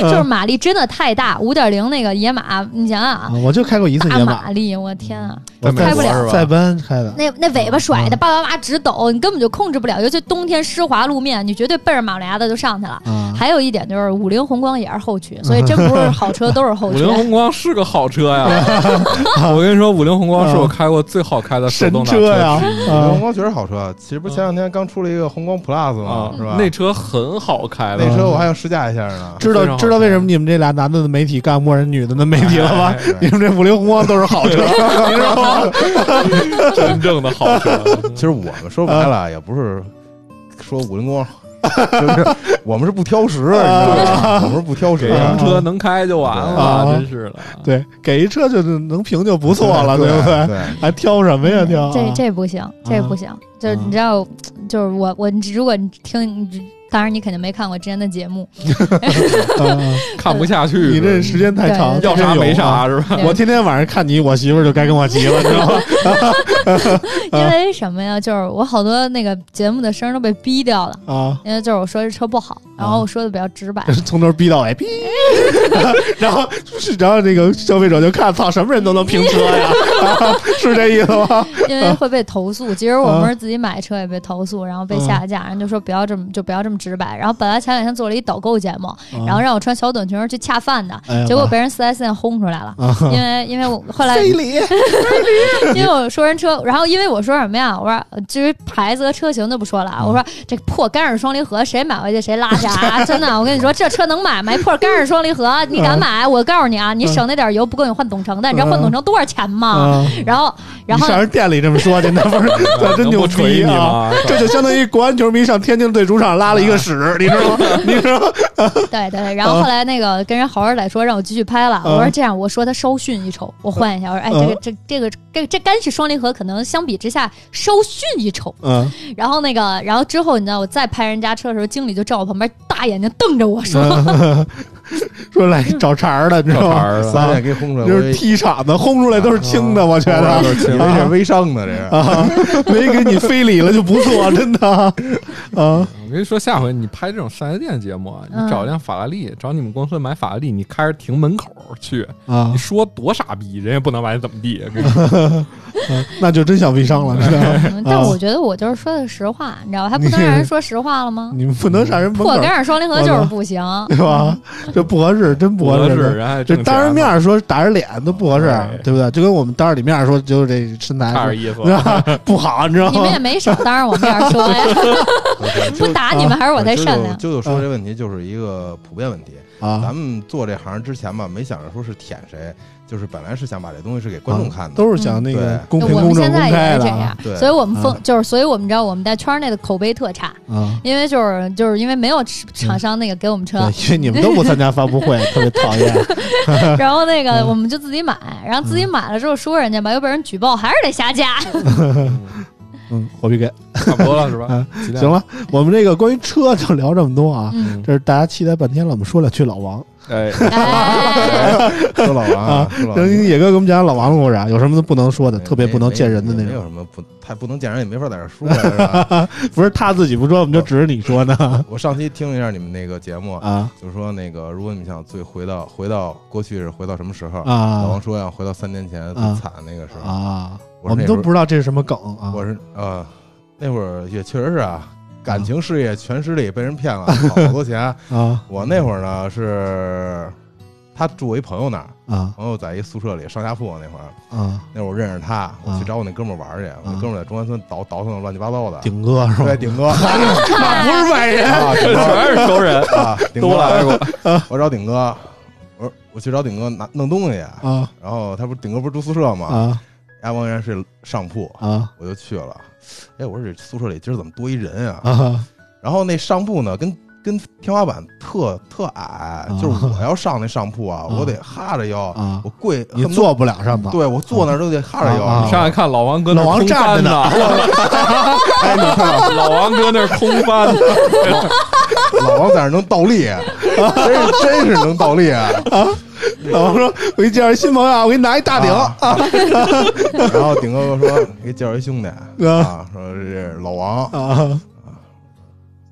[SPEAKER 2] 就是马力真的太大。五点零那个野马，你想想
[SPEAKER 3] 啊
[SPEAKER 2] 啊，
[SPEAKER 3] 我就开过一次
[SPEAKER 2] 大
[SPEAKER 3] 野马，
[SPEAKER 2] 马力，我天啊！
[SPEAKER 3] 我
[SPEAKER 4] 在美
[SPEAKER 2] 国
[SPEAKER 4] 是吧
[SPEAKER 3] 在奔恩开的，
[SPEAKER 2] 那那尾巴甩的
[SPEAKER 3] 嗯
[SPEAKER 2] 叭叭叭直抖，你根本就控制不了。尤其冬天湿滑路面，你绝对奔着马路牙子就上去了。
[SPEAKER 3] 啊，
[SPEAKER 2] 还有一点就是五菱宏光也是后驱，所以真不是好车都是后
[SPEAKER 4] 五
[SPEAKER 2] 驱
[SPEAKER 4] 菱。宏光是个好车呀， 我跟你说，五菱宏光是我开过最好开的手
[SPEAKER 3] 神
[SPEAKER 4] 动挡
[SPEAKER 3] 车呀
[SPEAKER 4] 之一，
[SPEAKER 5] 红
[SPEAKER 3] 啊
[SPEAKER 5] 光确实好车，其实不是前两天刚出了一个红光 Plus
[SPEAKER 4] 啊
[SPEAKER 3] 嗯
[SPEAKER 5] 吗？是吧？
[SPEAKER 4] 那车很好开的
[SPEAKER 5] 那，车我还想试驾一下呢。
[SPEAKER 3] 知
[SPEAKER 4] 非常
[SPEAKER 3] 道
[SPEAKER 4] 好
[SPEAKER 3] 知道为什么你们这俩男的的媒体干默认女的的媒体了吧？你们这五菱宏光都是好 车，你知道吗？
[SPEAKER 4] 真正的好 车。
[SPEAKER 5] 其实我们说白了，也不是说五菱 光，就是我们是不挑食，你知道吗？我们是不挑食
[SPEAKER 4] 给
[SPEAKER 5] 的。
[SPEAKER 4] 什么车能开就完
[SPEAKER 3] 啊
[SPEAKER 4] 了，真是的。
[SPEAKER 3] 对，给一车就是能评就不错了，
[SPEAKER 5] 对
[SPEAKER 3] 不对？
[SPEAKER 5] 对，
[SPEAKER 3] 还挑什么呀？挑啊
[SPEAKER 2] 这这不行，这不行。就是你知道，就是我我你如果你听，你当然你肯定没看过之前的 节目，
[SPEAKER 3] 啊
[SPEAKER 4] 看不下去，
[SPEAKER 3] 你这时间啊太长，
[SPEAKER 2] 对
[SPEAKER 4] 要啥没 啥。是吧？
[SPEAKER 3] 我天天晚上看你，我媳妇儿就该跟我急了，你 知道吗？
[SPEAKER 2] 因为什么呀？就是我好多那个节目的声儿都被逼掉了。
[SPEAKER 3] 啊，
[SPEAKER 2] 因为就是我说这车不好，然后我说的比较 直白，
[SPEAKER 3] 从头逼到尾，逼， 然后然后那个消费者就看，操，什么人都能评车呀， 啊是这意思吗？
[SPEAKER 2] 因为会被投诉。其实
[SPEAKER 3] 嗯
[SPEAKER 2] 我们是自己买车也被投诉，然后被下架，人就说不要这么就不要这么直白。然后本来前两天做了一导购节目，然后让我穿小短裙儿去恰饭的，
[SPEAKER 3] 嗯哎呀
[SPEAKER 2] 结果被人四 S 店轰出来了，
[SPEAKER 3] 啊
[SPEAKER 2] 因为因为我后 来
[SPEAKER 3] 非礼
[SPEAKER 2] 因为我说人车，然后因为我说什么呀？我说呃至于牌子和车型就不说了
[SPEAKER 3] 嗯
[SPEAKER 2] 啊，我说这破干式双离合谁买回去谁拉去啊！真的，我跟你说这车能买吗？一破干式双离合你
[SPEAKER 3] 嗯
[SPEAKER 2] 敢买？我告诉你啊，你省那点油不够你换总成的，你知道换总成多少钱吗？
[SPEAKER 3] 啊！
[SPEAKER 2] 然后然
[SPEAKER 3] 你
[SPEAKER 2] 后
[SPEAKER 3] 上人店里这么说去， 那不是那真
[SPEAKER 4] 能
[SPEAKER 3] 牛
[SPEAKER 4] 不锤
[SPEAKER 3] 逼
[SPEAKER 4] 你
[SPEAKER 3] 啊！
[SPEAKER 4] 吗？
[SPEAKER 3] 这就相当于国安球迷上天津队主场拉了一个 屎，你知道吗？你知道吗？
[SPEAKER 2] 对对对，然后后来那个跟人好好歹说让我继续拍了，
[SPEAKER 3] 嗯
[SPEAKER 2] 我说这样，我说他稍逊一筹，我换一下，我说哎这个这这个这个这干式双离合可能相比之下稍逊一筹。
[SPEAKER 3] 嗯，
[SPEAKER 2] 然后那个，然后之后你知道我再拍人家车的时候，经理就站我旁边大眼睛瞪着我说，
[SPEAKER 3] 说来找茬儿的，你知道
[SPEAKER 4] 找茬
[SPEAKER 3] 吗？啊
[SPEAKER 4] 儿了
[SPEAKER 5] 三点给轰出来，
[SPEAKER 3] 就
[SPEAKER 5] 我
[SPEAKER 3] 是踢场子，轰出来都是轻
[SPEAKER 4] 啊
[SPEAKER 3] 的，我觉得
[SPEAKER 4] 都是
[SPEAKER 5] 以
[SPEAKER 4] 亲
[SPEAKER 5] 为这微商呢，这是。
[SPEAKER 3] 啊，没给你非礼了就不错，真的啊
[SPEAKER 4] 我跟你说，下回你拍这种四 S 店节目啊，
[SPEAKER 2] 嗯
[SPEAKER 4] 你找一辆法拉利，找你们公司买法拉利，你开着停门口去，
[SPEAKER 3] 啊
[SPEAKER 4] 你，说多傻逼，人也不能把你怎 么地。跟你说
[SPEAKER 3] 那就真想微商了，知道 吗？
[SPEAKER 2] 嗯但我觉得我就是说的实话，你知道吧？还不能让人说实话了吗？
[SPEAKER 3] 你们不能上人门
[SPEAKER 2] 破
[SPEAKER 3] 口，
[SPEAKER 2] 杆儿双离合就是不行，
[SPEAKER 3] 对吧？这不合适，真不
[SPEAKER 4] 不
[SPEAKER 3] 合
[SPEAKER 4] 合
[SPEAKER 3] 适。
[SPEAKER 4] 适，人还
[SPEAKER 3] 这
[SPEAKER 4] 挣
[SPEAKER 3] 当
[SPEAKER 4] 钱
[SPEAKER 3] 着
[SPEAKER 4] 呢
[SPEAKER 3] 面儿说打着脸都不合适
[SPEAKER 4] 哎，
[SPEAKER 3] 对不对？就跟我们当着你面儿说，就是这身材
[SPEAKER 4] 差点意思。
[SPEAKER 3] 是不好，你知道
[SPEAKER 2] 你们
[SPEAKER 3] 吗
[SPEAKER 2] 也？没少当着我面说呀， 不打你们还是我太善良。
[SPEAKER 5] 舅舅哎说这问题就是一个普遍问题。
[SPEAKER 3] 啊
[SPEAKER 5] 咱，们做这行之前吧，没想着说是舔谁，就是本来是想把这东西是给观众看的。
[SPEAKER 3] 都是想那个
[SPEAKER 5] 嗯
[SPEAKER 3] 公平
[SPEAKER 2] 我
[SPEAKER 3] 公
[SPEAKER 2] 们
[SPEAKER 3] 正
[SPEAKER 2] 现
[SPEAKER 3] 公
[SPEAKER 2] 在
[SPEAKER 3] 开
[SPEAKER 2] 也是
[SPEAKER 3] 的啊
[SPEAKER 2] 这样，
[SPEAKER 5] 对
[SPEAKER 2] 所以我们风
[SPEAKER 3] 嗯
[SPEAKER 2] 就是，所以我们知道我们在圈内的口碑特差，
[SPEAKER 3] 啊。
[SPEAKER 2] 因为就是就是因为没有
[SPEAKER 3] 嗯
[SPEAKER 2] 厂商那个给我们车，
[SPEAKER 3] 对，因为你们都不参加发布 会，特别讨厌。
[SPEAKER 2] 然后那个
[SPEAKER 3] 嗯
[SPEAKER 2] 我们就自己买，然后自己买了之后说人家吧，又被人举报，还是得下架。
[SPEAKER 3] 啊嗯，我必给。
[SPEAKER 4] 差不多了是吧
[SPEAKER 3] 嗯？
[SPEAKER 4] 尽量
[SPEAKER 3] 行，了，我们这个关于车就聊这么多啊。
[SPEAKER 2] 嗯，
[SPEAKER 3] 这是大家期待半天了，我们说两句老王。
[SPEAKER 4] 哎，
[SPEAKER 2] 哎，
[SPEAKER 5] 说老王啊，说
[SPEAKER 3] 让
[SPEAKER 5] 老王。
[SPEAKER 3] 野哥给我们讲讲老王的故事啊，有什么都不能说的，特别不能见人的那
[SPEAKER 5] 没有
[SPEAKER 3] 种。
[SPEAKER 5] 什么不太不能见人，也没法在这说呀，是吧？
[SPEAKER 3] 不是他自己不说，我们就指着你说呢。
[SPEAKER 5] 我上期听了一下你们那个节目，
[SPEAKER 3] 啊
[SPEAKER 5] 就是说那个，如果你想最回到回到过去是回到什么时候？老王
[SPEAKER 3] 啊
[SPEAKER 5] 说要回到三年前最
[SPEAKER 3] 啊
[SPEAKER 5] 惨那个时候。
[SPEAKER 3] 啊！
[SPEAKER 5] 我
[SPEAKER 3] 我们
[SPEAKER 5] 那
[SPEAKER 3] 都
[SPEAKER 5] 时候
[SPEAKER 3] 不知道这是什么梗啊
[SPEAKER 5] 我是呃，那会儿也确实是啊，感情事业全失利，被人骗了好多钱。
[SPEAKER 3] 啊
[SPEAKER 5] 我那会儿呢是，他住我一朋友那儿，
[SPEAKER 3] 啊
[SPEAKER 5] 朋友在一宿舍里上下铺那会儿，
[SPEAKER 3] 啊！
[SPEAKER 5] 那会儿我认识他，我
[SPEAKER 3] 啊
[SPEAKER 5] 去找我那哥们儿玩儿去，我那哥们儿在中关村倒倒腾乱七八糟 的。
[SPEAKER 3] 顶哥是吧
[SPEAKER 5] 对，？ 顶哥，那不是外人啊，顶哥
[SPEAKER 4] 全是熟人，
[SPEAKER 5] 啊，顶哥
[SPEAKER 4] 都来过。
[SPEAKER 5] 我找顶哥，我说我去找顶哥拿弄东西，
[SPEAKER 3] 啊
[SPEAKER 5] 然后他不是顶哥不是住宿舍吗？
[SPEAKER 3] 啊
[SPEAKER 5] 家王源是上铺，
[SPEAKER 3] 啊
[SPEAKER 5] 我就去了。哎，我说这宿舍里今儿怎么多一人啊？
[SPEAKER 3] 啊
[SPEAKER 5] 然后那上铺呢，跟跟天花板特特矮，就是我要上那上铺啊，我得哈着腰，
[SPEAKER 3] 啊
[SPEAKER 5] 我跪，
[SPEAKER 3] 你
[SPEAKER 5] 恨不得
[SPEAKER 3] 坐不了上头，
[SPEAKER 5] 对我坐那儿都得哈着腰。
[SPEAKER 3] 啊啊
[SPEAKER 4] 你上来看老王哥那
[SPEAKER 3] 老王
[SPEAKER 4] 空
[SPEAKER 3] 站着
[SPEAKER 4] 翻
[SPEAKER 3] 呢
[SPEAKER 4] 呢，
[SPEAKER 5] 哎，你看啊
[SPEAKER 4] 老王哥那空 翻呢，
[SPEAKER 5] 老王在那儿能倒立，真是真是能倒立啊！
[SPEAKER 3] 老王说：“我给你介绍一新朋友啊，我给你拿一大顶。
[SPEAKER 5] 啊然后顶哥说：“给介绍一兄弟啊，说这是老王。”
[SPEAKER 3] 啊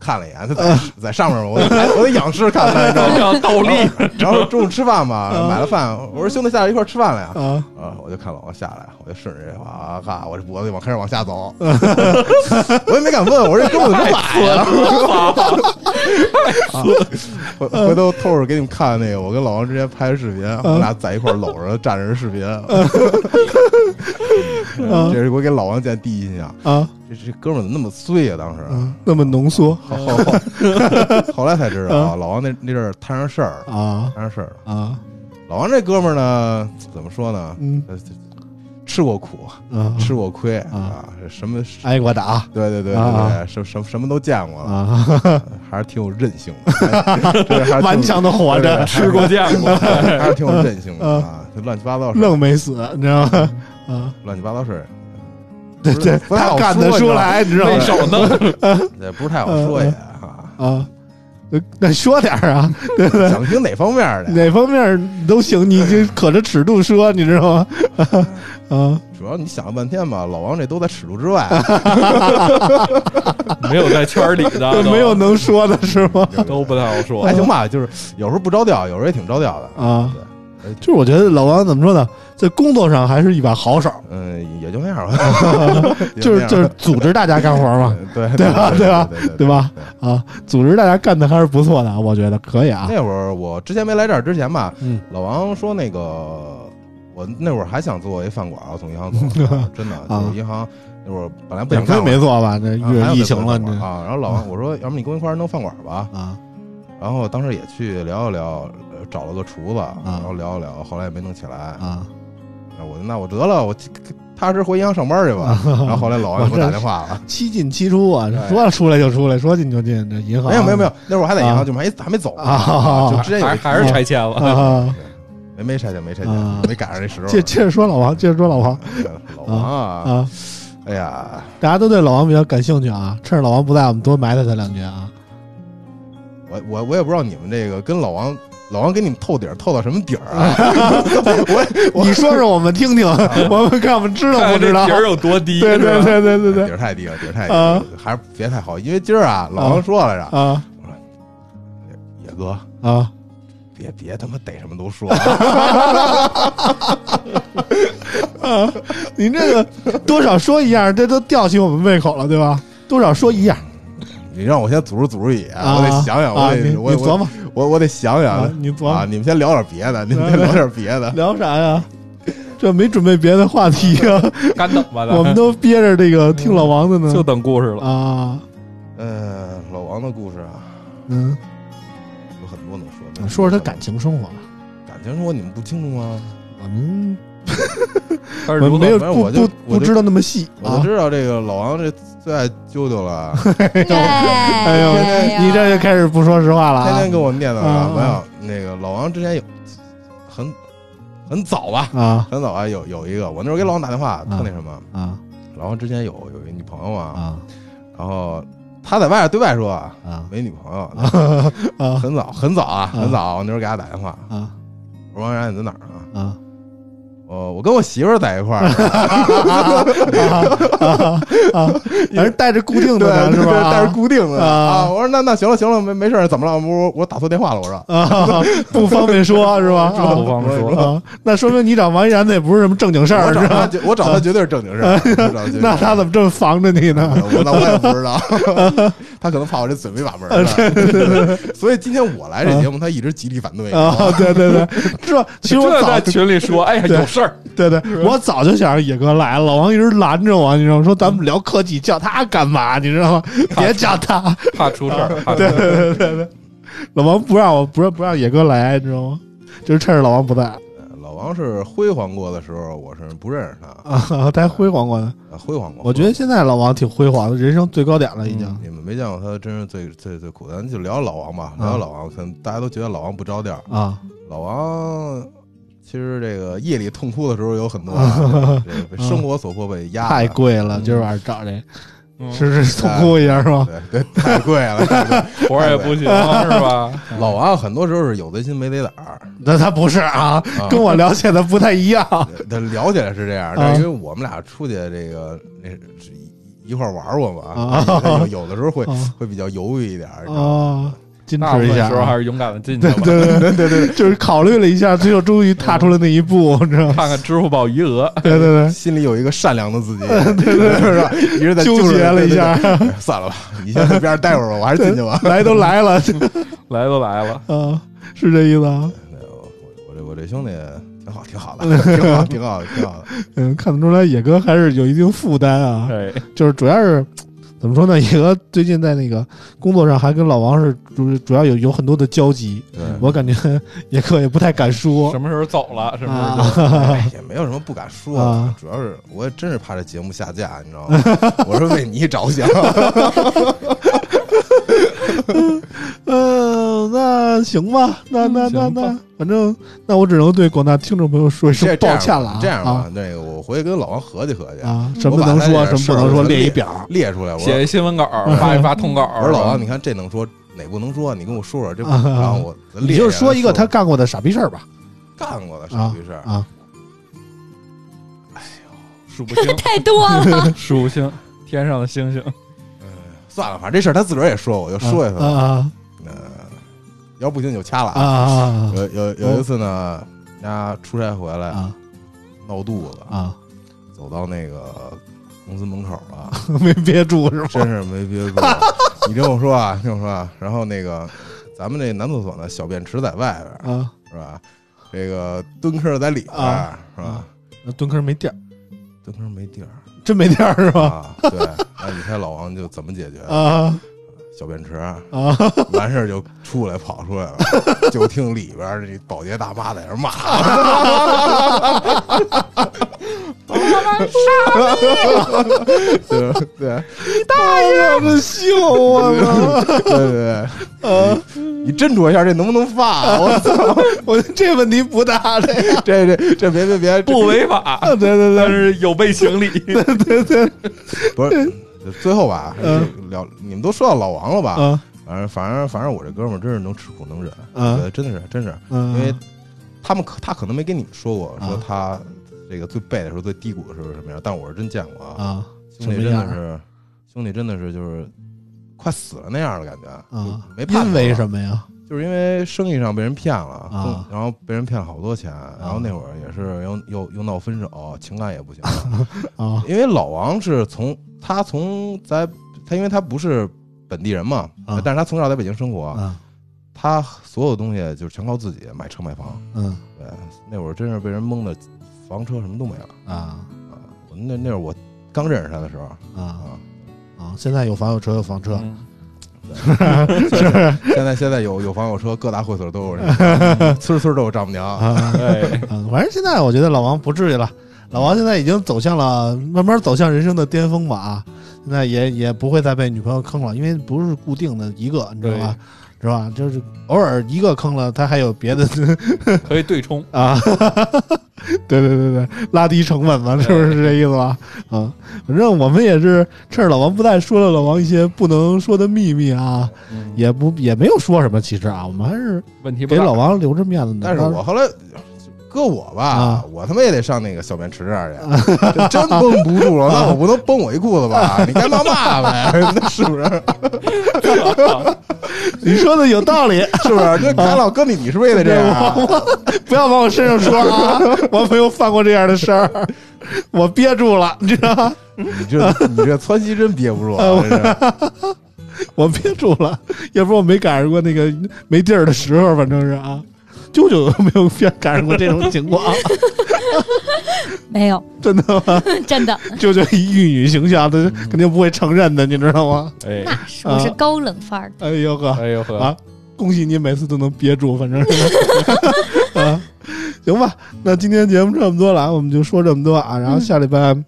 [SPEAKER 5] 看了一眼，他在在上面嘛，我得我得仰视看他，你知道吗？
[SPEAKER 4] 这样倒立，
[SPEAKER 5] 然后中午吃饭嘛
[SPEAKER 3] 啊，
[SPEAKER 5] 买了饭，我说兄弟下来一块儿吃饭来呀。
[SPEAKER 3] 啊
[SPEAKER 5] 啊！我就看老王下来，我就顺着这哇哈，我这脖子往开始往下走， 我也没敢问，我说这胳膊怎么崴了？啊回回头偷着给你们看那个我跟老王之前拍的视频，我俩在一块儿搂着站着的视频。 这是我给老王见第一印象，
[SPEAKER 3] 啊
[SPEAKER 5] 这这哥们儿怎么那么碎呀？当时，
[SPEAKER 3] 啊！那么浓缩
[SPEAKER 5] 后后 后来才知道啊，老王那那阵儿摊上事儿，
[SPEAKER 3] 啊
[SPEAKER 5] 摊上事儿。
[SPEAKER 3] 啊
[SPEAKER 5] 老王这哥们儿呢，怎么说呢？
[SPEAKER 3] 嗯
[SPEAKER 5] 呃吃过苦，
[SPEAKER 3] 啊！
[SPEAKER 5] 吃过亏
[SPEAKER 3] 啊
[SPEAKER 5] 啊，什么？
[SPEAKER 3] 挨过打
[SPEAKER 5] 对对对对
[SPEAKER 3] 啊
[SPEAKER 5] 对，什什什么都见过了，
[SPEAKER 3] 啊，
[SPEAKER 5] 还是挺有韧性的，对，还是挺有
[SPEAKER 3] 顽强的活着，
[SPEAKER 4] 吃过见过，
[SPEAKER 5] 还是挺有韧性的啊。就乱七八糟事儿，
[SPEAKER 3] 愣没死，你知 道吗？啊，
[SPEAKER 5] 乱七八糟事儿，
[SPEAKER 3] 对
[SPEAKER 5] 不是
[SPEAKER 3] 对，
[SPEAKER 5] 不太
[SPEAKER 3] 他
[SPEAKER 5] 好
[SPEAKER 3] 干
[SPEAKER 5] 说
[SPEAKER 3] 得
[SPEAKER 5] 你知
[SPEAKER 3] 出
[SPEAKER 5] 道吗
[SPEAKER 3] 来，你知嗯道
[SPEAKER 4] 那
[SPEAKER 3] 吗？
[SPEAKER 4] 手弄
[SPEAKER 5] 也不是太好说也 啊。
[SPEAKER 3] 啊，那那说点儿 啊，
[SPEAKER 5] 想听哪方面儿的？
[SPEAKER 3] 哪方面儿都行，你就可着尺度说，你知道吗？ 啊
[SPEAKER 5] 主要你想了半天吧，老王这都在尺度之外，
[SPEAKER 4] 没有在圈里的，
[SPEAKER 3] 啊，
[SPEAKER 4] 都
[SPEAKER 3] 没有哎能说的是吗？
[SPEAKER 4] 都不太好说
[SPEAKER 5] 还。行吧，就是有时候不着调，有时候也挺着调的。
[SPEAKER 3] 啊，
[SPEAKER 5] 对
[SPEAKER 3] 就是我觉得老王怎么说呢，在工作上还是一把好手，
[SPEAKER 5] 嗯，也就那样吧，也
[SPEAKER 3] 就是
[SPEAKER 5] 那样
[SPEAKER 3] 就是组织大家干活嘛，
[SPEAKER 5] 对
[SPEAKER 3] 对吧对
[SPEAKER 5] 对
[SPEAKER 3] 吧
[SPEAKER 5] 对
[SPEAKER 3] 对吧？啊，组织大家干的还是不错的，我觉得可以啊。
[SPEAKER 5] 那会儿我之前没来这儿之前吧，
[SPEAKER 3] 嗯
[SPEAKER 5] 老王说那个我那会儿还想做一饭馆，我从银行 走，真的
[SPEAKER 3] 啊
[SPEAKER 5] 就是银行那会儿本来不
[SPEAKER 3] 两
[SPEAKER 5] 想
[SPEAKER 3] 回
[SPEAKER 5] 干
[SPEAKER 3] 没
[SPEAKER 5] 了。
[SPEAKER 3] 做吧？这
[SPEAKER 5] 啊还
[SPEAKER 3] 遇
[SPEAKER 5] 想
[SPEAKER 3] 疫
[SPEAKER 5] 再
[SPEAKER 3] 情
[SPEAKER 5] 做
[SPEAKER 3] 了，
[SPEAKER 5] 饭
[SPEAKER 3] 这
[SPEAKER 5] 馆啊！然后老王我说，要不你跟我一块儿弄饭馆吧？
[SPEAKER 3] 啊
[SPEAKER 5] 然后当时也去聊一聊，呃找了个厨子，然后聊一聊，后来也没弄起来。
[SPEAKER 3] 啊，
[SPEAKER 5] 那我就那我得了，我踏实回银行上班去吧。
[SPEAKER 3] 啊
[SPEAKER 5] 然后后来老王给我打 电话了，
[SPEAKER 3] 七进七出啊
[SPEAKER 5] 对，
[SPEAKER 3] 说出来就出来，说进就进，这银行
[SPEAKER 5] 哎没有没有没有，那会儿还在银
[SPEAKER 3] 啊
[SPEAKER 5] 行，就还还没走呢
[SPEAKER 3] 啊
[SPEAKER 5] 就之前有
[SPEAKER 4] 还
[SPEAKER 5] 一
[SPEAKER 4] 还是拆迁了，
[SPEAKER 3] 啊。
[SPEAKER 5] 没没拆迁没拆迁
[SPEAKER 3] 啊，
[SPEAKER 5] 没赶上这时候。
[SPEAKER 3] 接接着说老王，接着说老王
[SPEAKER 5] 老王啊，
[SPEAKER 3] 啊，
[SPEAKER 5] 哎呀，
[SPEAKER 3] 大家都对老王比较感兴趣啊，趁着老王不在，我们多埋汰他两句啊。
[SPEAKER 5] 我我我也不知道你们这个跟老王老王给你们透底儿透到什么底儿啊？我 我啊
[SPEAKER 3] 你说说我们听 听，我们嗯看我们 知道
[SPEAKER 4] 看
[SPEAKER 3] 不知
[SPEAKER 4] 这
[SPEAKER 3] 道
[SPEAKER 4] 底？儿有多低，
[SPEAKER 3] 对对
[SPEAKER 4] 是吧
[SPEAKER 3] 对对对
[SPEAKER 5] 底
[SPEAKER 3] 对
[SPEAKER 5] 儿太低了，底儿太低
[SPEAKER 3] 啊
[SPEAKER 5] 了，还是别太好，因为今儿啊，老王说来着，
[SPEAKER 3] 啊
[SPEAKER 5] 野哥
[SPEAKER 3] 啊！
[SPEAKER 5] 别别他妈逮什么都说啊，
[SPEAKER 3] 您这个多少说一样，这都吊起我们胃口了，对吧？多少说一样，
[SPEAKER 5] 你让我先组织组织也，
[SPEAKER 3] 啊
[SPEAKER 5] 我得想想，
[SPEAKER 3] 啊
[SPEAKER 5] 我
[SPEAKER 3] 你
[SPEAKER 5] 得我
[SPEAKER 3] 你琢磨
[SPEAKER 5] 我我我得想
[SPEAKER 3] 啊
[SPEAKER 5] 想，
[SPEAKER 3] 你琢磨啊
[SPEAKER 5] 啊，你们先聊点别的，你们先聊点别的，
[SPEAKER 3] 聊啥呀？这没准备别的话题 啊，
[SPEAKER 4] 干等吧，咱
[SPEAKER 3] 我 们都憋着这个听老王的
[SPEAKER 4] 就
[SPEAKER 3] 呢
[SPEAKER 4] 等故事了。
[SPEAKER 3] 啊，
[SPEAKER 5] 嗯，老王的故事啊，
[SPEAKER 3] 嗯，
[SPEAKER 5] 有很多能说的，
[SPEAKER 3] 说说他感情生活吧。
[SPEAKER 5] 感情生活你们不清楚吗？
[SPEAKER 3] 我们
[SPEAKER 4] 他是
[SPEAKER 3] 我
[SPEAKER 4] 如
[SPEAKER 3] 们
[SPEAKER 4] 何
[SPEAKER 3] 没有
[SPEAKER 5] 反正我
[SPEAKER 3] 不
[SPEAKER 5] 就
[SPEAKER 3] 不
[SPEAKER 5] 我
[SPEAKER 3] 不
[SPEAKER 5] 就
[SPEAKER 3] 知道那么细
[SPEAKER 5] 我
[SPEAKER 3] 啊
[SPEAKER 5] 就。知道这个老王这最爱揪 揪了，啊
[SPEAKER 2] 哎呦，哎
[SPEAKER 3] 呦你这就开始不说实话了
[SPEAKER 5] 天
[SPEAKER 3] 啊
[SPEAKER 5] 天跟我念叨
[SPEAKER 3] 啊
[SPEAKER 5] 着。没有，那个老王之前有很很早吧，
[SPEAKER 3] 啊
[SPEAKER 5] 很早啊，有有一个，我那时候给老王打电话，特那什么，
[SPEAKER 3] 啊
[SPEAKER 5] 老王之前有有一女朋友嘛，
[SPEAKER 3] 啊
[SPEAKER 5] 然后他在外边对外说啊
[SPEAKER 3] 啊
[SPEAKER 5] 没女朋友，
[SPEAKER 3] 啊
[SPEAKER 5] 很早很早啊，
[SPEAKER 3] 啊
[SPEAKER 5] 很早，我那时候给他打电话，
[SPEAKER 3] 啊
[SPEAKER 5] 我说王然你在哪儿啊？
[SPEAKER 3] 啊！
[SPEAKER 5] 我我跟我媳妇儿在一 块儿，
[SPEAKER 3] 反正带着固定的呢
[SPEAKER 5] 对，
[SPEAKER 3] 是吧？
[SPEAKER 5] 但是固定的
[SPEAKER 3] 啊
[SPEAKER 5] 啊，我说那那行了行了，没没事儿，怎么了？我我打错电话了，我说。
[SPEAKER 3] 啊，不方便说，是 吧？
[SPEAKER 4] 这不方便说。
[SPEAKER 3] 啊，那说明你找王一然的也不是什么正经事
[SPEAKER 5] 我
[SPEAKER 3] 儿，
[SPEAKER 5] 找
[SPEAKER 3] 是
[SPEAKER 5] 他
[SPEAKER 3] 吧？
[SPEAKER 5] 绝，我找他绝对是正经事儿。我找绝对是呃
[SPEAKER 3] 那他怎么这么防着你呢？
[SPEAKER 5] 我那我也不知道， 他可能怕我这嘴没把门
[SPEAKER 3] 呃
[SPEAKER 5] 儿呢。 所以今天我来这节目，
[SPEAKER 3] 嗯
[SPEAKER 5] 他一直极力反对。
[SPEAKER 3] 啊，对对对，这其实我
[SPEAKER 4] 这
[SPEAKER 3] 早
[SPEAKER 4] 在群里说，哎呀，
[SPEAKER 3] 对
[SPEAKER 4] 有事儿，
[SPEAKER 3] 对对，我早就想让野哥来了，老王一直拦着我，你知道吗？说咱们聊科技，叫他干嘛？你知道 吗？别叫他，
[SPEAKER 4] 怕出事儿，怕出事
[SPEAKER 3] 对
[SPEAKER 4] 儿。
[SPEAKER 3] 对对对对，老王不让我不让不让野哥来，你知道吗？就是趁着老王不在
[SPEAKER 5] 呃老王是辉煌过的时候，我是不认识他，
[SPEAKER 3] 啊，他还辉煌过呢。
[SPEAKER 5] 啊辉煌过。嗯
[SPEAKER 3] 我觉得现在老王挺辉煌的，人生最高点了已经。
[SPEAKER 5] 你们没见过他，真是最最最苦的。咱就聊老王吧，
[SPEAKER 3] 啊
[SPEAKER 5] 聊老王，可能大家都觉得老王不着调。
[SPEAKER 3] 啊，
[SPEAKER 5] 老王其实这个夜里痛哭的时候有很多
[SPEAKER 3] 啊，
[SPEAKER 5] 这个被生活所迫被压的，
[SPEAKER 3] 太贵了，
[SPEAKER 5] 嗯
[SPEAKER 3] 今儿晚上找这，
[SPEAKER 6] 嗯
[SPEAKER 3] 是是痛哭一下是吗？
[SPEAKER 5] 对对，太贵了。太贵了
[SPEAKER 6] 活儿也不行是吧？
[SPEAKER 5] 老王很多时候是有贼心没贼胆儿，
[SPEAKER 3] 那他不是啊，
[SPEAKER 5] 啊
[SPEAKER 3] 跟我了解的不太一样。
[SPEAKER 5] 他聊起来是这样，
[SPEAKER 3] 啊
[SPEAKER 5] 但是因为我们俩出去这个那是一一块儿玩过嘛
[SPEAKER 3] 啊，
[SPEAKER 5] 有 有的时候会
[SPEAKER 3] 啊
[SPEAKER 5] 会比较犹豫一点儿，你知道吗
[SPEAKER 3] 啊，矜
[SPEAKER 6] 大部
[SPEAKER 3] 持一
[SPEAKER 6] 分
[SPEAKER 3] 下
[SPEAKER 6] 时候
[SPEAKER 3] 啊，
[SPEAKER 6] 还是勇敢的进去吧，
[SPEAKER 3] 对对对对对， 就是考虑了一下，最后终于踏出了那一步，你知道吗？
[SPEAKER 6] 看看支付宝余额。
[SPEAKER 3] 对 对
[SPEAKER 5] 心里有一个善良的自 己，对对是吧？一直在
[SPEAKER 3] 啊对，
[SPEAKER 5] 揪
[SPEAKER 3] 纠
[SPEAKER 5] 着
[SPEAKER 3] 结了一，下
[SPEAKER 5] 对，对对算了吧，你先在边儿待会儿吧，我还是进去吧。
[SPEAKER 3] 来都来了，
[SPEAKER 6] 来都来了，
[SPEAKER 3] 啊，是这意思啊？
[SPEAKER 5] 对我我这我这兄弟挺好，挺好的，挺好，挺好，挺 好的。
[SPEAKER 3] 嗯，看得出来野哥还是有一定负担啊，
[SPEAKER 6] 哎，
[SPEAKER 3] 就是主要是怎么说呢？野哥最近在那个工作上还跟老王是主主要有有很多的交集，
[SPEAKER 5] 对，
[SPEAKER 3] 我感觉
[SPEAKER 5] 嗯
[SPEAKER 3] 野哥也不太敢说
[SPEAKER 6] 什么时候走了？什么时候
[SPEAKER 3] 啊，
[SPEAKER 5] 哎也没有什么不敢说的
[SPEAKER 3] 啊，
[SPEAKER 5] 主要是我也真是怕这节目下架，你知道吗？ 我是为你 着想。
[SPEAKER 3] 嗯、那行吧，那那
[SPEAKER 5] 嗯
[SPEAKER 3] 那
[SPEAKER 6] 行吧
[SPEAKER 3] 那，反正那我只能对广大听众朋友说一
[SPEAKER 5] 这
[SPEAKER 3] 声
[SPEAKER 5] 这
[SPEAKER 3] 抱
[SPEAKER 5] 样
[SPEAKER 3] 歉
[SPEAKER 5] 吧
[SPEAKER 3] 了啊，
[SPEAKER 5] 这样吧，那个我回去跟老王合计合计
[SPEAKER 3] 啊，啊，什么能
[SPEAKER 5] 我
[SPEAKER 3] 说，
[SPEAKER 5] 把
[SPEAKER 3] 什么不
[SPEAKER 5] 他这
[SPEAKER 3] 能
[SPEAKER 5] 事儿
[SPEAKER 3] 说，
[SPEAKER 5] 我
[SPEAKER 3] 列一
[SPEAKER 5] 列
[SPEAKER 3] 表
[SPEAKER 5] 列出来，我说
[SPEAKER 6] 写一新闻稿，发一发通稿。
[SPEAKER 5] 我说老啊王，你看这能说哪不能说？你跟我说说这不，
[SPEAKER 3] 啊
[SPEAKER 5] 然后我列
[SPEAKER 3] 你就
[SPEAKER 5] 下来
[SPEAKER 3] 说一个他
[SPEAKER 5] 说
[SPEAKER 3] 干过的傻逼事儿吧，
[SPEAKER 5] 干过的傻
[SPEAKER 3] 啊
[SPEAKER 5] 逼事儿。哎
[SPEAKER 3] 啊，
[SPEAKER 6] 数不清，
[SPEAKER 2] 太多了，
[SPEAKER 6] 数不清，天上的星星。
[SPEAKER 5] 算了，反正这事儿他自个儿也说，我就说一下
[SPEAKER 3] 啊
[SPEAKER 5] 吧。
[SPEAKER 3] 啊
[SPEAKER 5] 嗯，要不行就掐了
[SPEAKER 3] 啊。啊
[SPEAKER 5] 有有有一次呢，家出差回
[SPEAKER 3] 啊
[SPEAKER 5] 来
[SPEAKER 3] 啊
[SPEAKER 5] 闹肚子，
[SPEAKER 3] 啊，
[SPEAKER 5] 走到那个公司门口了，
[SPEAKER 3] 没憋住是吗？
[SPEAKER 5] 真是没憋 住。你听我说啊，听我说啊。然后那个咱们这男厕所呢，小便池在外边儿
[SPEAKER 3] 啊，
[SPEAKER 5] 是吧？这个蹲坑儿在里边儿
[SPEAKER 3] 啊
[SPEAKER 5] 是吧？
[SPEAKER 3] 那蹲坑没地儿，
[SPEAKER 5] 蹲坑儿没地儿。
[SPEAKER 3] 真没地儿是吧？
[SPEAKER 5] 啊，对，那你猜老王就怎么解决？
[SPEAKER 3] 啊
[SPEAKER 5] 小便池
[SPEAKER 3] 啊，
[SPEAKER 5] 完事儿就出来跑出来了，就听里边儿这保洁大妈在那儿骂，
[SPEAKER 3] 我的秀啊我
[SPEAKER 5] 对对
[SPEAKER 3] 操！
[SPEAKER 5] 对对对，你你斟酌一下这能不能 发？我操，
[SPEAKER 3] 啊我这问题不大这个，
[SPEAKER 5] 这这这别别别，这
[SPEAKER 6] 不违法，
[SPEAKER 3] 啊对对
[SPEAKER 6] 但
[SPEAKER 3] 对，
[SPEAKER 6] 是有悖情 理。
[SPEAKER 5] 不是
[SPEAKER 3] 嗯
[SPEAKER 5] 最后吧？聊你们都说到老王了吧？
[SPEAKER 3] 啊
[SPEAKER 5] 反正反正反正我这哥们儿真是能吃苦能忍，
[SPEAKER 3] 嗯
[SPEAKER 5] 我觉得真的是真是，因为
[SPEAKER 3] 嗯
[SPEAKER 5] 他们可他可能没跟你们说过，说
[SPEAKER 3] 啊
[SPEAKER 5] 他这个最背的时候、最低谷的时候是什么样，但我是真见过啊，
[SPEAKER 3] 啊，
[SPEAKER 5] 兄弟
[SPEAKER 3] 什
[SPEAKER 5] 真
[SPEAKER 3] 么样
[SPEAKER 5] 的是，兄弟真的是就是快死了那样的感觉
[SPEAKER 3] 啊
[SPEAKER 5] 就没，盼头
[SPEAKER 3] 因为
[SPEAKER 5] 了
[SPEAKER 3] 什么呀？
[SPEAKER 5] 就是因为生意上被人骗了，
[SPEAKER 3] 啊
[SPEAKER 5] 然后被人骗了好多钱，然后那会儿也是又又又闹分手，情感也 不行了，
[SPEAKER 3] 啊
[SPEAKER 5] 因为老王是从他从在他因为他不是本地人嘛，
[SPEAKER 3] 啊
[SPEAKER 5] 但是他从小在北京生活，
[SPEAKER 3] 啊
[SPEAKER 5] 他所有东西就是全靠自己买车买房，
[SPEAKER 3] 嗯
[SPEAKER 5] 对，那会儿真是被人蒙的，房车什么都没了
[SPEAKER 3] 啊
[SPEAKER 5] 啊！我那那会儿我刚认识他的时候
[SPEAKER 3] 啊
[SPEAKER 5] 啊，
[SPEAKER 3] 啊！现在有房有车有房车，
[SPEAKER 6] 嗯
[SPEAKER 5] 现在现在有有房有车，各大会所都有人， 村儿村儿都有丈母娘。
[SPEAKER 3] 啊，
[SPEAKER 6] 对，
[SPEAKER 3] 嗯反正现在我觉得老王不至于了，老王现在已经走向了慢慢走向人生的巅峰吧啊，现在也也不会再被女朋友坑了，因为不是固定的一个，你知道吧？是吧？就是偶尔一个坑了，他还有别的
[SPEAKER 6] 可以对冲。
[SPEAKER 3] 啊， 对对对对，拉低成本嘛，是不是这意思吧？啊，反正我们也是趁着老王不在，说了老王一些不能说的秘密啊，
[SPEAKER 6] 嗯
[SPEAKER 3] 也不也没有说什么，其实啊，我们还是
[SPEAKER 6] 问题不
[SPEAKER 3] 给
[SPEAKER 6] 大
[SPEAKER 3] 老王留着面子呢。
[SPEAKER 5] 但是我后来，搁我吧，
[SPEAKER 3] 啊
[SPEAKER 5] 我他妈也得上那个小便池这儿去，这真绷不住了，那我不能崩我一裤子吧？你该骂骂呗， 那是不是？
[SPEAKER 3] 你说的有道理，
[SPEAKER 5] 是不是？
[SPEAKER 3] 啊
[SPEAKER 5] 这凯老哥你你是不是也得这样啊？
[SPEAKER 3] 不要往我身上说啊！我没有犯过这样的事儿，我憋住了，你知道吗？
[SPEAKER 5] 你这你这窜稀真憋不住啊，真是
[SPEAKER 3] 我憋住了，要不然我没赶上过那个没地儿的时候，反正是啊， 舅舅都没有赶上过这种情况，
[SPEAKER 2] 没有，
[SPEAKER 3] 真的吗？
[SPEAKER 2] 真的，
[SPEAKER 3] 舅舅以玉女形象，他肯定不会承认的，你知道吗？
[SPEAKER 6] 哎，
[SPEAKER 2] 那是我是
[SPEAKER 3] 啊
[SPEAKER 2] 高冷范
[SPEAKER 3] 嗯
[SPEAKER 2] 儿的，
[SPEAKER 3] 哎呦呵，
[SPEAKER 6] 哎呦呵，
[SPEAKER 3] 啊恭喜你每次都能憋住，反正是啊，行吧，那今天节目这么多了，我们就说这么多啊。然后下礼拜，
[SPEAKER 5] 嗯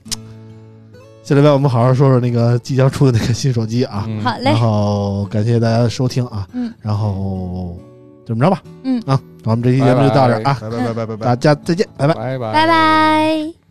[SPEAKER 3] 下礼拜我们好好说说那个即将出的那个新手机
[SPEAKER 5] 嗯
[SPEAKER 3] 啊。
[SPEAKER 2] 好嘞
[SPEAKER 3] 然，后感谢大家的收听啊。
[SPEAKER 2] 嗯，
[SPEAKER 3] 然后这么着吧。
[SPEAKER 2] 嗯
[SPEAKER 3] 啊，那我们这期节目就到这儿啊，
[SPEAKER 5] 拜拜拜拜拜拜。
[SPEAKER 3] 大家再见，拜拜。
[SPEAKER 4] 拜拜
[SPEAKER 2] 拜拜。